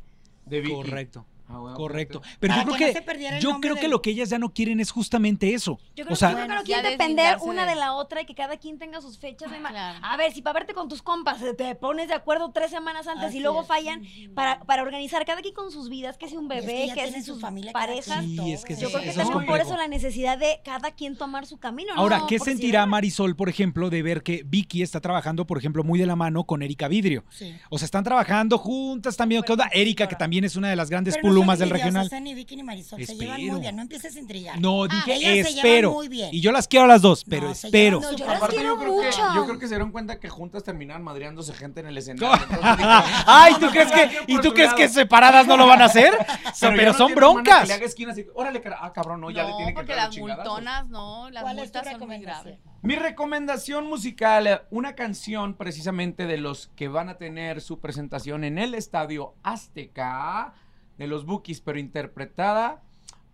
[SPEAKER 5] De Vicky.
[SPEAKER 2] Correcto.
[SPEAKER 5] Ah, bueno,
[SPEAKER 2] Correcto. Pero
[SPEAKER 1] Para
[SPEAKER 2] yo creo
[SPEAKER 1] que no
[SPEAKER 2] que,
[SPEAKER 1] se perdiera el
[SPEAKER 2] yo
[SPEAKER 1] nombre
[SPEAKER 2] creo que
[SPEAKER 1] del-
[SPEAKER 2] lo que ellas ya no quieren es justamente eso.
[SPEAKER 4] Yo creo,
[SPEAKER 2] O sea,
[SPEAKER 4] que, yo creo que
[SPEAKER 3] Ya
[SPEAKER 4] quieren depender
[SPEAKER 3] deslindarse
[SPEAKER 4] una
[SPEAKER 3] de-
[SPEAKER 4] de la otra y que cada quien tenga sus fechas.
[SPEAKER 1] Ah,
[SPEAKER 4] de ma-
[SPEAKER 3] Claro.
[SPEAKER 4] A ver, si para verte con tus compas eh, te pones de acuerdo tres semanas antes
[SPEAKER 1] Así
[SPEAKER 4] y luego
[SPEAKER 1] es.
[SPEAKER 4] fallan para, para organizar cada quien con sus vidas, que si un
[SPEAKER 1] Y es
[SPEAKER 4] bebé,
[SPEAKER 1] ya
[SPEAKER 4] que,
[SPEAKER 1] tienen
[SPEAKER 4] si sus
[SPEAKER 1] cada
[SPEAKER 4] parejas.
[SPEAKER 1] quien,
[SPEAKER 2] Sí,
[SPEAKER 1] todo,
[SPEAKER 2] es que
[SPEAKER 1] ¿eh?
[SPEAKER 4] Yo creo
[SPEAKER 2] Eso
[SPEAKER 4] que
[SPEAKER 2] es
[SPEAKER 4] también por
[SPEAKER 2] complejo.
[SPEAKER 4] eso la necesidad de cada quien tomar su camino.
[SPEAKER 2] Ahora,
[SPEAKER 4] ¿no?
[SPEAKER 2] ¿qué
[SPEAKER 4] Porque si
[SPEAKER 2] sentirá
[SPEAKER 4] no-
[SPEAKER 2] Marisol, por ejemplo, de ver que Vicky está trabajando, por ejemplo, muy de la mano con Erika Vidrio?
[SPEAKER 1] Sí.
[SPEAKER 2] O sea, están trabajando juntas también. ¿Qué onda? Erika, que también es una de las grandes
[SPEAKER 1] Pero no
[SPEAKER 2] plumas
[SPEAKER 1] son
[SPEAKER 2] del
[SPEAKER 1] envidiosas, ¿eh?
[SPEAKER 2] regional.
[SPEAKER 1] Ni Vicky ni Marisol se llevan
[SPEAKER 2] Espero.
[SPEAKER 1] muy bien, no empieces a intrigar.
[SPEAKER 2] No,
[SPEAKER 1] Ah,
[SPEAKER 2] dije,
[SPEAKER 1] ellas se llevan
[SPEAKER 2] espero.
[SPEAKER 1] muy bien.
[SPEAKER 2] Y yo las quiero a las dos, pero
[SPEAKER 1] No, se
[SPEAKER 2] espero.
[SPEAKER 1] llevan-
[SPEAKER 4] No, yo las
[SPEAKER 5] Aparte,
[SPEAKER 4] quiero
[SPEAKER 5] yo creo, que,
[SPEAKER 4] mucho.
[SPEAKER 5] yo creo que se dieron cuenta que juntas terminaban madreándose gente en el escenario. Entonces dijo,
[SPEAKER 2] Ah, Ay, ¿tú crees
[SPEAKER 5] *laughs*
[SPEAKER 2] que, ¿y tú crees que separadas no lo van a hacer? O sea,
[SPEAKER 5] ya
[SPEAKER 2] Pero
[SPEAKER 5] no
[SPEAKER 2] son
[SPEAKER 5] tiene hermana
[SPEAKER 2] broncas.
[SPEAKER 5] Que le haga esquinas y, órale, cara- ah, cabrón, no,
[SPEAKER 3] No,
[SPEAKER 5] ya le tiene que
[SPEAKER 3] porque
[SPEAKER 5] entrar pues.
[SPEAKER 3] las
[SPEAKER 5] los chingadazos.
[SPEAKER 3] multonas, no, las
[SPEAKER 1] ¿Cuál es tu
[SPEAKER 3] multas son muy
[SPEAKER 1] recomendación?
[SPEAKER 3] graves.
[SPEAKER 5] Mi recomendación musical, eh, una canción precisamente de los que van a tener su presentación en el Estadio Azteca de los Bookies, pero interpretada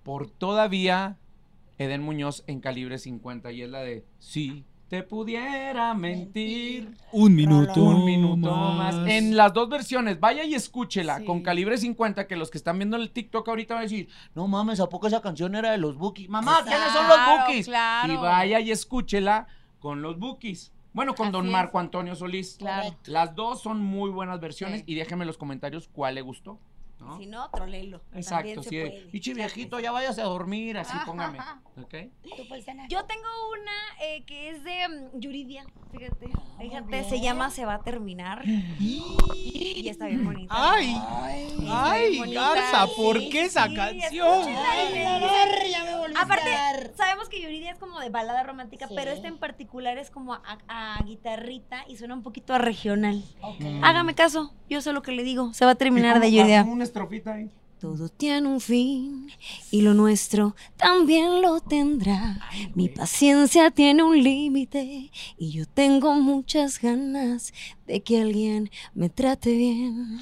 [SPEAKER 5] por todavía Eden Muñoz en calibre 50 y es la de Si te pudiera mentir
[SPEAKER 2] Un minuto.
[SPEAKER 5] un minuto más. En las dos versiones, vaya y escúchela
[SPEAKER 3] Sí.
[SPEAKER 5] con calibre 50 que los que están viendo el TikTok ahorita van a decir, "No mames, a poco esa canción era de los Bookies." Mamá, ¿quiénes son los
[SPEAKER 3] Claro,
[SPEAKER 5] Bookies?
[SPEAKER 3] claro.
[SPEAKER 5] Y vaya y escúchela con los Bookies. Bueno, con
[SPEAKER 3] Así
[SPEAKER 5] Don
[SPEAKER 3] es.
[SPEAKER 5] Marco Antonio Solís.
[SPEAKER 3] Claro.
[SPEAKER 5] Las dos son muy buenas versiones
[SPEAKER 3] Sí.
[SPEAKER 5] y déjenme en los comentarios cuál le gustó. ¿no?
[SPEAKER 4] Si no, trolelo.
[SPEAKER 5] Exacto,
[SPEAKER 4] También se
[SPEAKER 5] sí. de,
[SPEAKER 4] puede.
[SPEAKER 5] Pichi viejito, ya váyase a dormir, así
[SPEAKER 3] Ajá.
[SPEAKER 5] póngame. ¿Ok?
[SPEAKER 1] ¿Tú, paisana?
[SPEAKER 4] Yo tengo una eh, que es de mm, Yuridia, fíjate.
[SPEAKER 1] muy
[SPEAKER 4] Fíjate,
[SPEAKER 1] bien.
[SPEAKER 4] se llama Se va a terminar. Y está bien bonita.
[SPEAKER 2] Ay, ay, Garza, ¿por qué esa
[SPEAKER 4] Sí,
[SPEAKER 2] canción?
[SPEAKER 4] escúchenla y
[SPEAKER 1] Ay,
[SPEAKER 4] feliz.
[SPEAKER 1] Lor, ya me volviste
[SPEAKER 4] Aparte-
[SPEAKER 1] a dar.
[SPEAKER 4] Sabemos que Yuridia es como de balada romántica,
[SPEAKER 1] Sí.
[SPEAKER 4] pero esta en particular es como a, a guitarrita y suena un poquito a regional.
[SPEAKER 1] Ok.
[SPEAKER 4] Hágame caso, yo sé lo que le digo, se va a terminar
[SPEAKER 5] ¿Y
[SPEAKER 4] de
[SPEAKER 5] cómo-
[SPEAKER 4] Yuridia.
[SPEAKER 5] Mm. Una estrofita ahí.
[SPEAKER 4] Todo tiene un fin y lo nuestro también lo tendrá. Mi paciencia tiene un límite y yo tengo muchas ganas de que alguien me trate bien.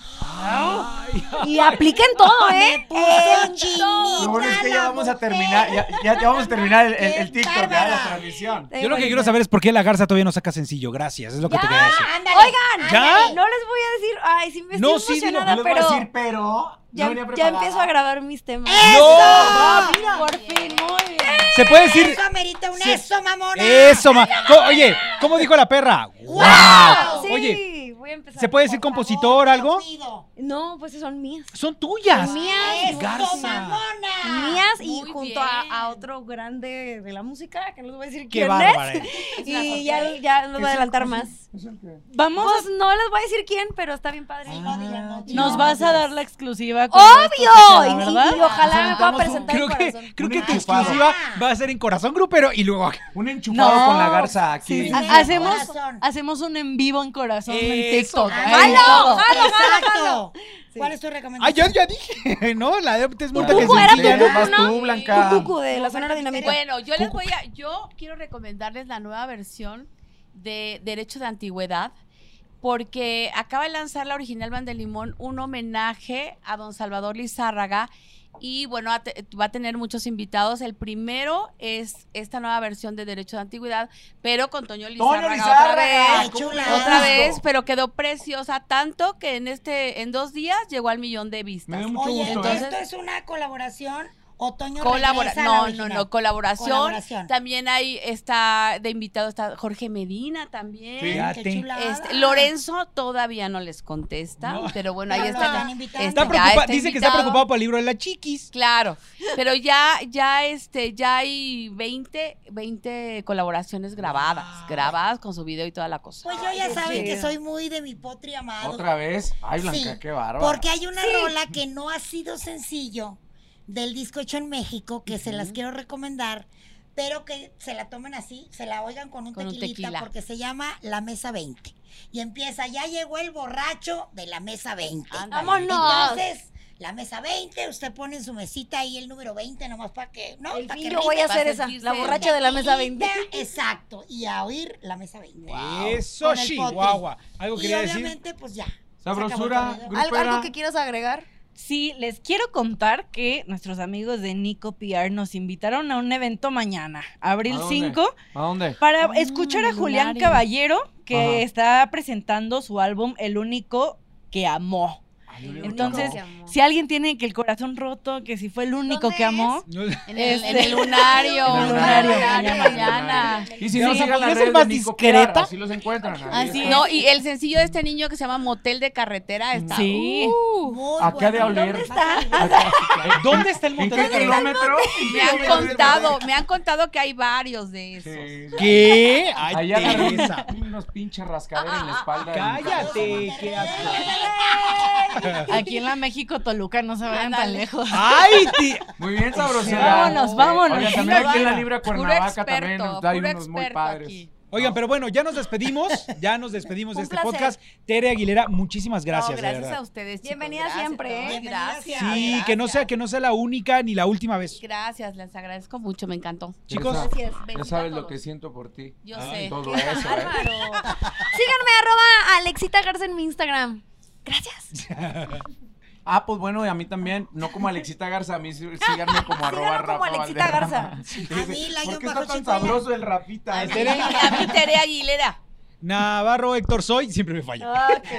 [SPEAKER 4] Y apliquen
[SPEAKER 2] *laughs*
[SPEAKER 4] todo, ¿eh?
[SPEAKER 1] puso
[SPEAKER 5] Lo bueno es
[SPEAKER 1] chinita
[SPEAKER 5] que
[SPEAKER 1] la
[SPEAKER 5] ya vamos a
[SPEAKER 1] mujer.
[SPEAKER 5] terminar, ya, ya- ya vamos a terminar el, el- el
[SPEAKER 1] ¡Qué
[SPEAKER 5] TikTok, ya, la
[SPEAKER 1] bárbara!
[SPEAKER 5] transmisión.
[SPEAKER 2] Yo lo que quiero saber es por qué la Garza todavía no saca sencillo. Gracias, es lo que te quería decir.
[SPEAKER 1] Ándale.
[SPEAKER 4] Oigan,
[SPEAKER 2] ¿Ya?
[SPEAKER 4] no les voy a decir, ay, sí me estoy
[SPEAKER 2] No, sí, dilo,
[SPEAKER 4] emocionada,
[SPEAKER 5] no les
[SPEAKER 4] pero
[SPEAKER 5] voy a decir, pero
[SPEAKER 4] ya, em,
[SPEAKER 5] no venía
[SPEAKER 4] ya
[SPEAKER 5] preparada.
[SPEAKER 4] empiezo a grabar mis temas. ¡Ah,
[SPEAKER 2] ¡No! va, mira.
[SPEAKER 6] Por fin, muy bien.
[SPEAKER 2] Se puede decir.
[SPEAKER 1] Eso amerita un
[SPEAKER 2] Sí. ¿Eh?
[SPEAKER 1] eso, mamona.
[SPEAKER 2] Eso, ma. Co- Oye, ¿cómo dijo la perra? ¡Wow!
[SPEAKER 4] Sí,
[SPEAKER 2] Oye,
[SPEAKER 4] voy a empezar.
[SPEAKER 2] ¿se puede decir
[SPEAKER 1] Por favor,
[SPEAKER 2] compositor
[SPEAKER 1] te lo
[SPEAKER 2] algo?
[SPEAKER 1] pido.
[SPEAKER 4] No, pues son mías.
[SPEAKER 2] Son tuyas.
[SPEAKER 4] Mías.
[SPEAKER 1] Eso,
[SPEAKER 2] Garza.
[SPEAKER 1] mamona.
[SPEAKER 4] mías y
[SPEAKER 3] Muy
[SPEAKER 4] junto a,
[SPEAKER 3] bien.
[SPEAKER 4] a otro grande de la música, que no les voy a decir
[SPEAKER 2] Qué
[SPEAKER 4] quién
[SPEAKER 2] bárbara. eh.
[SPEAKER 4] es.
[SPEAKER 2] eres.
[SPEAKER 4] Y ya, ya no voy a adelantar más.
[SPEAKER 6] Vamos
[SPEAKER 4] Pues no les voy a decir quién, pero está bien padre.
[SPEAKER 1] No digas, no digas.
[SPEAKER 6] Nos vas a dar la exclusiva. con esto,
[SPEAKER 4] ¡Obvio! Y-
[SPEAKER 6] ¿verdad?
[SPEAKER 4] Y, y ojalá me pueda
[SPEAKER 5] Presentamos un-
[SPEAKER 4] presentar el
[SPEAKER 2] Creo que,
[SPEAKER 4] corazón.
[SPEAKER 2] creo que tu
[SPEAKER 5] Un enchufado.
[SPEAKER 2] exclusiva va a ser en corazón grupero y luego acá.
[SPEAKER 5] Un enchufado
[SPEAKER 6] No.
[SPEAKER 5] con la garza aquí.
[SPEAKER 1] Sí,
[SPEAKER 6] Ha- Hacemos,
[SPEAKER 1] corazón.
[SPEAKER 6] hacemos un en vivo en corazón en
[SPEAKER 2] Eso,
[SPEAKER 6] TikTok.
[SPEAKER 1] ¡Jalo,
[SPEAKER 6] Ahí todo.
[SPEAKER 1] Exacto. ¿Cuál es tu
[SPEAKER 2] Ah,
[SPEAKER 1] recomendación?
[SPEAKER 2] yo ya dije, *laughs* ¿no? La de es muerta
[SPEAKER 5] Tú,
[SPEAKER 2] que
[SPEAKER 4] Cucu,
[SPEAKER 2] sencilla,
[SPEAKER 4] era
[SPEAKER 2] ¿no?
[SPEAKER 4] Cucu,
[SPEAKER 5] Más
[SPEAKER 4] ¿no?
[SPEAKER 5] tú, Blanca.
[SPEAKER 4] Cucu de la
[SPEAKER 1] No,
[SPEAKER 4] Sonora
[SPEAKER 1] fuera
[SPEAKER 4] Dinamita.
[SPEAKER 3] Bueno, yo les voy a, yo quiero recomendarles la nueva versión de Derecho de Antigüedad porque acaba de lanzar la original Van de Limón un homenaje a don Salvador Lizárraga y bueno, a te- va a tener muchos invitados. El primero es esta nueva versión de Derecho de Antigüedad, pero con Toño Lizárraga, otra
[SPEAKER 8] Lizárraga,
[SPEAKER 3] vez.
[SPEAKER 8] ¿cómo
[SPEAKER 1] Chula.
[SPEAKER 8] la
[SPEAKER 3] Otra
[SPEAKER 8] has
[SPEAKER 3] vez,
[SPEAKER 8] visto?
[SPEAKER 3] pero quedó preciosa tanto que en este en dos días llegó al millón de vistas.
[SPEAKER 5] Me dio mucho
[SPEAKER 1] Oye,
[SPEAKER 5] gusto,
[SPEAKER 1] entonces,
[SPEAKER 5] ¿eh?
[SPEAKER 1] esto es una colaboración. Otoño
[SPEAKER 3] Colabora
[SPEAKER 1] regresa a la
[SPEAKER 3] no, no,
[SPEAKER 1] original.
[SPEAKER 3] no, colaboración.
[SPEAKER 1] Colaboración.
[SPEAKER 3] También hay está de invitado está Jorge Medina también.
[SPEAKER 5] Sí.
[SPEAKER 1] Qué
[SPEAKER 2] Fíjate.
[SPEAKER 1] chulada.
[SPEAKER 3] Este, Lorenzo todavía no les contesta,
[SPEAKER 2] No.
[SPEAKER 1] *laughs*
[SPEAKER 3] pero bueno, ahí
[SPEAKER 1] No,
[SPEAKER 3] está.
[SPEAKER 1] no, están invitando.
[SPEAKER 3] este,
[SPEAKER 2] Está
[SPEAKER 3] ya
[SPEAKER 2] preocupa- dice
[SPEAKER 3] está
[SPEAKER 2] que está
[SPEAKER 3] invitado.
[SPEAKER 2] preocupado por el libro de las chiquis.
[SPEAKER 3] Claro, pero ya, ya, este, ya hay 20, 20 colaboraciones grabadas, grabadas con su video y toda la cosa.
[SPEAKER 1] Pues yo ya saben que
[SPEAKER 6] chido.
[SPEAKER 1] soy muy de mi potri amado.
[SPEAKER 5] ¿eh? Otra vez. Ay, Blanca,
[SPEAKER 1] Sí,
[SPEAKER 5] qué bárbaro.
[SPEAKER 1] Porque hay una rola que no ha sido sencillo del disco hecho en México, que se las quiero recomendar, pero que se la tomen así, se la oigan con un
[SPEAKER 3] Con un
[SPEAKER 1] tequilita,
[SPEAKER 3] tequila.
[SPEAKER 1] porque se llama La Mesa 20. Y empieza, ya llegó el borracho de la Mesa 20.
[SPEAKER 3] Ándale.
[SPEAKER 1] Entonces, la Mesa 20, usted pone en su mesita ahí el número 20, nomás para que, ¿no?
[SPEAKER 4] El
[SPEAKER 1] Pa'
[SPEAKER 4] fin
[SPEAKER 1] que
[SPEAKER 4] yo voy a
[SPEAKER 1] rinda.
[SPEAKER 4] hacer
[SPEAKER 3] para
[SPEAKER 4] esa,
[SPEAKER 3] sentirse
[SPEAKER 4] la borracha de la mesa 20.
[SPEAKER 1] Rinda, Exacto, y a oír La Mesa 20.
[SPEAKER 2] Eso,
[SPEAKER 1] Con el potri.
[SPEAKER 2] Chihuahua. Algo
[SPEAKER 1] Y
[SPEAKER 2] quería decir.
[SPEAKER 1] obviamente, pues ya. se acabó el
[SPEAKER 5] Sabrosura,
[SPEAKER 1] corrido.
[SPEAKER 4] ¿Al-
[SPEAKER 5] grupera.
[SPEAKER 4] ¿Algo que quieras agregar?
[SPEAKER 6] Sí, les quiero contar que nuestros amigos de Nico PR nos invitaron a un evento mañana, abril
[SPEAKER 5] ¿A dónde?
[SPEAKER 6] 5,
[SPEAKER 5] ¿A dónde?
[SPEAKER 6] para
[SPEAKER 3] Mm,
[SPEAKER 6] escuchar a Julián
[SPEAKER 3] lunares.
[SPEAKER 6] Caballero, que
[SPEAKER 5] Ajá.
[SPEAKER 6] está presentando su álbum El único que amó.
[SPEAKER 5] Ay, Dios mío.
[SPEAKER 6] Entonces, si alguien tiene que el corazón roto, que si fue el único
[SPEAKER 4] ¿Dónde
[SPEAKER 6] que amó,
[SPEAKER 3] En el, en
[SPEAKER 6] Este-
[SPEAKER 3] el lunario,
[SPEAKER 5] En el
[SPEAKER 6] lunario,
[SPEAKER 3] mañana,
[SPEAKER 5] mañana.
[SPEAKER 3] mañana.
[SPEAKER 5] Y si
[SPEAKER 2] Sí,
[SPEAKER 5] no,
[SPEAKER 2] sí,
[SPEAKER 5] sigan
[SPEAKER 2] ¿podría
[SPEAKER 5] las
[SPEAKER 2] ser
[SPEAKER 5] redes
[SPEAKER 2] más
[SPEAKER 5] de Nico
[SPEAKER 2] discreta?
[SPEAKER 5] Piar, así los encuentran.
[SPEAKER 6] Así
[SPEAKER 5] es.
[SPEAKER 6] es.
[SPEAKER 3] *laughs* No, y el sencillo de este niño que se llama Motel de Carretera está.
[SPEAKER 6] Sí.
[SPEAKER 3] uh,
[SPEAKER 1] Muy
[SPEAKER 5] Acá
[SPEAKER 1] bueno.
[SPEAKER 5] de oler.
[SPEAKER 1] ¿Dónde está?
[SPEAKER 5] *laughs*
[SPEAKER 2] ¿Dónde está el
[SPEAKER 5] Ah, ¿En
[SPEAKER 2] motel?
[SPEAKER 5] qué kilómetro?
[SPEAKER 3] me han contado, me han contado que hay varios de esos.
[SPEAKER 5] Sí.
[SPEAKER 2] ¿Qué? Ay,
[SPEAKER 5] Allá agarró
[SPEAKER 2] Teresa.
[SPEAKER 5] unos pinches rascaderas en la espalda. del
[SPEAKER 2] Cállate, qué asco.
[SPEAKER 6] aquí en la México Toluca no se vayan tan
[SPEAKER 3] Uh. Ándale.
[SPEAKER 6] lejos.
[SPEAKER 2] Ay, ti-
[SPEAKER 5] Muy bien, sabrosura.
[SPEAKER 6] Vámonos, vámonos.
[SPEAKER 5] Oigan, también aquí en la
[SPEAKER 6] Vámonos.
[SPEAKER 5] Libra
[SPEAKER 3] Puro
[SPEAKER 5] Cuernavaca
[SPEAKER 3] experto,
[SPEAKER 5] también
[SPEAKER 3] puro
[SPEAKER 5] hay unos muy
[SPEAKER 3] experto
[SPEAKER 5] padres.
[SPEAKER 3] aquí.
[SPEAKER 2] Oigan, pero bueno, ya nos despedimos, ya nos despedimos de
[SPEAKER 4] Un
[SPEAKER 2] este
[SPEAKER 4] placer.
[SPEAKER 2] podcast. Tere Aguilera, muchísimas gracias,
[SPEAKER 3] No,
[SPEAKER 2] de
[SPEAKER 3] gracias
[SPEAKER 2] verdad.
[SPEAKER 3] a ustedes. chicos,
[SPEAKER 4] Bienvenida
[SPEAKER 3] gracias,
[SPEAKER 4] siempre,
[SPEAKER 3] no,
[SPEAKER 1] ¿eh?
[SPEAKER 3] Gracias.
[SPEAKER 2] Sí, que no sea que no sea la única ni la última vez.
[SPEAKER 3] Gracias, les agradezco mucho, me encantó.
[SPEAKER 2] Chicos,
[SPEAKER 5] Teresa,
[SPEAKER 4] Gracias.
[SPEAKER 5] ya
[SPEAKER 3] Bendito
[SPEAKER 5] sabes
[SPEAKER 3] a
[SPEAKER 5] lo
[SPEAKER 3] todos.
[SPEAKER 5] que siento por ti.
[SPEAKER 3] Yo
[SPEAKER 5] Ah,
[SPEAKER 3] sé.
[SPEAKER 5] Todo eso. ¿eh?
[SPEAKER 4] *laughs*
[SPEAKER 3] Bárbaro.
[SPEAKER 4] Síganme, arroba Alexita Garza en mi Instagram. Gracias.
[SPEAKER 5] Ah, pues bueno, y a mí también, no como Alexita Garza, a mí sí- síganme como arroba
[SPEAKER 4] Síganlo como
[SPEAKER 5] Rafa
[SPEAKER 4] Alexita
[SPEAKER 5] Valderrama. *laughs*
[SPEAKER 4] Garza.
[SPEAKER 5] Dice,
[SPEAKER 1] A mí, la
[SPEAKER 5] ¿Por
[SPEAKER 1] guión
[SPEAKER 5] qué está
[SPEAKER 1] bajo
[SPEAKER 5] tan
[SPEAKER 1] Chicuela".
[SPEAKER 5] sabroso el Rafita?
[SPEAKER 2] Ay, Tere.
[SPEAKER 3] Y a mi Tere Aguilera.
[SPEAKER 2] Navarro Héctor Soy, siempre me falla.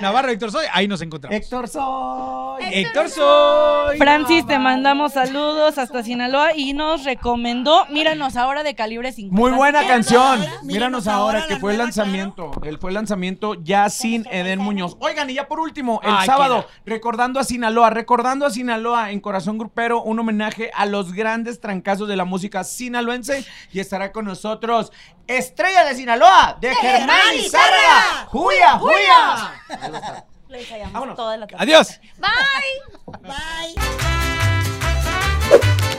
[SPEAKER 2] Navarro Héctor Soy, ahí nos encontramos.
[SPEAKER 5] Héctor Soy.
[SPEAKER 2] Héctor Soy.
[SPEAKER 6] Francis, te mandamos saludos hasta Sinaloa y nos recomendó, míranos ahora de calibre 50.
[SPEAKER 5] Muy buena
[SPEAKER 1] Míranos
[SPEAKER 5] canción.
[SPEAKER 1] ahora,
[SPEAKER 5] Míranos pues, ahora, que
[SPEAKER 1] la
[SPEAKER 5] fue el
[SPEAKER 1] nueva,
[SPEAKER 5] lanzamiento. Él fue el lanzamiento ya sin Eden Muñoz. Oigan, y ya por último, el
[SPEAKER 2] Ay,
[SPEAKER 5] sábado,
[SPEAKER 2] qué
[SPEAKER 5] recordando a Sinaloa, recordando a Sinaloa en Corazón Grupero, un homenaje a los grandes trancazos de la música sinaloense. Y estará con nosotros Estrella de Sinaloa, de Germán
[SPEAKER 1] Germán
[SPEAKER 5] Izárraga.
[SPEAKER 1] Izárraga.
[SPEAKER 5] ¡Julia, Julia! Ahí va a estar.
[SPEAKER 4] Lo ensayamos
[SPEAKER 5] Vámonos.
[SPEAKER 4] toda la tarde.
[SPEAKER 2] Adiós.
[SPEAKER 4] Bye.
[SPEAKER 1] Bye.